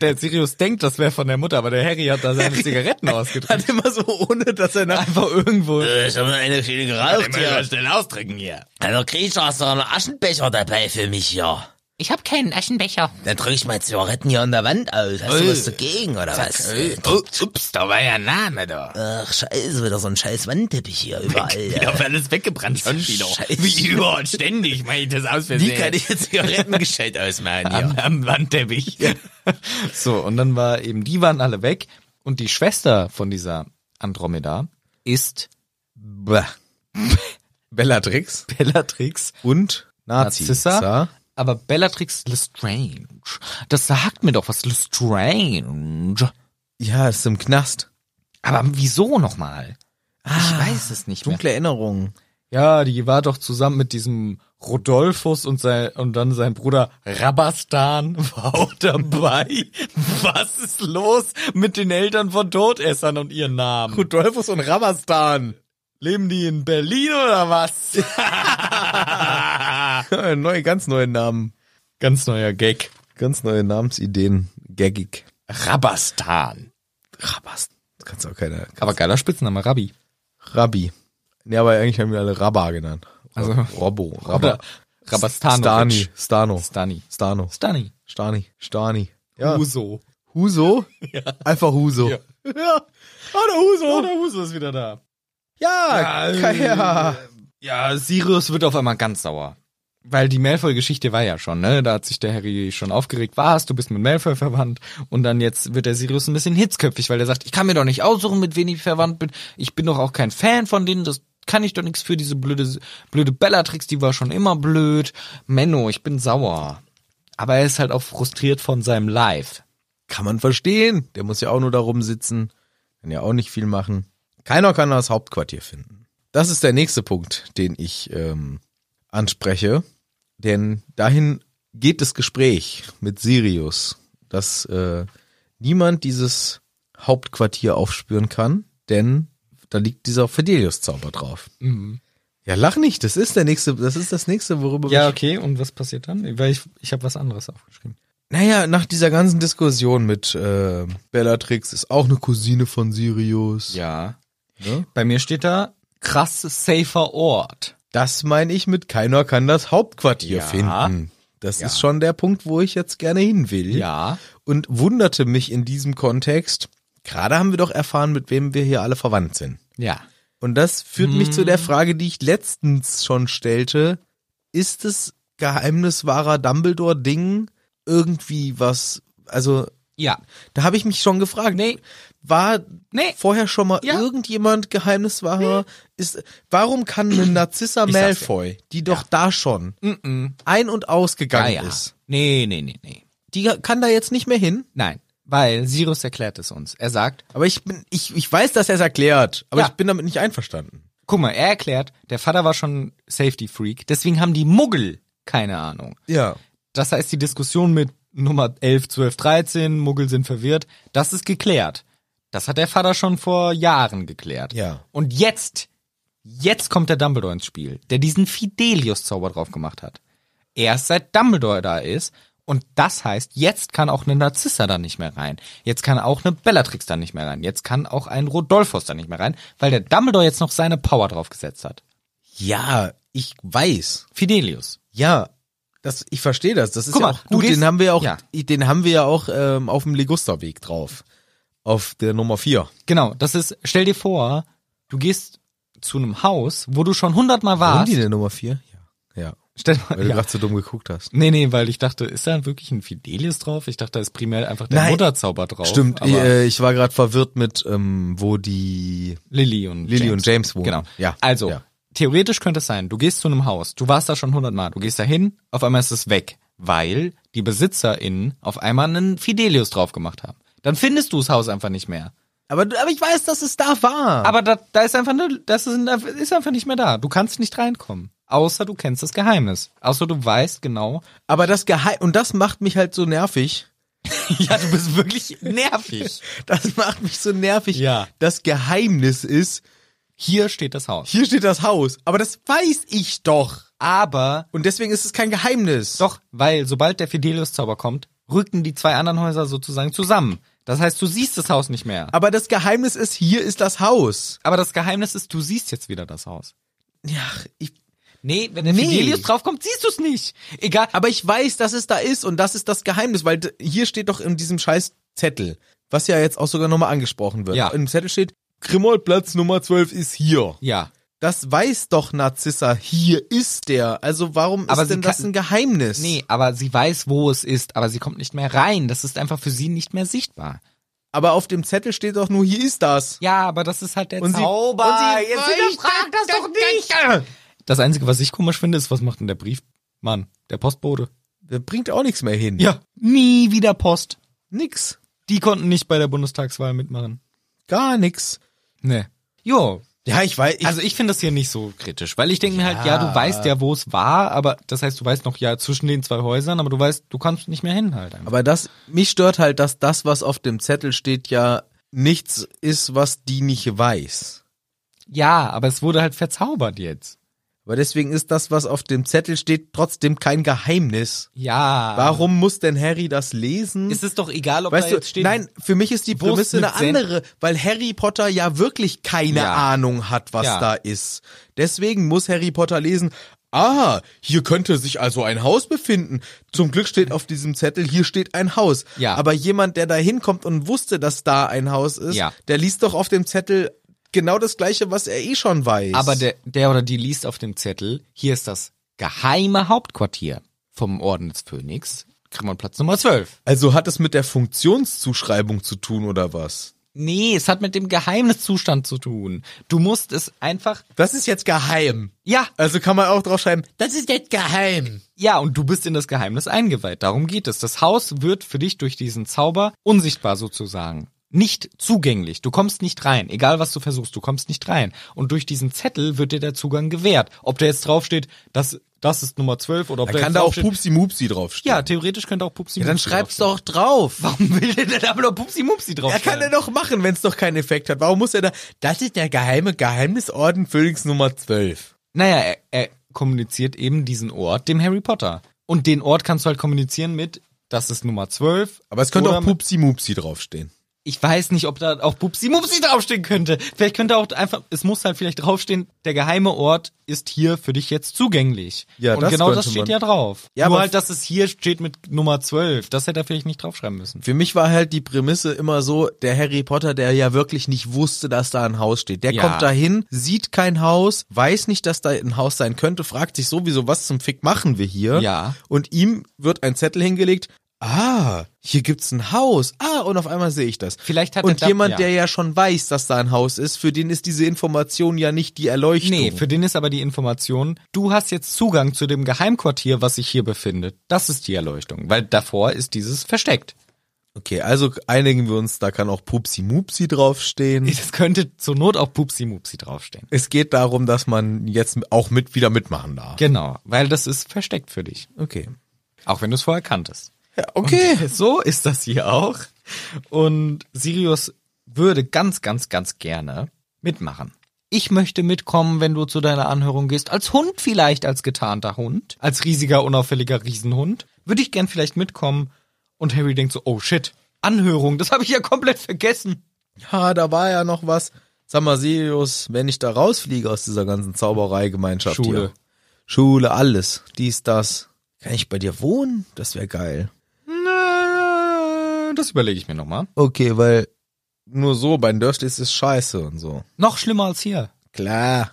[SPEAKER 1] Der Sirius denkt, das wäre von der Mutter, aber der Harry hat da
[SPEAKER 2] [laughs]
[SPEAKER 1] seine Zigaretten ausgedrückt.
[SPEAKER 2] Hat immer so, ohne dass er nach...
[SPEAKER 1] Einfach irgendwo.
[SPEAKER 5] Äh, Ich habe mir eine schöne geraucht hier.
[SPEAKER 1] schnell austrinken hier.
[SPEAKER 5] Also krieg ich hast du einen Aschenbecher dabei für mich hier.
[SPEAKER 7] Ich habe keinen Aschenbecher.
[SPEAKER 5] Dann drücke ich meine Zigaretten hier an der Wand aus. Hast du was dagegen, oder was?
[SPEAKER 7] Äh, ups, da war ja Name da.
[SPEAKER 5] Ach, scheiße, wieder so ein scheiß Wandteppich hier überall.
[SPEAKER 7] Da
[SPEAKER 5] ja.
[SPEAKER 7] wird alles weggebrannt schon wieder.
[SPEAKER 5] Scheiße.
[SPEAKER 7] Wie über und ständig mache ich das aus
[SPEAKER 5] Wie
[SPEAKER 7] Versehen.
[SPEAKER 5] kann ich jetzt Zigaretten gescheit ausmachen hier?
[SPEAKER 7] am, am Wandteppich.
[SPEAKER 1] So, und dann war eben, die waren alle weg. Und die Schwester von dieser Andromeda ist
[SPEAKER 2] Bäh. [laughs] Bellatrix
[SPEAKER 1] Bellatrix
[SPEAKER 2] und
[SPEAKER 1] Narcissa.
[SPEAKER 2] Narzissa.
[SPEAKER 1] Aber Bellatrix Lestrange. Das sagt mir doch was, Lestrange.
[SPEAKER 2] Ja, ist im Knast.
[SPEAKER 1] Aber wieso nochmal?
[SPEAKER 2] Ah,
[SPEAKER 1] ich weiß es nicht mehr.
[SPEAKER 2] Dunkle Erinnerungen.
[SPEAKER 1] Ja, die war doch zusammen mit diesem Rodolphus und sein und dann sein Bruder Rabastan [laughs] war auch dabei. Was ist los mit den Eltern von Todessern und ihren Namen?
[SPEAKER 2] Rudolfus und Rabastan.
[SPEAKER 1] Leben die in Berlin oder
[SPEAKER 2] [laughs]
[SPEAKER 1] was? [laughs]
[SPEAKER 2] Neue, ganz neue Namen.
[SPEAKER 1] Ganz neuer Gag.
[SPEAKER 2] Ganz neue Namensideen. Gaggig.
[SPEAKER 1] Rabastan.
[SPEAKER 2] Rabas. Das kannst du auch keiner.
[SPEAKER 1] Aber geiler Spitzname, Rabbi.
[SPEAKER 2] Rabbi. Nee, aber eigentlich haben wir alle Rabba genannt.
[SPEAKER 1] Also-
[SPEAKER 2] Robbo. Rabba.
[SPEAKER 1] Rabastano.
[SPEAKER 2] Stani. Stano.
[SPEAKER 1] Stani.
[SPEAKER 2] Stano.
[SPEAKER 1] Stani.
[SPEAKER 2] Stani. Stani. Ja.
[SPEAKER 1] Uso.
[SPEAKER 2] Huso?
[SPEAKER 1] [laughs]
[SPEAKER 2] Einfach Huso. [laughs]
[SPEAKER 1] Ah,
[SPEAKER 2] Ja.
[SPEAKER 1] der Huso. der Huso ist wieder da.
[SPEAKER 2] Ja,
[SPEAKER 1] Ja,
[SPEAKER 2] ja,
[SPEAKER 1] äh, Ja, Sirius wird auf einmal ganz sauer. Weil die Malfoy-Geschichte war ja schon, ne? Da hat sich der Harry schon aufgeregt. Was? Du bist mit Malfoy verwandt. Und dann jetzt wird der Sirius ein bisschen hitzköpfig, weil er sagt, ich kann mir doch nicht aussuchen, mit wem ich verwandt bin. Ich bin doch auch kein Fan von denen. Das kann ich doch nichts für. Diese blöde, blöde Bellatrix, die war schon immer blöd. Menno, ich bin sauer. Aber er ist halt auch frustriert von seinem Live.
[SPEAKER 2] Kann man verstehen. Der muss ja auch nur da rumsitzen. Kann ja auch nicht viel machen. Keiner kann das Hauptquartier finden. Das ist der nächste Punkt, den ich ähm, anspreche. Denn dahin geht das Gespräch mit Sirius, dass äh, niemand dieses Hauptquartier aufspüren kann, denn da liegt dieser Fidelius-Zauber drauf. Ja, lach nicht, das ist der nächste, das ist das nächste, worüber wir
[SPEAKER 1] okay. Und was passiert dann? Weil ich, ich habe was anderes aufgeschrieben.
[SPEAKER 2] Naja, nach dieser ganzen Diskussion mit äh, Bellatrix ist auch eine Cousine von Sirius.
[SPEAKER 1] Ja.
[SPEAKER 2] Ne?
[SPEAKER 1] Bei mir steht da krass safer Ort.
[SPEAKER 2] Das meine ich mit keiner kann das Hauptquartier
[SPEAKER 1] Ja.
[SPEAKER 2] finden. Das ist schon der Punkt, wo ich jetzt gerne hin will. Und wunderte mich in diesem Kontext. Gerade haben wir doch erfahren, mit wem wir hier alle verwandt sind.
[SPEAKER 1] Ja.
[SPEAKER 2] Und das führt
[SPEAKER 1] Hm.
[SPEAKER 2] mich zu der Frage, die ich letztens schon stellte. Ist das Geheimnis wahrer Dumbledore-Ding irgendwie was, also
[SPEAKER 1] Ja.
[SPEAKER 2] da habe ich mich schon gefragt. Nee. War
[SPEAKER 1] Nee.
[SPEAKER 2] vorher schon mal
[SPEAKER 1] Ja. Hm.
[SPEAKER 2] irgendjemand geheimniswahrer? Ist, warum kann
[SPEAKER 1] [clears throat]
[SPEAKER 2] eine Narzissa
[SPEAKER 1] sag's dir.
[SPEAKER 2] Malfoy, die doch da schon ein- und
[SPEAKER 1] Ja,
[SPEAKER 2] ausgegangen
[SPEAKER 1] Ah ja.
[SPEAKER 2] ist,
[SPEAKER 1] Nee, nee, nee, nee.
[SPEAKER 2] die kann da jetzt nicht mehr hin?
[SPEAKER 1] Nein. Weil Sirius erklärt es uns. Er sagt,
[SPEAKER 2] Aber ich bin, ich, ich weiß, dass er es erklärt, aber
[SPEAKER 1] Ja.
[SPEAKER 2] ich bin damit nicht einverstanden.
[SPEAKER 1] guck mal, er erklärt, der Vater war schon Safety Freak, deswegen haben die Muggel keine Ahnung.
[SPEAKER 2] Ja.
[SPEAKER 1] Das heißt, die Diskussion mit Nummer 11, 12, 13, Muggel sind verwirrt, das ist geklärt. Das hat der Vater schon vor Jahren geklärt.
[SPEAKER 2] Ja.
[SPEAKER 1] Und jetzt, jetzt kommt der Dumbledore ins Spiel, der diesen Fidelius-Zauber drauf gemacht hat. Erst seit Dumbledore da ist. Und das heißt, jetzt kann auch eine Narzissa da nicht mehr rein. Jetzt kann auch eine Bellatrix da nicht mehr rein. Jetzt kann auch ein Rodolphus da nicht mehr rein, weil der Dumbledore jetzt noch seine Power drauf gesetzt hat.
[SPEAKER 2] Ja, ich weiß.
[SPEAKER 1] Fidelius.
[SPEAKER 2] Ja. Das, ich verstehe das. Das ist
[SPEAKER 1] Guck
[SPEAKER 2] ja
[SPEAKER 1] mal,
[SPEAKER 2] auch
[SPEAKER 1] du
[SPEAKER 2] gut.
[SPEAKER 1] gehst-
[SPEAKER 2] den haben wir ja auch,
[SPEAKER 1] Ja.
[SPEAKER 2] den haben wir ja auch ähm, auf dem Ligusterweg drauf. Auf der Nummer vier.
[SPEAKER 1] Genau, das ist, stell dir vor, du gehst zu einem Haus, wo du schon hundertmal
[SPEAKER 2] Waren
[SPEAKER 1] warst.
[SPEAKER 2] die denn Nummer vier? Ja. Ja.
[SPEAKER 1] Stell mal,
[SPEAKER 2] Weil du
[SPEAKER 1] ja.
[SPEAKER 2] gerade so dumm geguckt hast.
[SPEAKER 1] Nee, nee, weil ich dachte, ist da wirklich ein Fidelius drauf? Ich dachte, da ist primär einfach der
[SPEAKER 2] Nein.
[SPEAKER 1] Mutterzauber drauf.
[SPEAKER 2] Stimmt,
[SPEAKER 1] aber
[SPEAKER 2] äh, ich war gerade verwirrt mit, ähm, wo die
[SPEAKER 1] Lilly und
[SPEAKER 2] Lily
[SPEAKER 1] James.
[SPEAKER 2] und James wohnen.
[SPEAKER 1] Genau.
[SPEAKER 2] Ja.
[SPEAKER 1] Also,
[SPEAKER 2] Ja.
[SPEAKER 1] theoretisch könnte es sein, du gehst zu einem Haus, du warst da schon hundertmal, du gehst da hin, auf einmal ist es weg, weil die BesitzerInnen auf einmal einen Fidelius drauf gemacht haben. Dann findest du das Haus einfach nicht mehr.
[SPEAKER 2] Aber, aber ich weiß, dass es da war.
[SPEAKER 1] Aber da, da ist einfach ne, das ist, ist einfach nicht mehr da. Du kannst nicht reinkommen. Außer du kennst das Geheimnis. Außer du weißt genau.
[SPEAKER 2] Aber das Geheim, und das macht mich halt so nervig. [laughs]
[SPEAKER 1] Ja, du bist wirklich [laughs] nervig.
[SPEAKER 2] Das macht mich so nervig.
[SPEAKER 1] Ja.
[SPEAKER 2] Das Geheimnis ist,
[SPEAKER 1] Hier steht das Haus.
[SPEAKER 2] hier steht das Haus. Aber das weiß ich doch.
[SPEAKER 1] Aber
[SPEAKER 2] Und deswegen ist es kein Geheimnis.
[SPEAKER 1] doch, weil sobald der Fidelius-Zauber kommt, rücken die zwei anderen Häuser sozusagen zusammen. Das heißt, du siehst das Haus nicht mehr.
[SPEAKER 2] Aber das Geheimnis ist, hier ist das Haus.
[SPEAKER 1] Aber das Geheimnis ist, du siehst jetzt wieder das Haus.
[SPEAKER 2] Ja, ich,
[SPEAKER 1] Nee, wenn der
[SPEAKER 2] Nee.
[SPEAKER 1] Fidelius draufkommt, siehst du es nicht. Egal.
[SPEAKER 2] aber ich weiß, dass es da ist und das ist das Geheimnis, weil d- hier steht doch in diesem scheiß Zettel, was ja jetzt auch sogar nochmal angesprochen wird.
[SPEAKER 1] Ja.
[SPEAKER 2] Im Zettel steht, Grimoldplatz Nummer 12 ist hier.
[SPEAKER 1] Ja.
[SPEAKER 2] Das weiß doch Narzissa, hier ist der. Also warum
[SPEAKER 1] Aber
[SPEAKER 2] ist
[SPEAKER 1] sie
[SPEAKER 2] denn das
[SPEAKER 1] kann-
[SPEAKER 2] ein Geheimnis?
[SPEAKER 1] Nee, aber sie weiß, wo es ist, aber sie kommt nicht mehr rein. Das ist einfach für sie nicht mehr sichtbar.
[SPEAKER 2] Aber auf dem Zettel steht doch nur, hier ist das.
[SPEAKER 1] Ja, aber das ist halt der
[SPEAKER 2] Und sie-
[SPEAKER 1] Zauber.
[SPEAKER 2] und sie
[SPEAKER 1] Jetzt
[SPEAKER 2] weiß
[SPEAKER 1] hinterfrag das doch nicht. Das Einzige, was ich komisch finde, ist, was macht denn der Briefmann? Der Postbote.
[SPEAKER 2] Das bringt auch nichts mehr hin.
[SPEAKER 1] Ja, nie wieder Post.
[SPEAKER 2] Nix.
[SPEAKER 1] Die konnten nicht bei der Bundestagswahl mitmachen.
[SPEAKER 2] Gar nix.
[SPEAKER 1] Nee. Jo.
[SPEAKER 2] Ja, ich weiß. Ich,
[SPEAKER 1] Also ich finde das hier nicht so kritisch, weil ich denke mir halt, ja, du weißt ja, wo es war, aber das heißt, du weißt noch ja zwischen den zwei Häusern, aber du weißt, du kannst nicht mehr hin halt. Einfach.
[SPEAKER 2] aber das, mich stört halt, dass das, was auf dem Zettel steht, ja nichts ist, was die nicht weiß.
[SPEAKER 1] Ja, aber es wurde halt verzaubert jetzt.
[SPEAKER 2] Aber deswegen ist das, was auf dem Zettel steht, trotzdem kein Geheimnis.
[SPEAKER 1] Ja.
[SPEAKER 2] Warum muss denn Harry das lesen?
[SPEAKER 1] Ah. Ist es doch egal, ob
[SPEAKER 2] weißt
[SPEAKER 1] da
[SPEAKER 2] du,
[SPEAKER 1] jetzt steht.
[SPEAKER 2] nein, für mich ist die
[SPEAKER 1] Wurst
[SPEAKER 2] Prämisse
[SPEAKER 1] mit
[SPEAKER 2] eine
[SPEAKER 1] Senf?
[SPEAKER 2] andere, weil Harry Potter ja wirklich keine
[SPEAKER 1] Ja.
[SPEAKER 2] Ahnung hat, was
[SPEAKER 1] Ja.
[SPEAKER 2] da ist. Deswegen muss Harry Potter lesen, ah, hier könnte sich also ein Haus befinden. Zum Glück steht auf diesem Zettel, hier steht ein Haus.
[SPEAKER 1] Ja.
[SPEAKER 2] Aber jemand, der da hinkommt und wusste, dass da ein Haus ist,
[SPEAKER 1] Ja.
[SPEAKER 2] der liest doch auf dem Zettel genau das Gleiche, was er eh schon weiß.
[SPEAKER 1] Aber der, der oder die liest auf dem Zettel, hier ist das geheime Hauptquartier vom Orden des Phönix, Krimmernplatz Nummer 12.
[SPEAKER 2] also hat es mit der Funktionszuschreibung zu tun oder was?
[SPEAKER 1] Nee, es hat mit dem Geheimniszustand zu tun. Du musst es einfach,
[SPEAKER 2] Das ist jetzt geheim.
[SPEAKER 1] ja,
[SPEAKER 2] Also kann man auch drauf schreiben,
[SPEAKER 5] Das ist jetzt geheim.
[SPEAKER 1] ja, und du bist in das Geheimnis eingeweiht. Darum geht es. Das Haus wird für dich durch diesen Zauber unsichtbar sozusagen. Nicht zugänglich. Du kommst nicht rein. Egal was du versuchst, du kommst nicht rein. Und durch diesen Zettel wird dir der Zugang gewährt. Ob der jetzt draufsteht, das, das ist Nummer 12 oder ob
[SPEAKER 2] da
[SPEAKER 1] der
[SPEAKER 2] kann
[SPEAKER 1] jetzt
[SPEAKER 2] da auch
[SPEAKER 1] draufsteht,
[SPEAKER 2] Pupsi Mupsi draufstehen.
[SPEAKER 1] Ja, theoretisch könnte auch Pupsi
[SPEAKER 2] Ja, dann
[SPEAKER 1] Mupsi
[SPEAKER 2] schreib's
[SPEAKER 1] draufstehen.
[SPEAKER 2] doch drauf.
[SPEAKER 1] Warum will denn der Dumbledore Pupsi Mupsi drauf?
[SPEAKER 2] Er kann er doch machen, wenn es doch keinen Effekt hat. Warum muss er da? Das ist der geheime Geheimnisorden Phönix Nummer 12.
[SPEAKER 1] Naja, er, er kommuniziert eben diesen Ort dem Harry Potter. Und den Ort kannst du halt kommunizieren mit, Das ist Nummer 12.
[SPEAKER 2] Aber es könnte
[SPEAKER 1] Oder
[SPEAKER 2] auch
[SPEAKER 1] mit-
[SPEAKER 2] Pupsi Mupsi draufstehen.
[SPEAKER 1] Ich weiß nicht, ob da auch Bubsi Mupsi draufstehen könnte. Vielleicht könnte auch einfach, es muss halt vielleicht draufstehen, der geheime Ort ist hier für dich jetzt zugänglich.
[SPEAKER 2] Ja,
[SPEAKER 1] Und
[SPEAKER 2] das
[SPEAKER 1] genau das
[SPEAKER 2] könnte
[SPEAKER 1] steht
[SPEAKER 2] man.
[SPEAKER 1] ja drauf.
[SPEAKER 2] Ja,
[SPEAKER 1] Nur
[SPEAKER 2] aber-
[SPEAKER 1] halt, dass es hier steht mit Nummer 12. Das hätte er vielleicht nicht draufschreiben müssen.
[SPEAKER 2] Für mich war halt die Prämisse immer so, der Harry Potter, der ja wirklich nicht wusste, dass da ein Haus steht. Der
[SPEAKER 1] Ja.
[SPEAKER 2] kommt dahin, sieht kein Haus, weiß nicht, dass da ein Haus sein könnte, fragt sich sowieso, was zum Fick machen wir hier?
[SPEAKER 1] Ja.
[SPEAKER 2] Und ihm wird ein Zettel hingelegt, ah, hier gibt's ein Haus. Ah, und auf einmal sehe ich das.
[SPEAKER 1] Vielleicht hat er
[SPEAKER 2] Und
[SPEAKER 1] da-
[SPEAKER 2] jemand,
[SPEAKER 1] ja.
[SPEAKER 2] der ja schon weiß, dass da ein Haus ist, für den ist diese Information ja nicht die Erleuchtung.
[SPEAKER 1] Nee, für den ist aber die Information, du hast jetzt Zugang zu dem Geheimquartier, was sich hier befindet. Das ist die Erleuchtung, weil davor ist dieses versteckt.
[SPEAKER 2] okay, also einigen wir uns, da kann auch Pupsi Mupsi draufstehen.
[SPEAKER 1] Es könnte zur Not auch Pupsi Mupsi draufstehen.
[SPEAKER 2] Es geht darum, dass man jetzt auch mit wieder mitmachen darf.
[SPEAKER 1] Genau, weil das ist versteckt für dich.
[SPEAKER 2] Okay.
[SPEAKER 1] Auch wenn du es vorher kanntest.
[SPEAKER 2] Okay.
[SPEAKER 1] So ist das hier auch. Und Sirius würde ganz, ganz, ganz gerne mitmachen. Ich möchte mitkommen, wenn du zu deiner Anhörung gehst. Als Hund vielleicht, als getarnter Hund. Als riesiger, unauffälliger Riesenhund. Würde ich gern vielleicht mitkommen. Und Harry denkt so, oh shit, Anhörung, das habe ich ja komplett vergessen.
[SPEAKER 2] Ja, da war ja noch was. Sag mal, Sirius, wenn ich da rausfliege aus dieser ganzen Zauberei-Gemeinschaft
[SPEAKER 1] Schule.
[SPEAKER 2] hier. Schule, alles. Dies, das. Kann ich bei dir wohnen? Das wäre geil.
[SPEAKER 1] Na, Äh, Das überlege ich mir nochmal.
[SPEAKER 2] Okay, weil nur so bei den Dursleys ist scheiße und so.
[SPEAKER 1] Noch schlimmer als hier.
[SPEAKER 2] Klar.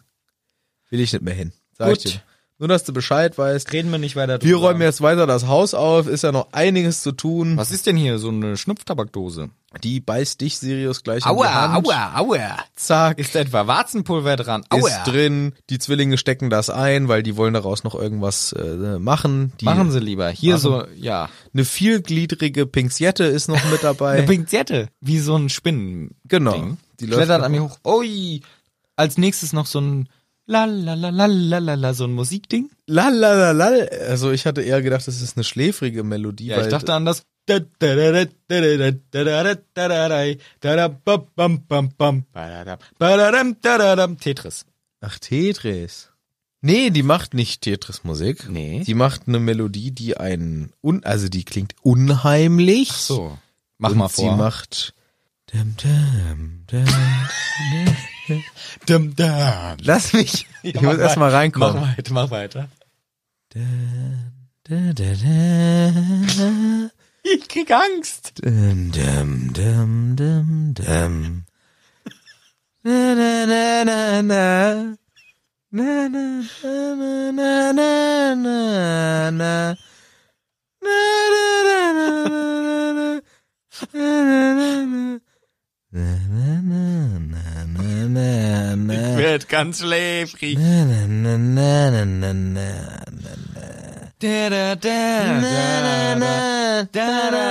[SPEAKER 2] Will ich nicht mehr hin. Sag
[SPEAKER 1] Gut.
[SPEAKER 2] ich dir. Nur, dass du Bescheid weißt.
[SPEAKER 1] Reden wir nicht weiter
[SPEAKER 2] Wir räumen jetzt weiter das Haus auf. Ist ja noch einiges zu tun.
[SPEAKER 1] Was ist denn hier? So eine Schnupftabakdose.
[SPEAKER 2] Die beißt dich, Sirius, gleich in die Hand.
[SPEAKER 1] aua.
[SPEAKER 2] Zack.
[SPEAKER 1] Ist da etwa Warzenpulver dran?
[SPEAKER 2] ist drin. Die Zwillinge stecken das ein, weil die wollen daraus noch irgendwas äh, machen. Die,
[SPEAKER 1] Machen sie lieber. Hier so, ja.
[SPEAKER 2] Eine vielgliedrige Pinzette ist noch mit
[SPEAKER 1] [laughs] Eine
[SPEAKER 2] dabei.
[SPEAKER 1] Pinzette. Wie so ein Spinnen.
[SPEAKER 2] Genau.
[SPEAKER 1] Ding.
[SPEAKER 2] Die läuft
[SPEAKER 1] Klettert
[SPEAKER 2] noch
[SPEAKER 1] an mir hoch. Ui. Als nächstes noch so ein la la la la la la la so ein Musikding.
[SPEAKER 2] Lalalala. Also ich hatte eher gedacht, das ist eine schläfrige Melodie.
[SPEAKER 1] Ja, ich
[SPEAKER 2] weil-
[SPEAKER 1] dachte an das. Tetris.
[SPEAKER 2] Ach, Tetris. Nee, die macht nicht Tetris-Musik.
[SPEAKER 1] Nee.
[SPEAKER 2] Die macht eine Melodie, die einen, un also die klingt unheimlich. Ach
[SPEAKER 1] So. Mach
[SPEAKER 2] Und
[SPEAKER 1] mal
[SPEAKER 2] Sie
[SPEAKER 1] vor.
[SPEAKER 2] macht. Dum, dum, dum.
[SPEAKER 1] Dum, dum.
[SPEAKER 2] Lass mich. ich
[SPEAKER 1] mach
[SPEAKER 2] muss erst mal
[SPEAKER 1] Mach
[SPEAKER 2] reinkommen.
[SPEAKER 1] weiter, mach weiter.
[SPEAKER 2] Da, da, da.
[SPEAKER 1] Ich krieg Angst.
[SPEAKER 2] Dum, dum, dum, dum, dum. Na, na, na, na, na. Na, na, na, na, na, na, na, na. Na, na, na, na, na, na, na. Na, na, na, na. Na, na, na, na, na, na.
[SPEAKER 7] Wird ganz schläfrig.
[SPEAKER 2] Na, na, na, na, na, na, na, na.
[SPEAKER 1] Da, da, da, da, da.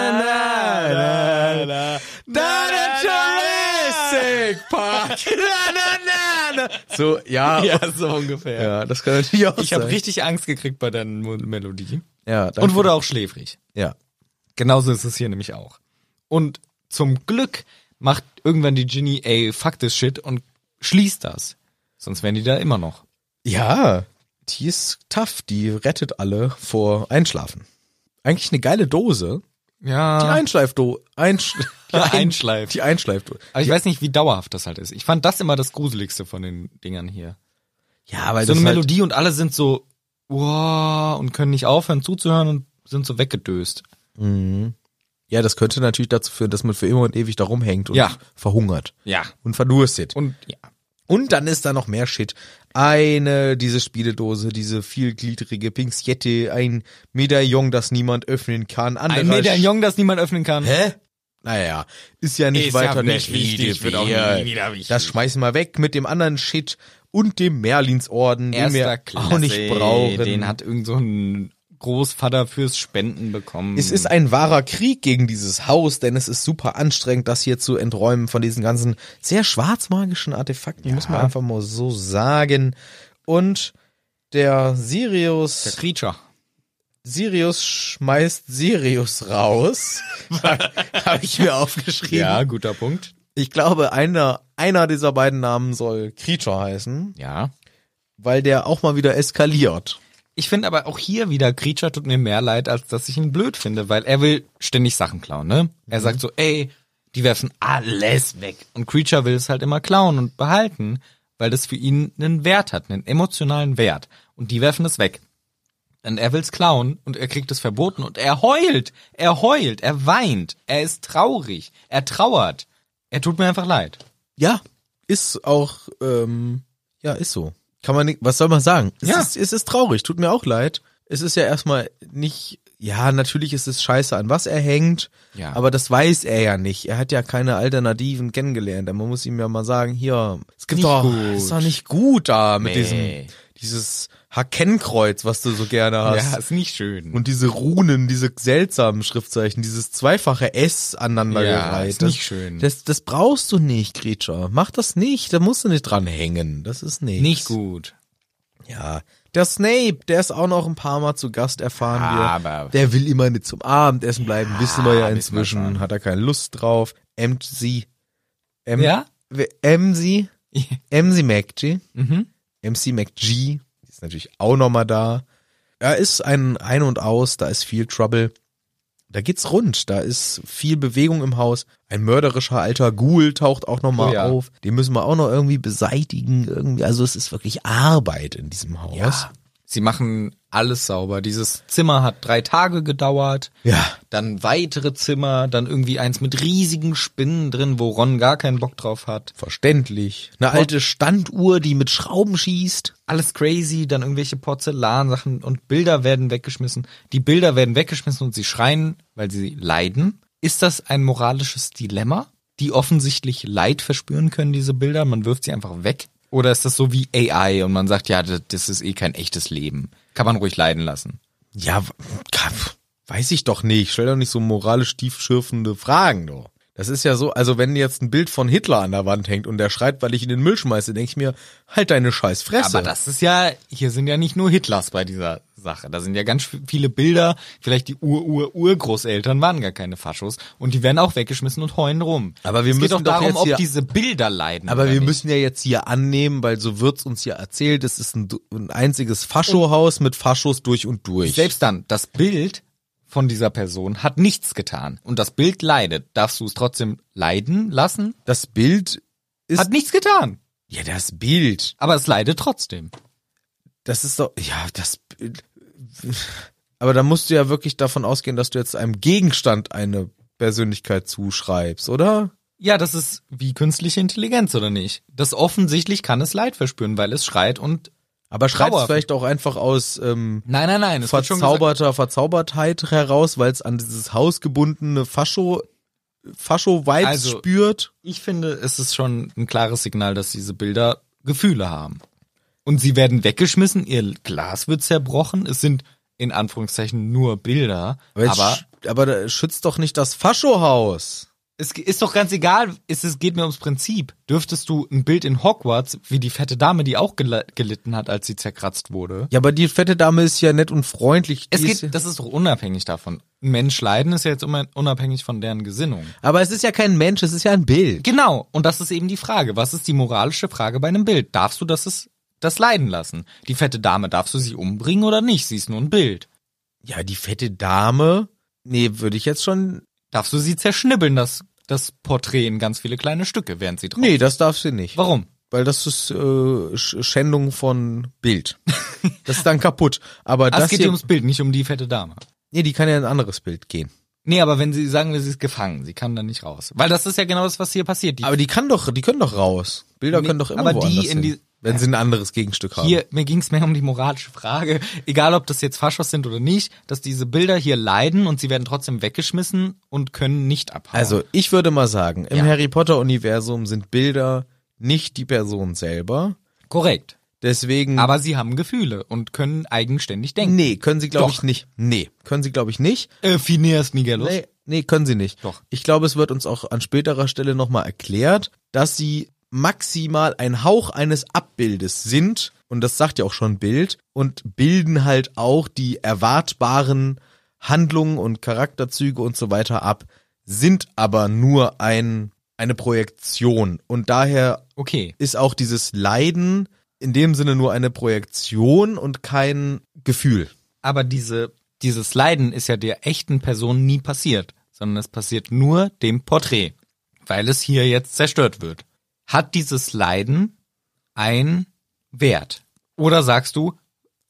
[SPEAKER 2] So, ja.
[SPEAKER 1] Ja, so ungefähr.
[SPEAKER 2] Ja, das kann natürlich auch
[SPEAKER 1] Ich
[SPEAKER 2] sein.
[SPEAKER 1] habe richtig Angst gekriegt bei deiner Mo- Melodie.
[SPEAKER 2] ja,
[SPEAKER 1] Und wurde auch schläfrig.
[SPEAKER 2] ja.
[SPEAKER 1] Genauso ist es hier nämlich auch. Und zum Glück macht irgendwann die Ginny, ey, fuck this shit und schließt das. Sonst wären die da immer noch.
[SPEAKER 2] Ja, die ist tough. Die rettet alle vor Einschlafen. Eigentlich eine geile Dose. Die
[SPEAKER 1] Ja,
[SPEAKER 2] Einschleifdose. [laughs] Einsch
[SPEAKER 1] die einschleift.
[SPEAKER 2] die Einschleifdose.
[SPEAKER 1] Aber ich weiß nicht, wie dauerhaft das halt ist. Ich fand das immer das Gruseligste von den Dingern hier.
[SPEAKER 2] Ja, weil
[SPEAKER 1] So
[SPEAKER 2] das
[SPEAKER 1] eine
[SPEAKER 2] halt-
[SPEAKER 1] Melodie und alle sind so, wow, und können nicht aufhören zuzuhören und sind so weggedöst.
[SPEAKER 2] Ja, das könnte natürlich dazu führen, dass man für immer und ewig da rumhängt und
[SPEAKER 1] Ja.
[SPEAKER 2] verhungert.
[SPEAKER 1] Ja.
[SPEAKER 2] Und verdurstet.
[SPEAKER 1] Und ja.
[SPEAKER 2] Und dann ist da noch mehr Shit. Eine, diese Spieledose, diese vielgliedrige Pinzette, ein Medaillon, das niemand öffnen kann. Anderer
[SPEAKER 1] Ein Medaillon, das niemand öffnen kann.
[SPEAKER 2] Hä? Naja, ist ja nicht weiter nicht wichtig. Wird auch nie wieder wichtig. Das schmeißen wir weg mit dem anderen Shit und dem Merlinsorden, den wir auch nicht brauchen.
[SPEAKER 1] Den hat irgend so ein Großvater fürs Spenden bekommen.
[SPEAKER 2] es ist ein wahrer Krieg gegen dieses Haus, denn es ist super anstrengend, das hier zu enträumen von diesen ganzen sehr schwarzmagischen Artefakten, muss man einfach mal so sagen. Und der Sirius.
[SPEAKER 1] der Creature.
[SPEAKER 2] Sirius schmeißt Sirius raus. [laughs] Habe ich mir aufgeschrieben.
[SPEAKER 1] guter Punkt.
[SPEAKER 2] Ich glaube, einer, einer dieser beiden Namen soll Creature heißen,
[SPEAKER 1] Ja.
[SPEAKER 2] weil der auch mal wieder eskaliert.
[SPEAKER 1] Ich finde aber auch hier wieder, Creature tut mir mehr leid, als dass ich ihn blöd finde, weil er will ständig Sachen klauen, ne? Er sagt so, ey, die werfen alles weg. Und Creature will es halt immer klauen und behalten, weil das für ihn einen Wert hat, einen emotionalen Wert. Und die werfen es weg. Und er will's klauen und er kriegt es verboten und er heult, er heult, er weint, er ist traurig, er trauert. Er tut mir einfach leid.
[SPEAKER 2] Ja, ist auch, ähm, ja, ist so. Kann man, nicht- was soll man sagen? Es,
[SPEAKER 1] Ja.
[SPEAKER 2] ist, es ist traurig, tut mir auch leid. Es ist ja erstmal nicht, ja, natürlich ist es scheiße, an was er hängt,
[SPEAKER 1] Ja.
[SPEAKER 2] aber das weiß er ja nicht. Er hat ja keine Alternativen kennengelernt. Man muss ihm ja mal sagen, hier, es gibt
[SPEAKER 1] Nicht
[SPEAKER 2] doch,
[SPEAKER 1] gut.
[SPEAKER 2] ist doch nicht gut da mit
[SPEAKER 1] Nee.
[SPEAKER 2] diesem, dieses Hakenkreuz, was du so gerne hast.
[SPEAKER 1] Ja, ist nicht schön.
[SPEAKER 2] Und diese Runen, diese seltsamen Schriftzeichen, dieses zweifache S
[SPEAKER 1] ja,
[SPEAKER 2] aneinandergereiht.
[SPEAKER 1] ist
[SPEAKER 2] das-
[SPEAKER 1] nicht schön.
[SPEAKER 2] das, das brauchst du nicht, Creature. Mach das nicht. Da musst du nicht dran hängen. Das ist nichts.
[SPEAKER 1] nicht gut.
[SPEAKER 2] Ja. Der Snape, der ist auch noch ein paar Mal zu Gast, erfahren
[SPEAKER 1] Aber-
[SPEAKER 2] wir. Der will immer nicht zum Abendessen bleiben, wissen wir ja
[SPEAKER 1] wissen wir
[SPEAKER 2] inzwischen.
[SPEAKER 1] schon.
[SPEAKER 2] Hat er keine Lust drauf. MC. M
[SPEAKER 1] Ja?
[SPEAKER 2] W-
[SPEAKER 1] [laughs]
[SPEAKER 2] MC. MC McG. MC McG. Ist natürlich auch nochmal da. Er ist ein Ein und Aus. Da ist viel Trouble. Da geht's rund. Da ist viel Bewegung im Haus. Ein mörderischer alter Ghoul taucht auch nochmal
[SPEAKER 1] Oh ja.
[SPEAKER 2] auf. Den müssen wir auch noch irgendwie beseitigen. Irgendwie. Also es ist wirklich Arbeit in diesem Haus.
[SPEAKER 1] Sie machen alles sauber. Dieses Zimmer hat drei Tage gedauert.
[SPEAKER 2] Ja.
[SPEAKER 1] Dann weitere Zimmer, dann irgendwie eins mit riesigen Spinnen drin, wo Ron gar keinen Bock drauf hat.
[SPEAKER 2] Verständlich. Eine alte Standuhr, die mit Schrauben schießt.
[SPEAKER 1] Alles crazy, dann irgendwelche Porzellansachen und Bilder werden weggeschmissen. Die Bilder werden weggeschmissen und sie schreien, weil sie leiden. Ist das ein moralisches Dilemma? Die offensichtlich Leid verspüren können, diese Bilder, man wirft sie einfach weg? Oder ist das so wie AI und man sagt, ja, das das ist eh kein echtes Leben. Kann man ruhig leiden lassen.
[SPEAKER 2] Ja, w- ka- weiß ich doch nicht. Stell doch nicht so moralisch tiefschürfende Fragen, doch. Das ist ja so, also wenn jetzt ein Bild von Hitler an der Wand hängt und der schreit, weil ich in den Müll schmeiße, denke ich mir, halt deine scheiß Fresse.
[SPEAKER 1] Aber das ist ja, hier sind ja nicht nur Hitlers bei dieser Sache. Da sind ja ganz viele Bilder. Vielleicht die Ur-Ur-Urgroßeltern waren gar keine Faschos. Und die werden auch weggeschmissen und heulen rum.
[SPEAKER 2] Aber wir
[SPEAKER 1] es
[SPEAKER 2] müssen
[SPEAKER 1] geht doch
[SPEAKER 2] doch
[SPEAKER 1] darum,
[SPEAKER 2] jetzt
[SPEAKER 1] ob
[SPEAKER 2] hier-
[SPEAKER 1] diese Bilder leiden.
[SPEAKER 2] Aber
[SPEAKER 1] oder
[SPEAKER 2] wir
[SPEAKER 1] nicht.
[SPEAKER 2] müssen ja jetzt hier annehmen, weil so wird's uns ja erzählt, es ist ein, du- ein einziges Faschohaus mit Faschos durch und durch.
[SPEAKER 1] Selbst dann, das Bild von dieser Person hat nichts getan. Und das Bild leidet. Darfst du es trotzdem leiden lassen?
[SPEAKER 2] das Bild ist,
[SPEAKER 1] Hat nichts getan.
[SPEAKER 2] ja, das Bild,
[SPEAKER 1] Aber es leidet trotzdem.
[SPEAKER 2] das ist doch, ja, das Bild. Aber da musst du ja wirklich davon ausgehen, dass du jetzt einem Gegenstand eine Persönlichkeit zuschreibst, oder?
[SPEAKER 1] Ja, das ist wie künstliche Intelligenz, oder nicht? Das offensichtlich kann es Leid verspüren, weil es schreit und...
[SPEAKER 2] Aber schreibt es
[SPEAKER 1] Trauer.
[SPEAKER 2] vielleicht auch einfach aus ähm,
[SPEAKER 1] Nein, nein, nein. Es wird schon gesagt,
[SPEAKER 2] verzauberter Verzaubertheit heraus, weil es an dieses hausgebundene Fascho Fascho Vibes
[SPEAKER 1] Also-
[SPEAKER 2] spürt.
[SPEAKER 1] ich finde, es ist schon ein klares Signal, dass diese Bilder Gefühle haben. Und sie werden weggeschmissen, ihr Glas wird zerbrochen, es sind in Anführungszeichen nur Bilder,
[SPEAKER 2] Aber, jetzt
[SPEAKER 1] aber
[SPEAKER 2] sch- aber da schützt doch nicht das Faschohaus.
[SPEAKER 1] es ge- ist doch ganz egal, es ist- geht mir ums Prinzip. Dürftest du ein Bild in Hogwarts, wie die fette Dame, die auch gel gelitten hat, als sie zerkratzt wurde?
[SPEAKER 2] Ja, aber die fette Dame ist ja nett und freundlich.
[SPEAKER 1] Es
[SPEAKER 2] Die ist,
[SPEAKER 1] geht, das ist doch unabhängig davon. Ein Mensch leiden ist ja jetzt immer unabhängig von deren Gesinnung.
[SPEAKER 2] aber es ist ja kein Mensch, es ist ja ein Bild.
[SPEAKER 1] Genau, und das ist eben die Frage. Was ist die moralische Frage bei einem Bild? Darfst du das, es- das leiden lassen? Die fette Dame, darfst du sie umbringen oder nicht? Sie ist nur ein Bild.
[SPEAKER 2] Ja, die fette Dame. Nee, würde ich jetzt schon.
[SPEAKER 1] Darfst du sie zerschnibbeln, das, das Porträt in ganz viele kleine Stücke, während sie drauf
[SPEAKER 2] Nee, das darf sie nicht.
[SPEAKER 1] Warum?
[SPEAKER 2] Weil das ist äh, Sch- Schändung von
[SPEAKER 1] [laughs]
[SPEAKER 2] Bild. Das ist dann kaputt. Aber
[SPEAKER 1] Das,
[SPEAKER 2] das
[SPEAKER 1] geht
[SPEAKER 2] hier,
[SPEAKER 1] hier ums Bild, nicht um die fette Dame.
[SPEAKER 2] nee, die kann ja in ein anderes Bild gehen.
[SPEAKER 1] Nee, aber wenn sie sagen, wir, sie ist gefangen, sie kann dann nicht raus. Weil das ist ja genau das, was hier passiert. Die
[SPEAKER 2] Aber die kann doch, die können doch raus. Bilder
[SPEAKER 1] Nee,
[SPEAKER 2] können doch immer
[SPEAKER 1] aber die
[SPEAKER 2] woanders
[SPEAKER 1] in
[SPEAKER 2] hin,
[SPEAKER 1] die-
[SPEAKER 2] wenn sie ein anderes Gegenstück haben.
[SPEAKER 1] Hier, mir ging es mehr um die moralische Frage. Egal, ob das jetzt Faschos sind oder nicht, dass diese Bilder hier leiden und sie werden trotzdem weggeschmissen und können nicht abhauen.
[SPEAKER 2] Also ich würde mal sagen, im
[SPEAKER 1] Ja.
[SPEAKER 2] Harry Potter Universum sind Bilder nicht die Person selber.
[SPEAKER 1] korrekt.
[SPEAKER 2] Deswegen.
[SPEAKER 1] Aber sie haben Gefühle und können eigenständig denken.
[SPEAKER 2] nee, können sie glaube
[SPEAKER 1] Doch.
[SPEAKER 2] ich nicht. Nee, können sie glaube ich nicht.
[SPEAKER 1] Äh, Phineas Nigelus.
[SPEAKER 2] Nee, nee, können sie nicht.
[SPEAKER 1] Doch.
[SPEAKER 2] Ich glaube, es wird uns auch an späterer Stelle nochmal erklärt, dass sie maximal ein Hauch eines Abbildes sind. Und das sagt ja auch schon Bild. Und bilden halt auch die erwartbaren Handlungen und Charakterzüge und so weiter ab. Sind aber nur ein, eine Projektion. Und daher
[SPEAKER 1] Okay.
[SPEAKER 2] ist auch dieses Leiden in dem Sinne nur eine Projektion und kein Gefühl.
[SPEAKER 1] Aber diese, dieses Leiden ist ja der echten Person nie passiert, sondern es passiert nur dem Porträt, weil es hier jetzt zerstört wird. Hat dieses Leiden ein Wert? Oder sagst du,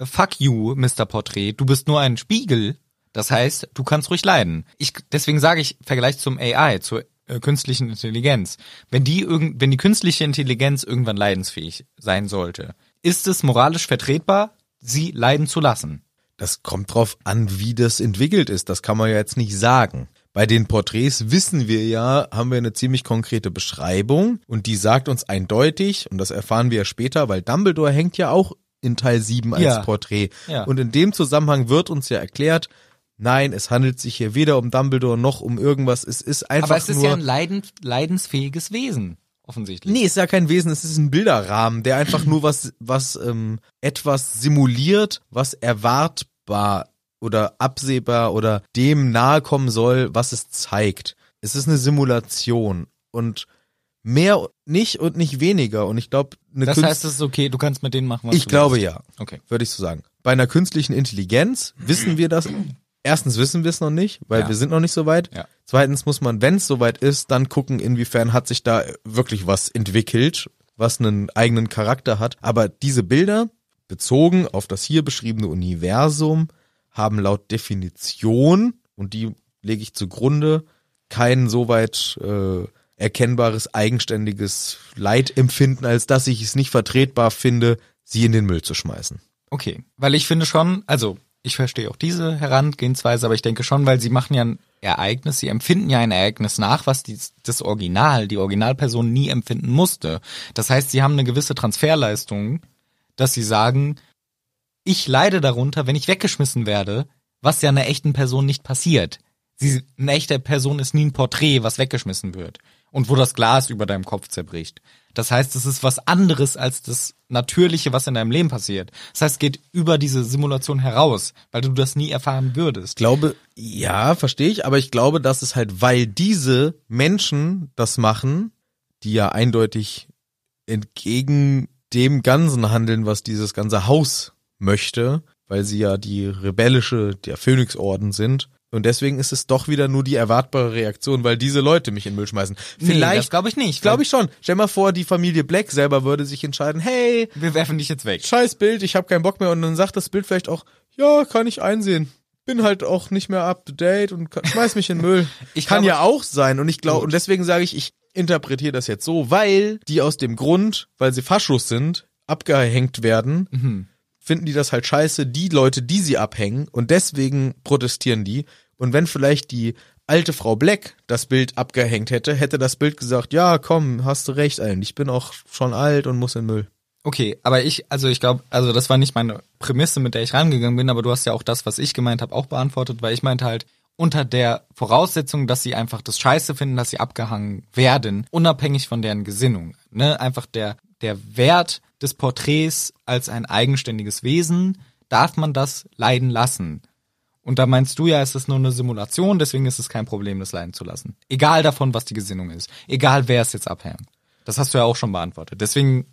[SPEAKER 1] fuck you, Mr. Porträt, du bist nur ein Spiegel. Das heißt, du kannst ruhig leiden. Ich, deswegen sage ich, Vergleich zum AI, zur äh, künstlichen Intelligenz. Wenn die, irgend, wenn die künstliche Intelligenz irgendwann leidensfähig sein sollte, ist es moralisch vertretbar, sie leiden zu lassen?
[SPEAKER 2] Das kommt drauf an, wie das entwickelt ist. Das kann man ja jetzt nicht sagen. Bei den Porträts wissen wir ja, haben wir eine ziemlich konkrete Beschreibung und die sagt uns eindeutig, und das erfahren wir ja später, weil Dumbledore hängt ja auch in Teil 7 als
[SPEAKER 1] Ja.
[SPEAKER 2] Porträt.
[SPEAKER 1] Ja.
[SPEAKER 2] Und in dem Zusammenhang wird uns ja erklärt, nein, es handelt sich hier weder um Dumbledore noch um irgendwas. Es ist einfach
[SPEAKER 1] Aber es ist
[SPEAKER 2] nur
[SPEAKER 1] ja ein leiden, leidensfähiges Wesen, offensichtlich.
[SPEAKER 2] Nee, ist ja kein Wesen, es ist ein Bilderrahmen, der einfach nur was, was ähm, etwas simuliert, was erwartbar oder absehbar oder dem nahe kommen soll, was es zeigt. Es ist eine Simulation und mehr nicht und nicht weniger. Und ich glaube, eine
[SPEAKER 1] Das
[SPEAKER 2] Künst-
[SPEAKER 1] heißt, es ist okay, du kannst mit denen machen, was
[SPEAKER 2] ich
[SPEAKER 1] du
[SPEAKER 2] glaube
[SPEAKER 1] willst.
[SPEAKER 2] ja.
[SPEAKER 1] Okay.
[SPEAKER 2] Würde ich so sagen. Bei einer künstlichen Intelligenz wissen wir das. Erstens wissen wir es noch nicht, weil
[SPEAKER 1] Ja.
[SPEAKER 2] wir sind noch nicht so weit.
[SPEAKER 1] Ja.
[SPEAKER 2] Zweitens muss man, wenn es soweit ist, dann gucken, inwiefern hat sich da wirklich was entwickelt, was einen eigenen Charakter hat. Aber diese Bilder, bezogen auf das hier beschriebene Universum, haben laut Definition, und die lege ich zugrunde, kein soweit äh, erkennbares, eigenständiges Leidempfinden, als dass ich es nicht vertretbar finde, sie in den Müll zu schmeißen.
[SPEAKER 1] Okay. Weil ich finde schon, also ich verstehe auch diese Herangehensweise, aber ich denke schon, weil sie machen ja ein Ereignis, sie empfinden ja ein Ereignis nach, was die, das Original, die Originalperson nie empfinden musste. Das heißt, sie haben eine gewisse Transferleistung, dass sie sagen, ich leide darunter, wenn ich weggeschmissen werde, was ja einer echten Person nicht passiert. Sie, eine echte Person ist nie ein Porträt, was weggeschmissen wird und wo das Glas über deinem Kopf zerbricht. Das heißt, es ist was anderes als das Natürliche, was in deinem Leben passiert. Das heißt, es geht über diese Simulation heraus, weil du das nie erfahren würdest.
[SPEAKER 2] Ich glaube, ja, verstehe ich, aber ich glaube, dass es halt, weil diese Menschen das machen, die ja eindeutig entgegen dem Ganzen handeln, was dieses ganze Haus möchte, weil sie ja die rebellische, der Phönixorden sind. Und deswegen ist es doch wieder nur die erwartbare Reaktion, weil diese Leute mich in den Müll schmeißen.
[SPEAKER 1] das glaube ich nicht.
[SPEAKER 2] Glaube ich schon. Stell mal vor, die Familie Black selber würde sich entscheiden, hey,
[SPEAKER 1] Wir werfen dich jetzt weg.
[SPEAKER 2] scheiß Bild, ich habe keinen Bock mehr. Und dann sagt das Bild vielleicht auch, ja, kann ich einsehen. Bin halt auch nicht mehr up to date und kann, schmeiß mich in den Müll.
[SPEAKER 1] [laughs] Ich
[SPEAKER 2] kann
[SPEAKER 1] glaube-
[SPEAKER 2] ja auch sein. Und ich glaube, und deswegen sage ich, ich interpretiere das jetzt so, weil die aus dem Grund, weil sie Faschos sind, abgehängt werden,
[SPEAKER 1] Mhm.
[SPEAKER 2] finden die das halt scheiße, die Leute, die sie abhängen. Und deswegen protestieren die. Und wenn vielleicht die alte Frau Black das Bild abgehängt hätte, hätte das Bild gesagt, ja, komm, hast du recht eigentlich, ich bin auch schon alt und muss in den Müll.
[SPEAKER 1] Okay, aber ich, also ich glaube, also das war nicht meine Prämisse, mit der ich rangegangen bin, aber du hast ja auch das, was ich gemeint habe, auch beantwortet, weil ich meinte halt, unter der Voraussetzung, dass sie einfach das Scheiße finden, dass sie abgehangen werden, unabhängig von deren Gesinnung. Ne? Einfach der, der Wert des Porträts als ein eigenständiges Wesen, darf man das leiden lassen. Und da meinst du ja, es ist nur eine Simulation, deswegen ist es kein Problem, das leiden zu lassen. Egal davon, was die Gesinnung ist. Egal, wer es jetzt abhängt. Das hast du ja auch schon beantwortet. Deswegen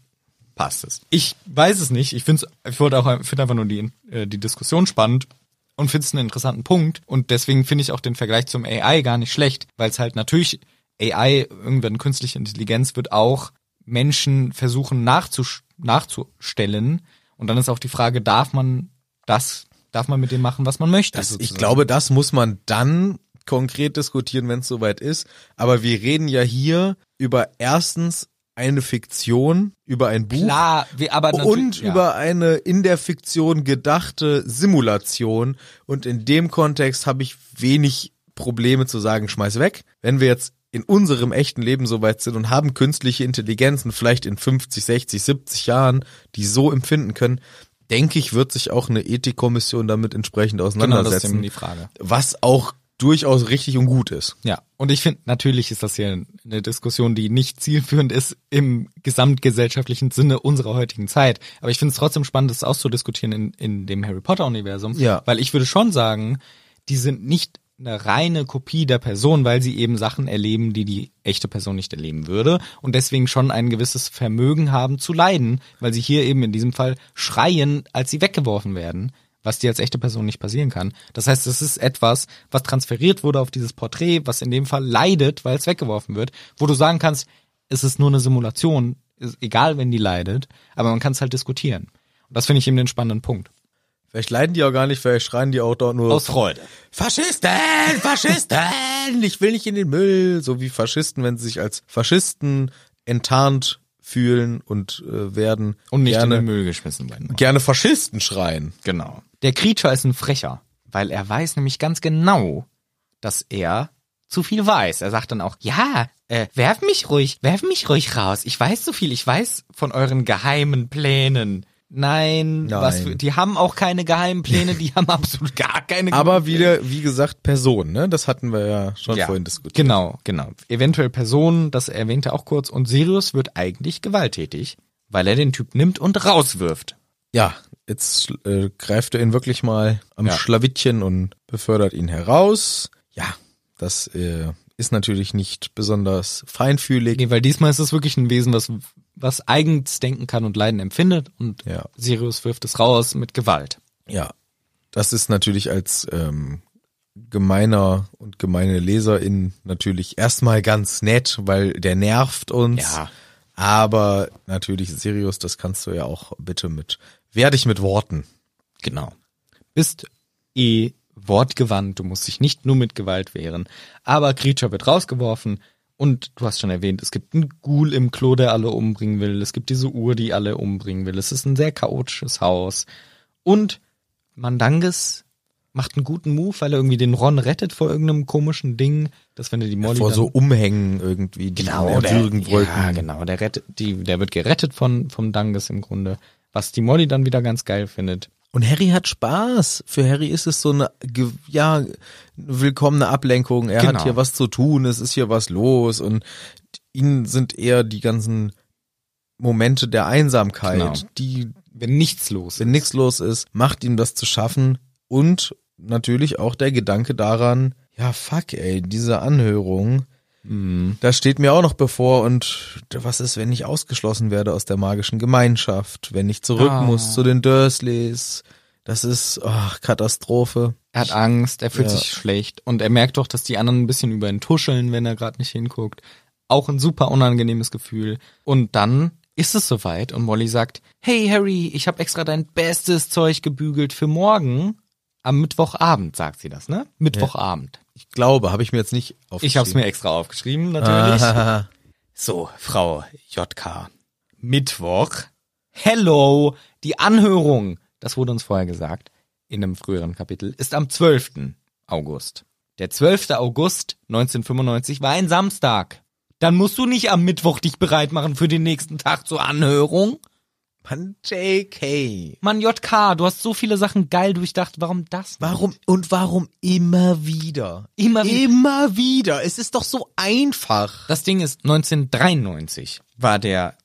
[SPEAKER 1] passt es. Ich weiß es nicht. Ich finde ich wollte auch find einfach nur die, äh, die Diskussion spannend und finde es einen interessanten Punkt. Und deswegen finde ich auch den Vergleich zum AI gar nicht schlecht, weil es halt natürlich AI, irgendwann künstliche Intelligenz wird auch Menschen versuchen nachzusch- nachzustellen. Und dann ist auch die Frage, darf man das, darf man mit dem machen, was man möchte?
[SPEAKER 2] Das, ich
[SPEAKER 1] sozusagen?
[SPEAKER 2] glaube, das muss man dann konkret diskutieren, wenn es soweit ist. Aber wir reden ja hier über erstens eine Fiktion, über ein Buch
[SPEAKER 1] Klar, wir, aber natürlich-
[SPEAKER 2] und
[SPEAKER 1] ja.
[SPEAKER 2] über eine in der Fiktion gedachte Simulation. Und in dem Kontext habe ich wenig Probleme zu sagen, schmeiß weg. Wenn wir jetzt in unserem echten Leben soweit sind und haben künstliche Intelligenzen vielleicht in 50, 60, 70 Jahren, die so empfinden können, denke ich, wird sich auch eine Ethikkommission damit entsprechend
[SPEAKER 1] genau, das ist
[SPEAKER 2] auseinandersetzen
[SPEAKER 1] eben die Frage.
[SPEAKER 2] was auch durchaus richtig und gut ist.
[SPEAKER 1] Ja, und ich finde, natürlich ist das hier eine Diskussion, die nicht zielführend ist im gesamtgesellschaftlichen Sinne unserer heutigen Zeit. Aber ich finde es trotzdem spannend, das auszudiskutieren in, in dem Harry Potter-Universum.
[SPEAKER 2] Ja.
[SPEAKER 1] Weil ich würde schon sagen, die sind nicht eine reine Kopie der Person, weil sie eben Sachen erleben, die die echte Person nicht erleben würde und deswegen schon ein gewisses Vermögen haben zu leiden, weil sie hier eben in diesem Fall schreien, als sie weggeworfen werden, was dir als echte Person nicht passieren kann. Das heißt, es ist etwas, was transferiert wurde auf dieses Porträt, was in dem Fall leidet, weil es weggeworfen wird, wo du sagen kannst, es ist nur eine Simulation, ist egal, wenn die leidet, aber man kann es halt diskutieren. Und das finde ich eben den spannenden Punkt.
[SPEAKER 2] Vielleicht leiden die auch gar nicht, vielleicht schreien die auch dort nur
[SPEAKER 1] Aus Freude.
[SPEAKER 2] Faschisten, Faschisten, ich will nicht in den Müll. So wie Faschisten, wenn sie sich als Faschisten enttarnt fühlen und äh, werden
[SPEAKER 1] Und nicht
[SPEAKER 2] gerne,
[SPEAKER 1] in den Müll geschmissen werden.
[SPEAKER 2] gerne Faschisten schreien.
[SPEAKER 1] Genau. Der Creature ist ein Frecher, weil er weiß nämlich ganz genau, dass er zu viel weiß. Er sagt dann auch, ja, äh, werf mich ruhig, werf mich ruhig raus. Ich weiß so viel, ich weiß von euren geheimen Plänen. Nein,
[SPEAKER 2] Nein.
[SPEAKER 1] Was für, die haben auch keine geheimen Pläne, die haben [laughs] absolut gar keine.
[SPEAKER 2] Aber wieder, wie gesagt, Personen, ne? Das hatten wir ja schon
[SPEAKER 1] Ja.
[SPEAKER 2] vorhin diskutiert.
[SPEAKER 1] Genau, genau. Eventuell Personen, das erwähnte er auch kurz. Und Sirius wird eigentlich gewalttätig, weil er den Typ nimmt und rauswirft.
[SPEAKER 2] Ja, jetzt äh, greift er ihn wirklich mal am
[SPEAKER 1] Ja.
[SPEAKER 2] Schlawittchen und befördert ihn heraus. Ja, das äh, ist natürlich nicht besonders feinfühlig.
[SPEAKER 1] Nee, weil diesmal ist es wirklich ein Wesen, was, was eigens denken kann und Leiden empfindet und
[SPEAKER 2] Ja.
[SPEAKER 1] Sirius wirft es raus mit Gewalt.
[SPEAKER 2] Ja, das ist natürlich als ähm, gemeiner und gemeine Leserin natürlich erstmal ganz nett, weil der nervt uns.
[SPEAKER 1] Ja.
[SPEAKER 2] Aber natürlich, Sirius, das kannst du ja auch bitte mit, wehr dich mit Worten.
[SPEAKER 1] Genau. Bist eh wortgewandt, du musst dich nicht nur mit Gewalt wehren. Aber Creature wird rausgeworfen und du hast schon erwähnt, es gibt einen Ghoul im Klo, der alle umbringen will. Es gibt diese Uhr, die alle umbringen will. Es ist ein sehr chaotisches Haus. Und Mandanges macht einen guten Move, weil er irgendwie den Ron rettet vor irgendeinem komischen Ding, dass wenn er die Molly
[SPEAKER 2] Vor
[SPEAKER 1] dann-
[SPEAKER 2] so Umhängen irgendwie, die ihn erwürgen wollten.
[SPEAKER 1] Genau, Ja, genau. Der, rettet, die, der wird gerettet von, vom Danges im Grunde. Was die Molly dann wieder ganz geil findet.
[SPEAKER 2] Und Harry hat Spaß. Für Harry ist es so eine ge- ja willkommene Ablenkung. Er
[SPEAKER 1] Genau.
[SPEAKER 2] hat hier was zu tun, es ist hier was los und ihnen sind eher die ganzen Momente der Einsamkeit,
[SPEAKER 1] Genau.
[SPEAKER 2] die
[SPEAKER 1] Wenn nichts los
[SPEAKER 2] wenn nichts los ist, macht ihm das zu schaffen und natürlich auch der Gedanke daran, ja fuck ey, diese Anhörung,
[SPEAKER 1] Mhm.
[SPEAKER 2] das steht mir auch noch bevor und was ist, wenn ich ausgeschlossen werde aus der magischen Gemeinschaft, wenn ich zurück
[SPEAKER 1] Ah.
[SPEAKER 2] muss zu den Dursleys, das ist ach, Katastrophe.
[SPEAKER 1] Er hat Angst, er fühlt
[SPEAKER 2] Ja.
[SPEAKER 1] sich schlecht und er merkt doch, dass die anderen ein bisschen über ihn tuscheln, wenn er gerade nicht hinguckt. Auch ein super unangenehmes Gefühl. Und dann ist es soweit und Molly sagt, hey Harry, ich habe extra dein bestes Zeug gebügelt für morgen. Am Mittwochabend sagt sie das, ne? Mittwochabend.
[SPEAKER 2] Ich glaube, habe ich mir jetzt nicht aufgeschrieben.
[SPEAKER 1] Ich habe es mir extra aufgeschrieben, natürlich.
[SPEAKER 2] Ah.
[SPEAKER 1] So, Frau JK. Mittwoch. Hello, die Anhörung, das wurde uns vorher gesagt, in einem früheren Kapitel, ist am 12. August. Der 12. August 1995 war ein Samstag. Dann musst du nicht am Mittwoch dich bereit machen für den nächsten Tag zur Anhörung.
[SPEAKER 2] [laughs] Mann, JK.
[SPEAKER 1] Mann, JK, du hast so viele Sachen geil durchdacht, warum das? nicht?
[SPEAKER 2] Warum und warum immer wieder?
[SPEAKER 1] Immer wieder.
[SPEAKER 2] Immer wieder. Es ist doch so einfach.
[SPEAKER 1] Das Ding ist, 1993 war der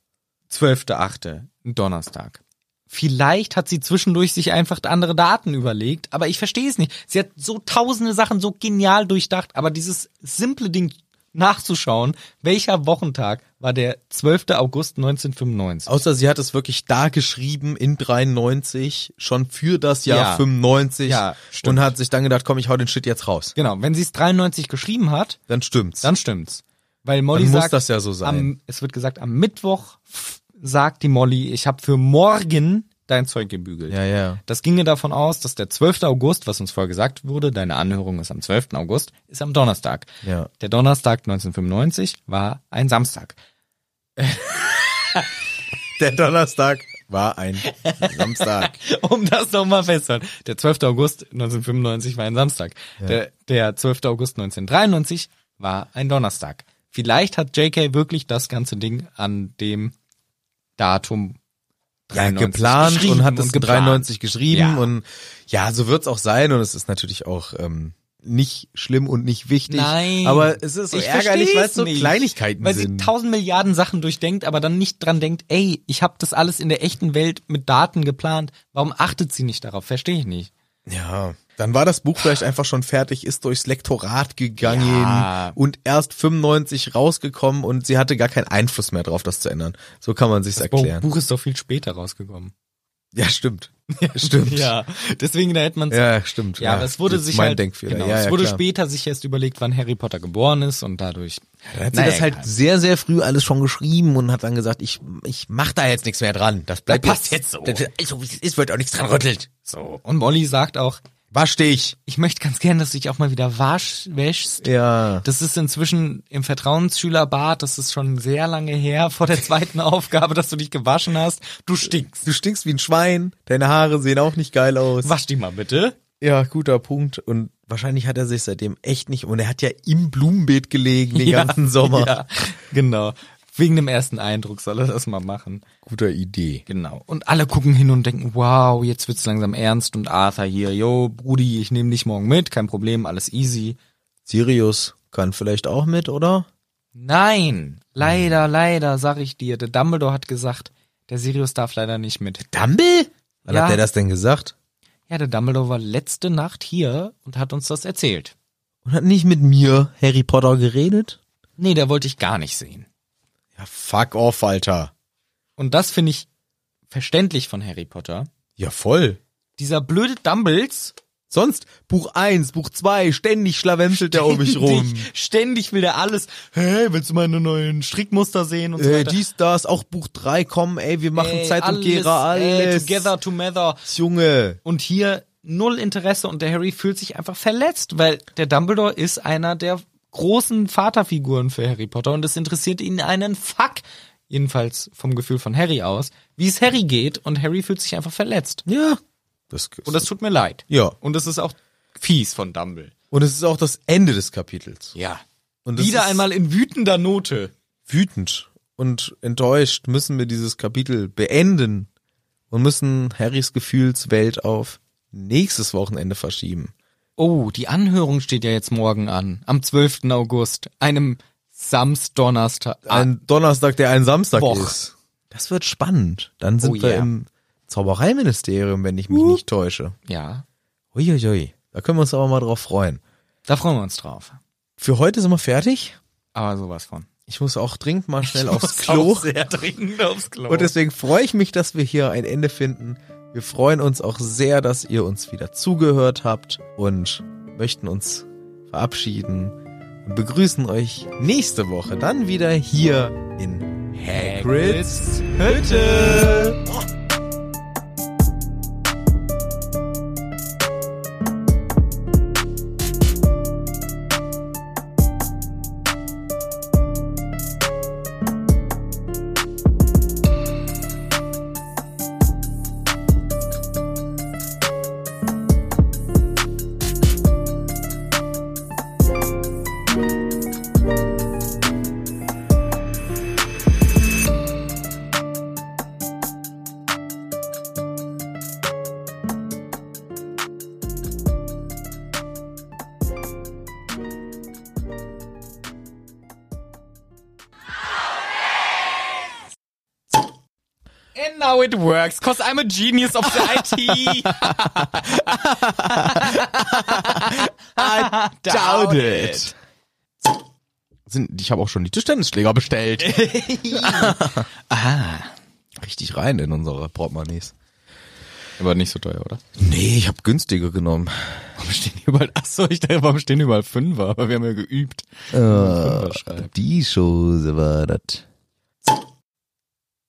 [SPEAKER 1] 12.8. ein Donnerstag. Vielleicht hat sie zwischendurch sich einfach andere Daten überlegt, aber ich verstehe es nicht. Sie hat so tausende Sachen so genial durchdacht, aber dieses simple Ding nachzuschauen, welcher Wochentag war der 12. August 1995?
[SPEAKER 2] Außer sie hat es wirklich da geschrieben in 93, schon für das Jahr
[SPEAKER 1] Ja.
[SPEAKER 2] 95
[SPEAKER 1] Ja, stimmt.
[SPEAKER 2] und hat sich dann gedacht, komm, ich hau den Shit jetzt raus.
[SPEAKER 1] Genau, wenn sie es 93 geschrieben hat,
[SPEAKER 2] Dann stimmt's.
[SPEAKER 1] dann stimmt's. Weil Molly
[SPEAKER 2] Dann muss
[SPEAKER 1] sagt,
[SPEAKER 2] das ja so sein.
[SPEAKER 1] Am, es wird gesagt, am Mittwoch f- sagt die Molly, ich habe für morgen dein Zeug gebügelt.
[SPEAKER 2] ja, ja.
[SPEAKER 1] Das ginge davon aus, dass der 12. August, was uns vorher gesagt wurde, deine Anhörung ist am 12. August, ist am Donnerstag.
[SPEAKER 2] Ja.
[SPEAKER 1] Der Donnerstag 1995 war ein Samstag. [laughs]
[SPEAKER 2] Der Donnerstag war ein Samstag.
[SPEAKER 1] Um das nochmal festzuhalten. Der 12. August 1995 war ein Samstag. Der, der 12. August 1993 war ein Donnerstag. Vielleicht hat JK wirklich das ganze Ding an dem Datum
[SPEAKER 2] Ja,
[SPEAKER 1] 93
[SPEAKER 2] geplant
[SPEAKER 1] geschrieben
[SPEAKER 2] und hat es in
[SPEAKER 1] geplant.
[SPEAKER 2] 93 geschrieben
[SPEAKER 1] Ja.
[SPEAKER 2] und ja, so wird's auch sein und es ist natürlich auch ähm, nicht schlimm und nicht wichtig.
[SPEAKER 1] Nein.
[SPEAKER 2] Aber es ist so
[SPEAKER 1] Ich
[SPEAKER 2] ärgerlich, weil
[SPEAKER 1] versteh's
[SPEAKER 2] es so
[SPEAKER 1] nicht.
[SPEAKER 2] Kleinigkeiten
[SPEAKER 1] Weil
[SPEAKER 2] sind.
[SPEAKER 1] sie tausend Milliarden Sachen durchdenkt, aber dann nicht dran denkt, ey, ich habe das alles in der echten Welt mit Daten geplant. Warum achtet sie nicht darauf? Verstehe ich nicht.
[SPEAKER 2] Ja. Dann war das Buch vielleicht einfach schon fertig, ist durchs Lektorat gegangen
[SPEAKER 3] Ja.
[SPEAKER 2] und erst 95 rausgekommen und sie hatte gar keinen Einfluss mehr drauf, das zu ändern. So kann man sich's erklären.
[SPEAKER 1] Buch ist doch viel später rausgekommen.
[SPEAKER 2] [laughs] Ja, stimmt. [laughs] stimmt.
[SPEAKER 1] Ja, deswegen da hätte man
[SPEAKER 2] Ja, stimmt.
[SPEAKER 1] Ja, aber es wurde
[SPEAKER 2] das ist
[SPEAKER 1] sich
[SPEAKER 2] mein
[SPEAKER 1] halt,
[SPEAKER 2] Denkfehler.
[SPEAKER 1] Genau,
[SPEAKER 2] ja,
[SPEAKER 1] es
[SPEAKER 2] ja,
[SPEAKER 1] wurde
[SPEAKER 2] klar.
[SPEAKER 1] später sich erst überlegt, wann Harry Potter geboren ist und dadurch.
[SPEAKER 2] Dann hat sie das halt sehr, sehr früh alles schon geschrieben und hat dann gesagt, ich, ich mach da jetzt nichts mehr dran. Das bleibt
[SPEAKER 5] passt jetzt so.
[SPEAKER 2] Das, also, wie es ist, wird auch nichts dran rüttelt.
[SPEAKER 1] So. Und Molly sagt auch,
[SPEAKER 2] Wasch dich.
[SPEAKER 1] ich möchte ganz gern, dass du dich auch mal wieder wasch, wäschst.
[SPEAKER 2] Ja.
[SPEAKER 1] Das ist inzwischen im Vertrauensschülerbad, das ist schon sehr lange her, [laughs] vor der zweiten Aufgabe, dass du dich gewaschen hast. Du stinkst.
[SPEAKER 2] Du stinkst wie ein Schwein. Deine Haare sehen auch nicht geil aus.
[SPEAKER 1] Wasch die mal bitte.
[SPEAKER 2] Ja, guter Punkt. Und wahrscheinlich hat er sich seitdem echt nicht, und er hat ja im Blumenbeet gelegen den ganzen Sommer.
[SPEAKER 1] [laughs] Ja, genau. Wegen dem ersten Eindruck soll er das mal machen.
[SPEAKER 2] Guter Idee.
[SPEAKER 1] Genau. Und alle gucken hin und denken, wow, jetzt wird's langsam ernst und Arthur hier, yo, Brudi, ich nehme dich morgen mit, kein Problem, alles easy.
[SPEAKER 2] Sirius kann vielleicht auch mit, oder?
[SPEAKER 1] Nein, leider, leider, sag ich dir, der Dumbledore hat gesagt, der Sirius darf leider nicht mit.
[SPEAKER 2] Dumble? Wann
[SPEAKER 1] Ja.
[SPEAKER 2] hat er das denn gesagt?
[SPEAKER 1] Ja, der Dumbledore war letzte Nacht hier und hat uns das erzählt.
[SPEAKER 2] Und hat nicht mit mir Harry Potter geredet?
[SPEAKER 1] Nee, da wollte ich gar nicht sehen.
[SPEAKER 2] Ja, fuck off, Alter.
[SPEAKER 1] Und das finde ich verständlich von Harry Potter.
[SPEAKER 2] Ja, voll.
[SPEAKER 1] Dieser blöde Dumbles
[SPEAKER 2] Sonst Buch 1, Buch 2, ständig schlawenzelt der
[SPEAKER 1] [laughs]
[SPEAKER 2] um mich rum.
[SPEAKER 1] Ständig, ständig will der alles. Hey, willst du meine neuen Strickmuster sehen und so
[SPEAKER 2] Äh,
[SPEAKER 1] weiter?
[SPEAKER 2] dies, das, auch Buch 3, komm, ey, wir machen
[SPEAKER 1] Ey,
[SPEAKER 2] Zeit und Gera,
[SPEAKER 1] Ey,
[SPEAKER 2] alles.
[SPEAKER 1] together, together.
[SPEAKER 2] Junge.
[SPEAKER 1] Und hier null Interesse und der Harry fühlt sich einfach verletzt, weil der Dumbledore ist einer der großen Vaterfiguren für Harry Potter und es interessiert ihn einen Fuck. Jedenfalls vom Gefühl von Harry aus, wie es Harry geht und Harry fühlt sich einfach verletzt.
[SPEAKER 2] Ja. Das,
[SPEAKER 1] Und das tut mir leid.
[SPEAKER 2] ja.
[SPEAKER 1] Und das ist auch fies von Dumble.
[SPEAKER 2] Und es ist auch das Ende des Kapitels.
[SPEAKER 1] Ja.
[SPEAKER 2] Und das
[SPEAKER 1] Wieder
[SPEAKER 2] ist
[SPEAKER 1] einmal in wütender Note.
[SPEAKER 2] wütend und enttäuscht müssen wir dieses Kapitel beenden und müssen Harrys Gefühlswelt auf nächstes Wochenende verschieben.
[SPEAKER 1] Oh, die Anhörung steht ja jetzt morgen an. Am 12. August. Einem Samstdonnerstag. Ah,
[SPEAKER 2] Ein Donnerstag, der ein Samstag
[SPEAKER 1] Woch.
[SPEAKER 2] ist. Das wird spannend. Dann sind
[SPEAKER 1] Oh
[SPEAKER 2] wir
[SPEAKER 1] yeah.
[SPEAKER 2] im Zaubereiministerium, wenn ich mich nicht täusche.
[SPEAKER 1] Ja.
[SPEAKER 2] Uiuiui. Da können wir uns aber mal drauf freuen.
[SPEAKER 1] Da freuen wir uns drauf.
[SPEAKER 2] Für heute sind wir fertig.
[SPEAKER 1] Aber sowas von.
[SPEAKER 2] Ich muss auch dringend mal schnell aufs Klo.
[SPEAKER 1] sehr dringend aufs Klo.
[SPEAKER 2] Und deswegen freue ich mich, dass wir hier ein Ende finden. Wir freuen uns auch sehr, dass ihr uns wieder zugehört habt und möchten uns verabschieden und begrüßen euch nächste Woche dann wieder hier in Hagrid's Hütte.
[SPEAKER 1] And now it works, cause I'm a genius of the IT.
[SPEAKER 3] Doubt it. Sind, ich habe auch schon die Tischtennisschläger bestellt.
[SPEAKER 1] [laughs]
[SPEAKER 2] [laughs] Ah, Richtig rein in unsere Portemonnaies.
[SPEAKER 1] Aber nicht so teuer, oder?
[SPEAKER 2] Nee, ich habe günstiger genommen.
[SPEAKER 1] Warum stehen hier überall, ach so, ich dachte, warum stehen hier überall Fünfer? Aber wir haben ja geübt. Fünfer schreiben.
[SPEAKER 2] Die Chose war das.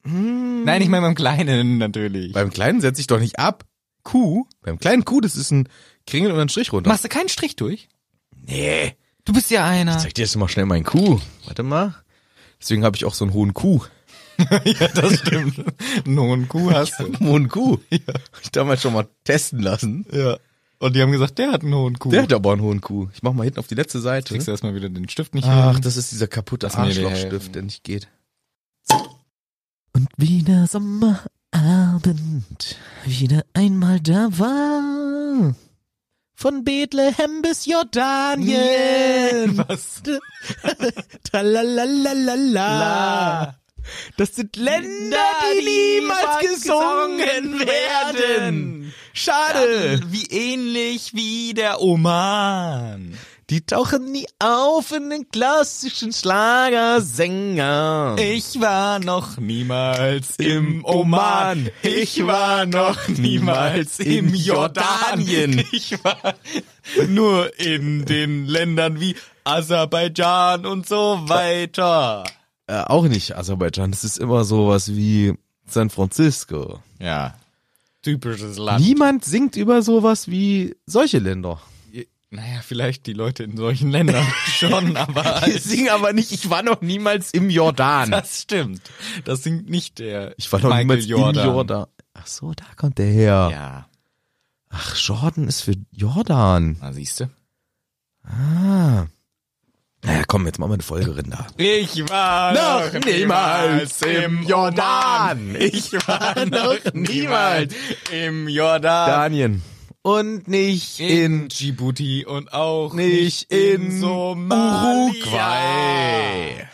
[SPEAKER 1] Nein, ich meine beim Kleinen natürlich.
[SPEAKER 2] Beim Kleinen setze ich doch nicht ab. Kuh? Beim kleinen Kuh, das ist ein Kringel und ein Strich runter.
[SPEAKER 1] Machst du keinen Strich durch?
[SPEAKER 2] Nee.
[SPEAKER 1] Du bist ja einer.
[SPEAKER 2] Zeig dir jetzt mal schnell meinen Kuh. Warte mal. Deswegen habe ich auch so einen hohen Kuh.
[SPEAKER 1] ja, das stimmt. Nun, Kuh hast du.
[SPEAKER 2] [laughs] Einen hohen Kuh? Ja. Hab ich damals schon mal testen lassen.
[SPEAKER 1] Ja. Und die haben gesagt, der hat einen hohen Kuh.
[SPEAKER 2] Der hat aber einen hohen Kuh. Ich mach mal hinten auf die letzte Seite.
[SPEAKER 1] Kriegst du erstmal wieder den Stift nicht
[SPEAKER 2] Ach,
[SPEAKER 1] hin.
[SPEAKER 2] das ist dieser kaputte
[SPEAKER 1] Lass mir dir helfen.
[SPEAKER 2] Arschlochstift, der nicht geht.
[SPEAKER 5] Und wieder Sommerabend, wieder einmal da war. Von Bethlehem bis [laughs] Jordanien.
[SPEAKER 1] Was?
[SPEAKER 5] Tralalalala.
[SPEAKER 2] Das sind Länder, die niemals gesungen werden. Schade.
[SPEAKER 1] Wie ähnlich wie der Oman.
[SPEAKER 2] Die tauchen nie auf in den klassischen Schlagersänger.
[SPEAKER 1] Ich war noch niemals
[SPEAKER 2] Im Oman.
[SPEAKER 1] Ich war noch niemals im Jordanien. Ich war [laughs] nur in den Ländern wie Aserbaidschan und so weiter.
[SPEAKER 2] Äh, auch nicht Aserbaidschan. Das ist immer sowas wie San Francisco.
[SPEAKER 1] Ja.
[SPEAKER 6] Typisches Land.
[SPEAKER 2] Niemand singt über sowas wie solche Länder.
[SPEAKER 1] Naja, vielleicht die Leute in solchen
[SPEAKER 2] [laughs]
[SPEAKER 1] Ländern schon, aber
[SPEAKER 2] Die singen aber nicht, ich war noch niemals im Jordan.
[SPEAKER 1] das stimmt. Das singt nicht der
[SPEAKER 2] Ich war noch
[SPEAKER 1] Michael
[SPEAKER 2] niemals
[SPEAKER 1] Jordan.
[SPEAKER 2] im Jordan. Ach so, da kommt der her.
[SPEAKER 1] Ja,
[SPEAKER 2] Ach, Jordan ist für Jordan.
[SPEAKER 1] na siehste.
[SPEAKER 2] Ah. Naja, komm, jetzt machen wir eine Folge, Rinder.
[SPEAKER 1] Ich war
[SPEAKER 2] Noch niemals im Jordan.
[SPEAKER 1] Ich war noch niemals im Jordan.
[SPEAKER 2] Jordanien. Und nicht in,
[SPEAKER 1] Djibouti und auch
[SPEAKER 2] nicht in
[SPEAKER 1] Somalia.
[SPEAKER 2] Uruguay.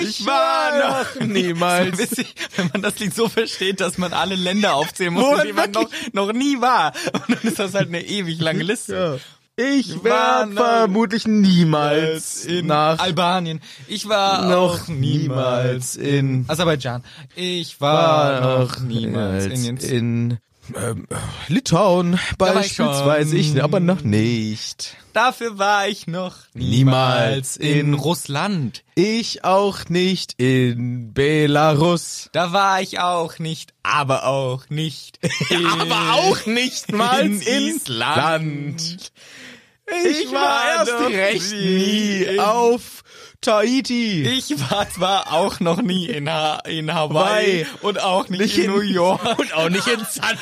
[SPEAKER 1] Ich war [laughs] noch niemals. Witzig, wenn man das Lied so versteht, dass man alle Länder aufzählen muss, in denen man noch, noch nie war. Und dann ist das halt eine ewig lange Liste.
[SPEAKER 2] Ich
[SPEAKER 1] war
[SPEAKER 2] werde
[SPEAKER 1] noch-
[SPEAKER 2] vermutlich niemals
[SPEAKER 1] In
[SPEAKER 2] nach
[SPEAKER 1] Albanien. Ich war
[SPEAKER 2] noch
[SPEAKER 1] auch
[SPEAKER 2] niemals in
[SPEAKER 1] Aserbaidschan. Ich war noch niemals in
[SPEAKER 2] in,
[SPEAKER 1] den
[SPEAKER 2] in ähm, Litauen
[SPEAKER 1] war ich
[SPEAKER 2] beispielsweise, ich,
[SPEAKER 1] schon.
[SPEAKER 2] aber noch nicht.
[SPEAKER 1] Dafür war ich noch
[SPEAKER 2] Niemals in
[SPEAKER 1] Russland.
[SPEAKER 2] Ich auch nicht in Belarus.
[SPEAKER 1] Da war
[SPEAKER 2] [laughs]
[SPEAKER 1] ich [laughs] auch nicht, aber auch nicht.
[SPEAKER 2] Aber auch nicht mal in, Island. Ich, war
[SPEAKER 1] war
[SPEAKER 2] erst
[SPEAKER 1] noch
[SPEAKER 2] recht
[SPEAKER 1] nie
[SPEAKER 2] nie
[SPEAKER 1] in-
[SPEAKER 2] auf Tahiti.
[SPEAKER 1] Ich war zwar auch noch nie in, ha in Hawaii
[SPEAKER 2] Hawaii.
[SPEAKER 1] und auch nicht, in, New York und auch nicht in San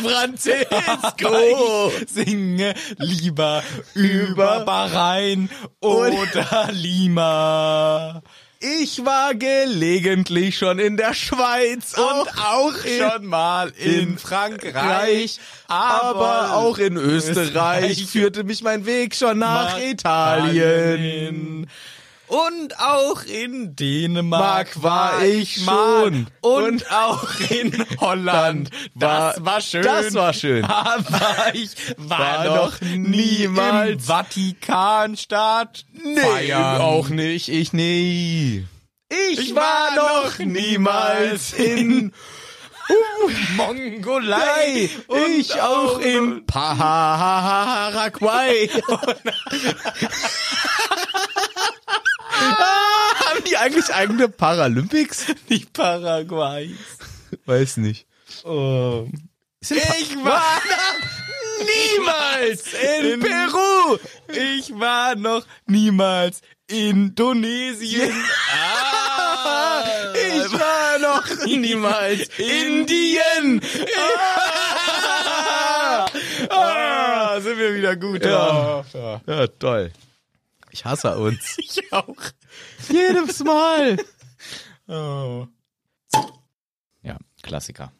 [SPEAKER 1] Francisco. ich singe lieber über Bahrain oder Lima.
[SPEAKER 2] Ich war gelegentlich schon in der Schweiz und auch
[SPEAKER 1] Schon mal in,
[SPEAKER 2] in
[SPEAKER 1] Frankreich,
[SPEAKER 2] Reich, aber auch in Österreich,
[SPEAKER 1] Österreich.
[SPEAKER 2] führte mich mein Weg schon nach Italien.
[SPEAKER 1] Und auch in Dänemark
[SPEAKER 2] Mark war ich schon.
[SPEAKER 1] Und, auch
[SPEAKER 2] [laughs]
[SPEAKER 1] in Holland.
[SPEAKER 2] war-
[SPEAKER 1] das war schön.
[SPEAKER 2] Das war schön.
[SPEAKER 1] Aber ich war,
[SPEAKER 2] War
[SPEAKER 1] noch
[SPEAKER 2] noch niemals-
[SPEAKER 1] im Vatikanstaat. Nee,
[SPEAKER 2] auch nicht, ich nie. Ich, war noch niemals in
[SPEAKER 1] [laughs] Mongolei.
[SPEAKER 2] ich auch in Paraguay.
[SPEAKER 1] [laughs]
[SPEAKER 2] [laughs] Ah, Haben die eigentlich eigene Paralympics?
[SPEAKER 1] Die Paraguay.
[SPEAKER 2] Weiß nicht.
[SPEAKER 1] Oh. Ich
[SPEAKER 2] [laughs]
[SPEAKER 1] war niemals in, Peru. Ich war noch niemals Indonesien.
[SPEAKER 2] Ah. Ich war noch niemals [laughs] Indien. Ah.
[SPEAKER 1] Ah, sind wir wieder gut
[SPEAKER 2] Ja.
[SPEAKER 1] drauf. Ja.
[SPEAKER 2] Ja, toll. Ich hasse uns.
[SPEAKER 1] Ich auch.
[SPEAKER 2] Jedes Mal.
[SPEAKER 1] Oh. Ja, Klassiker.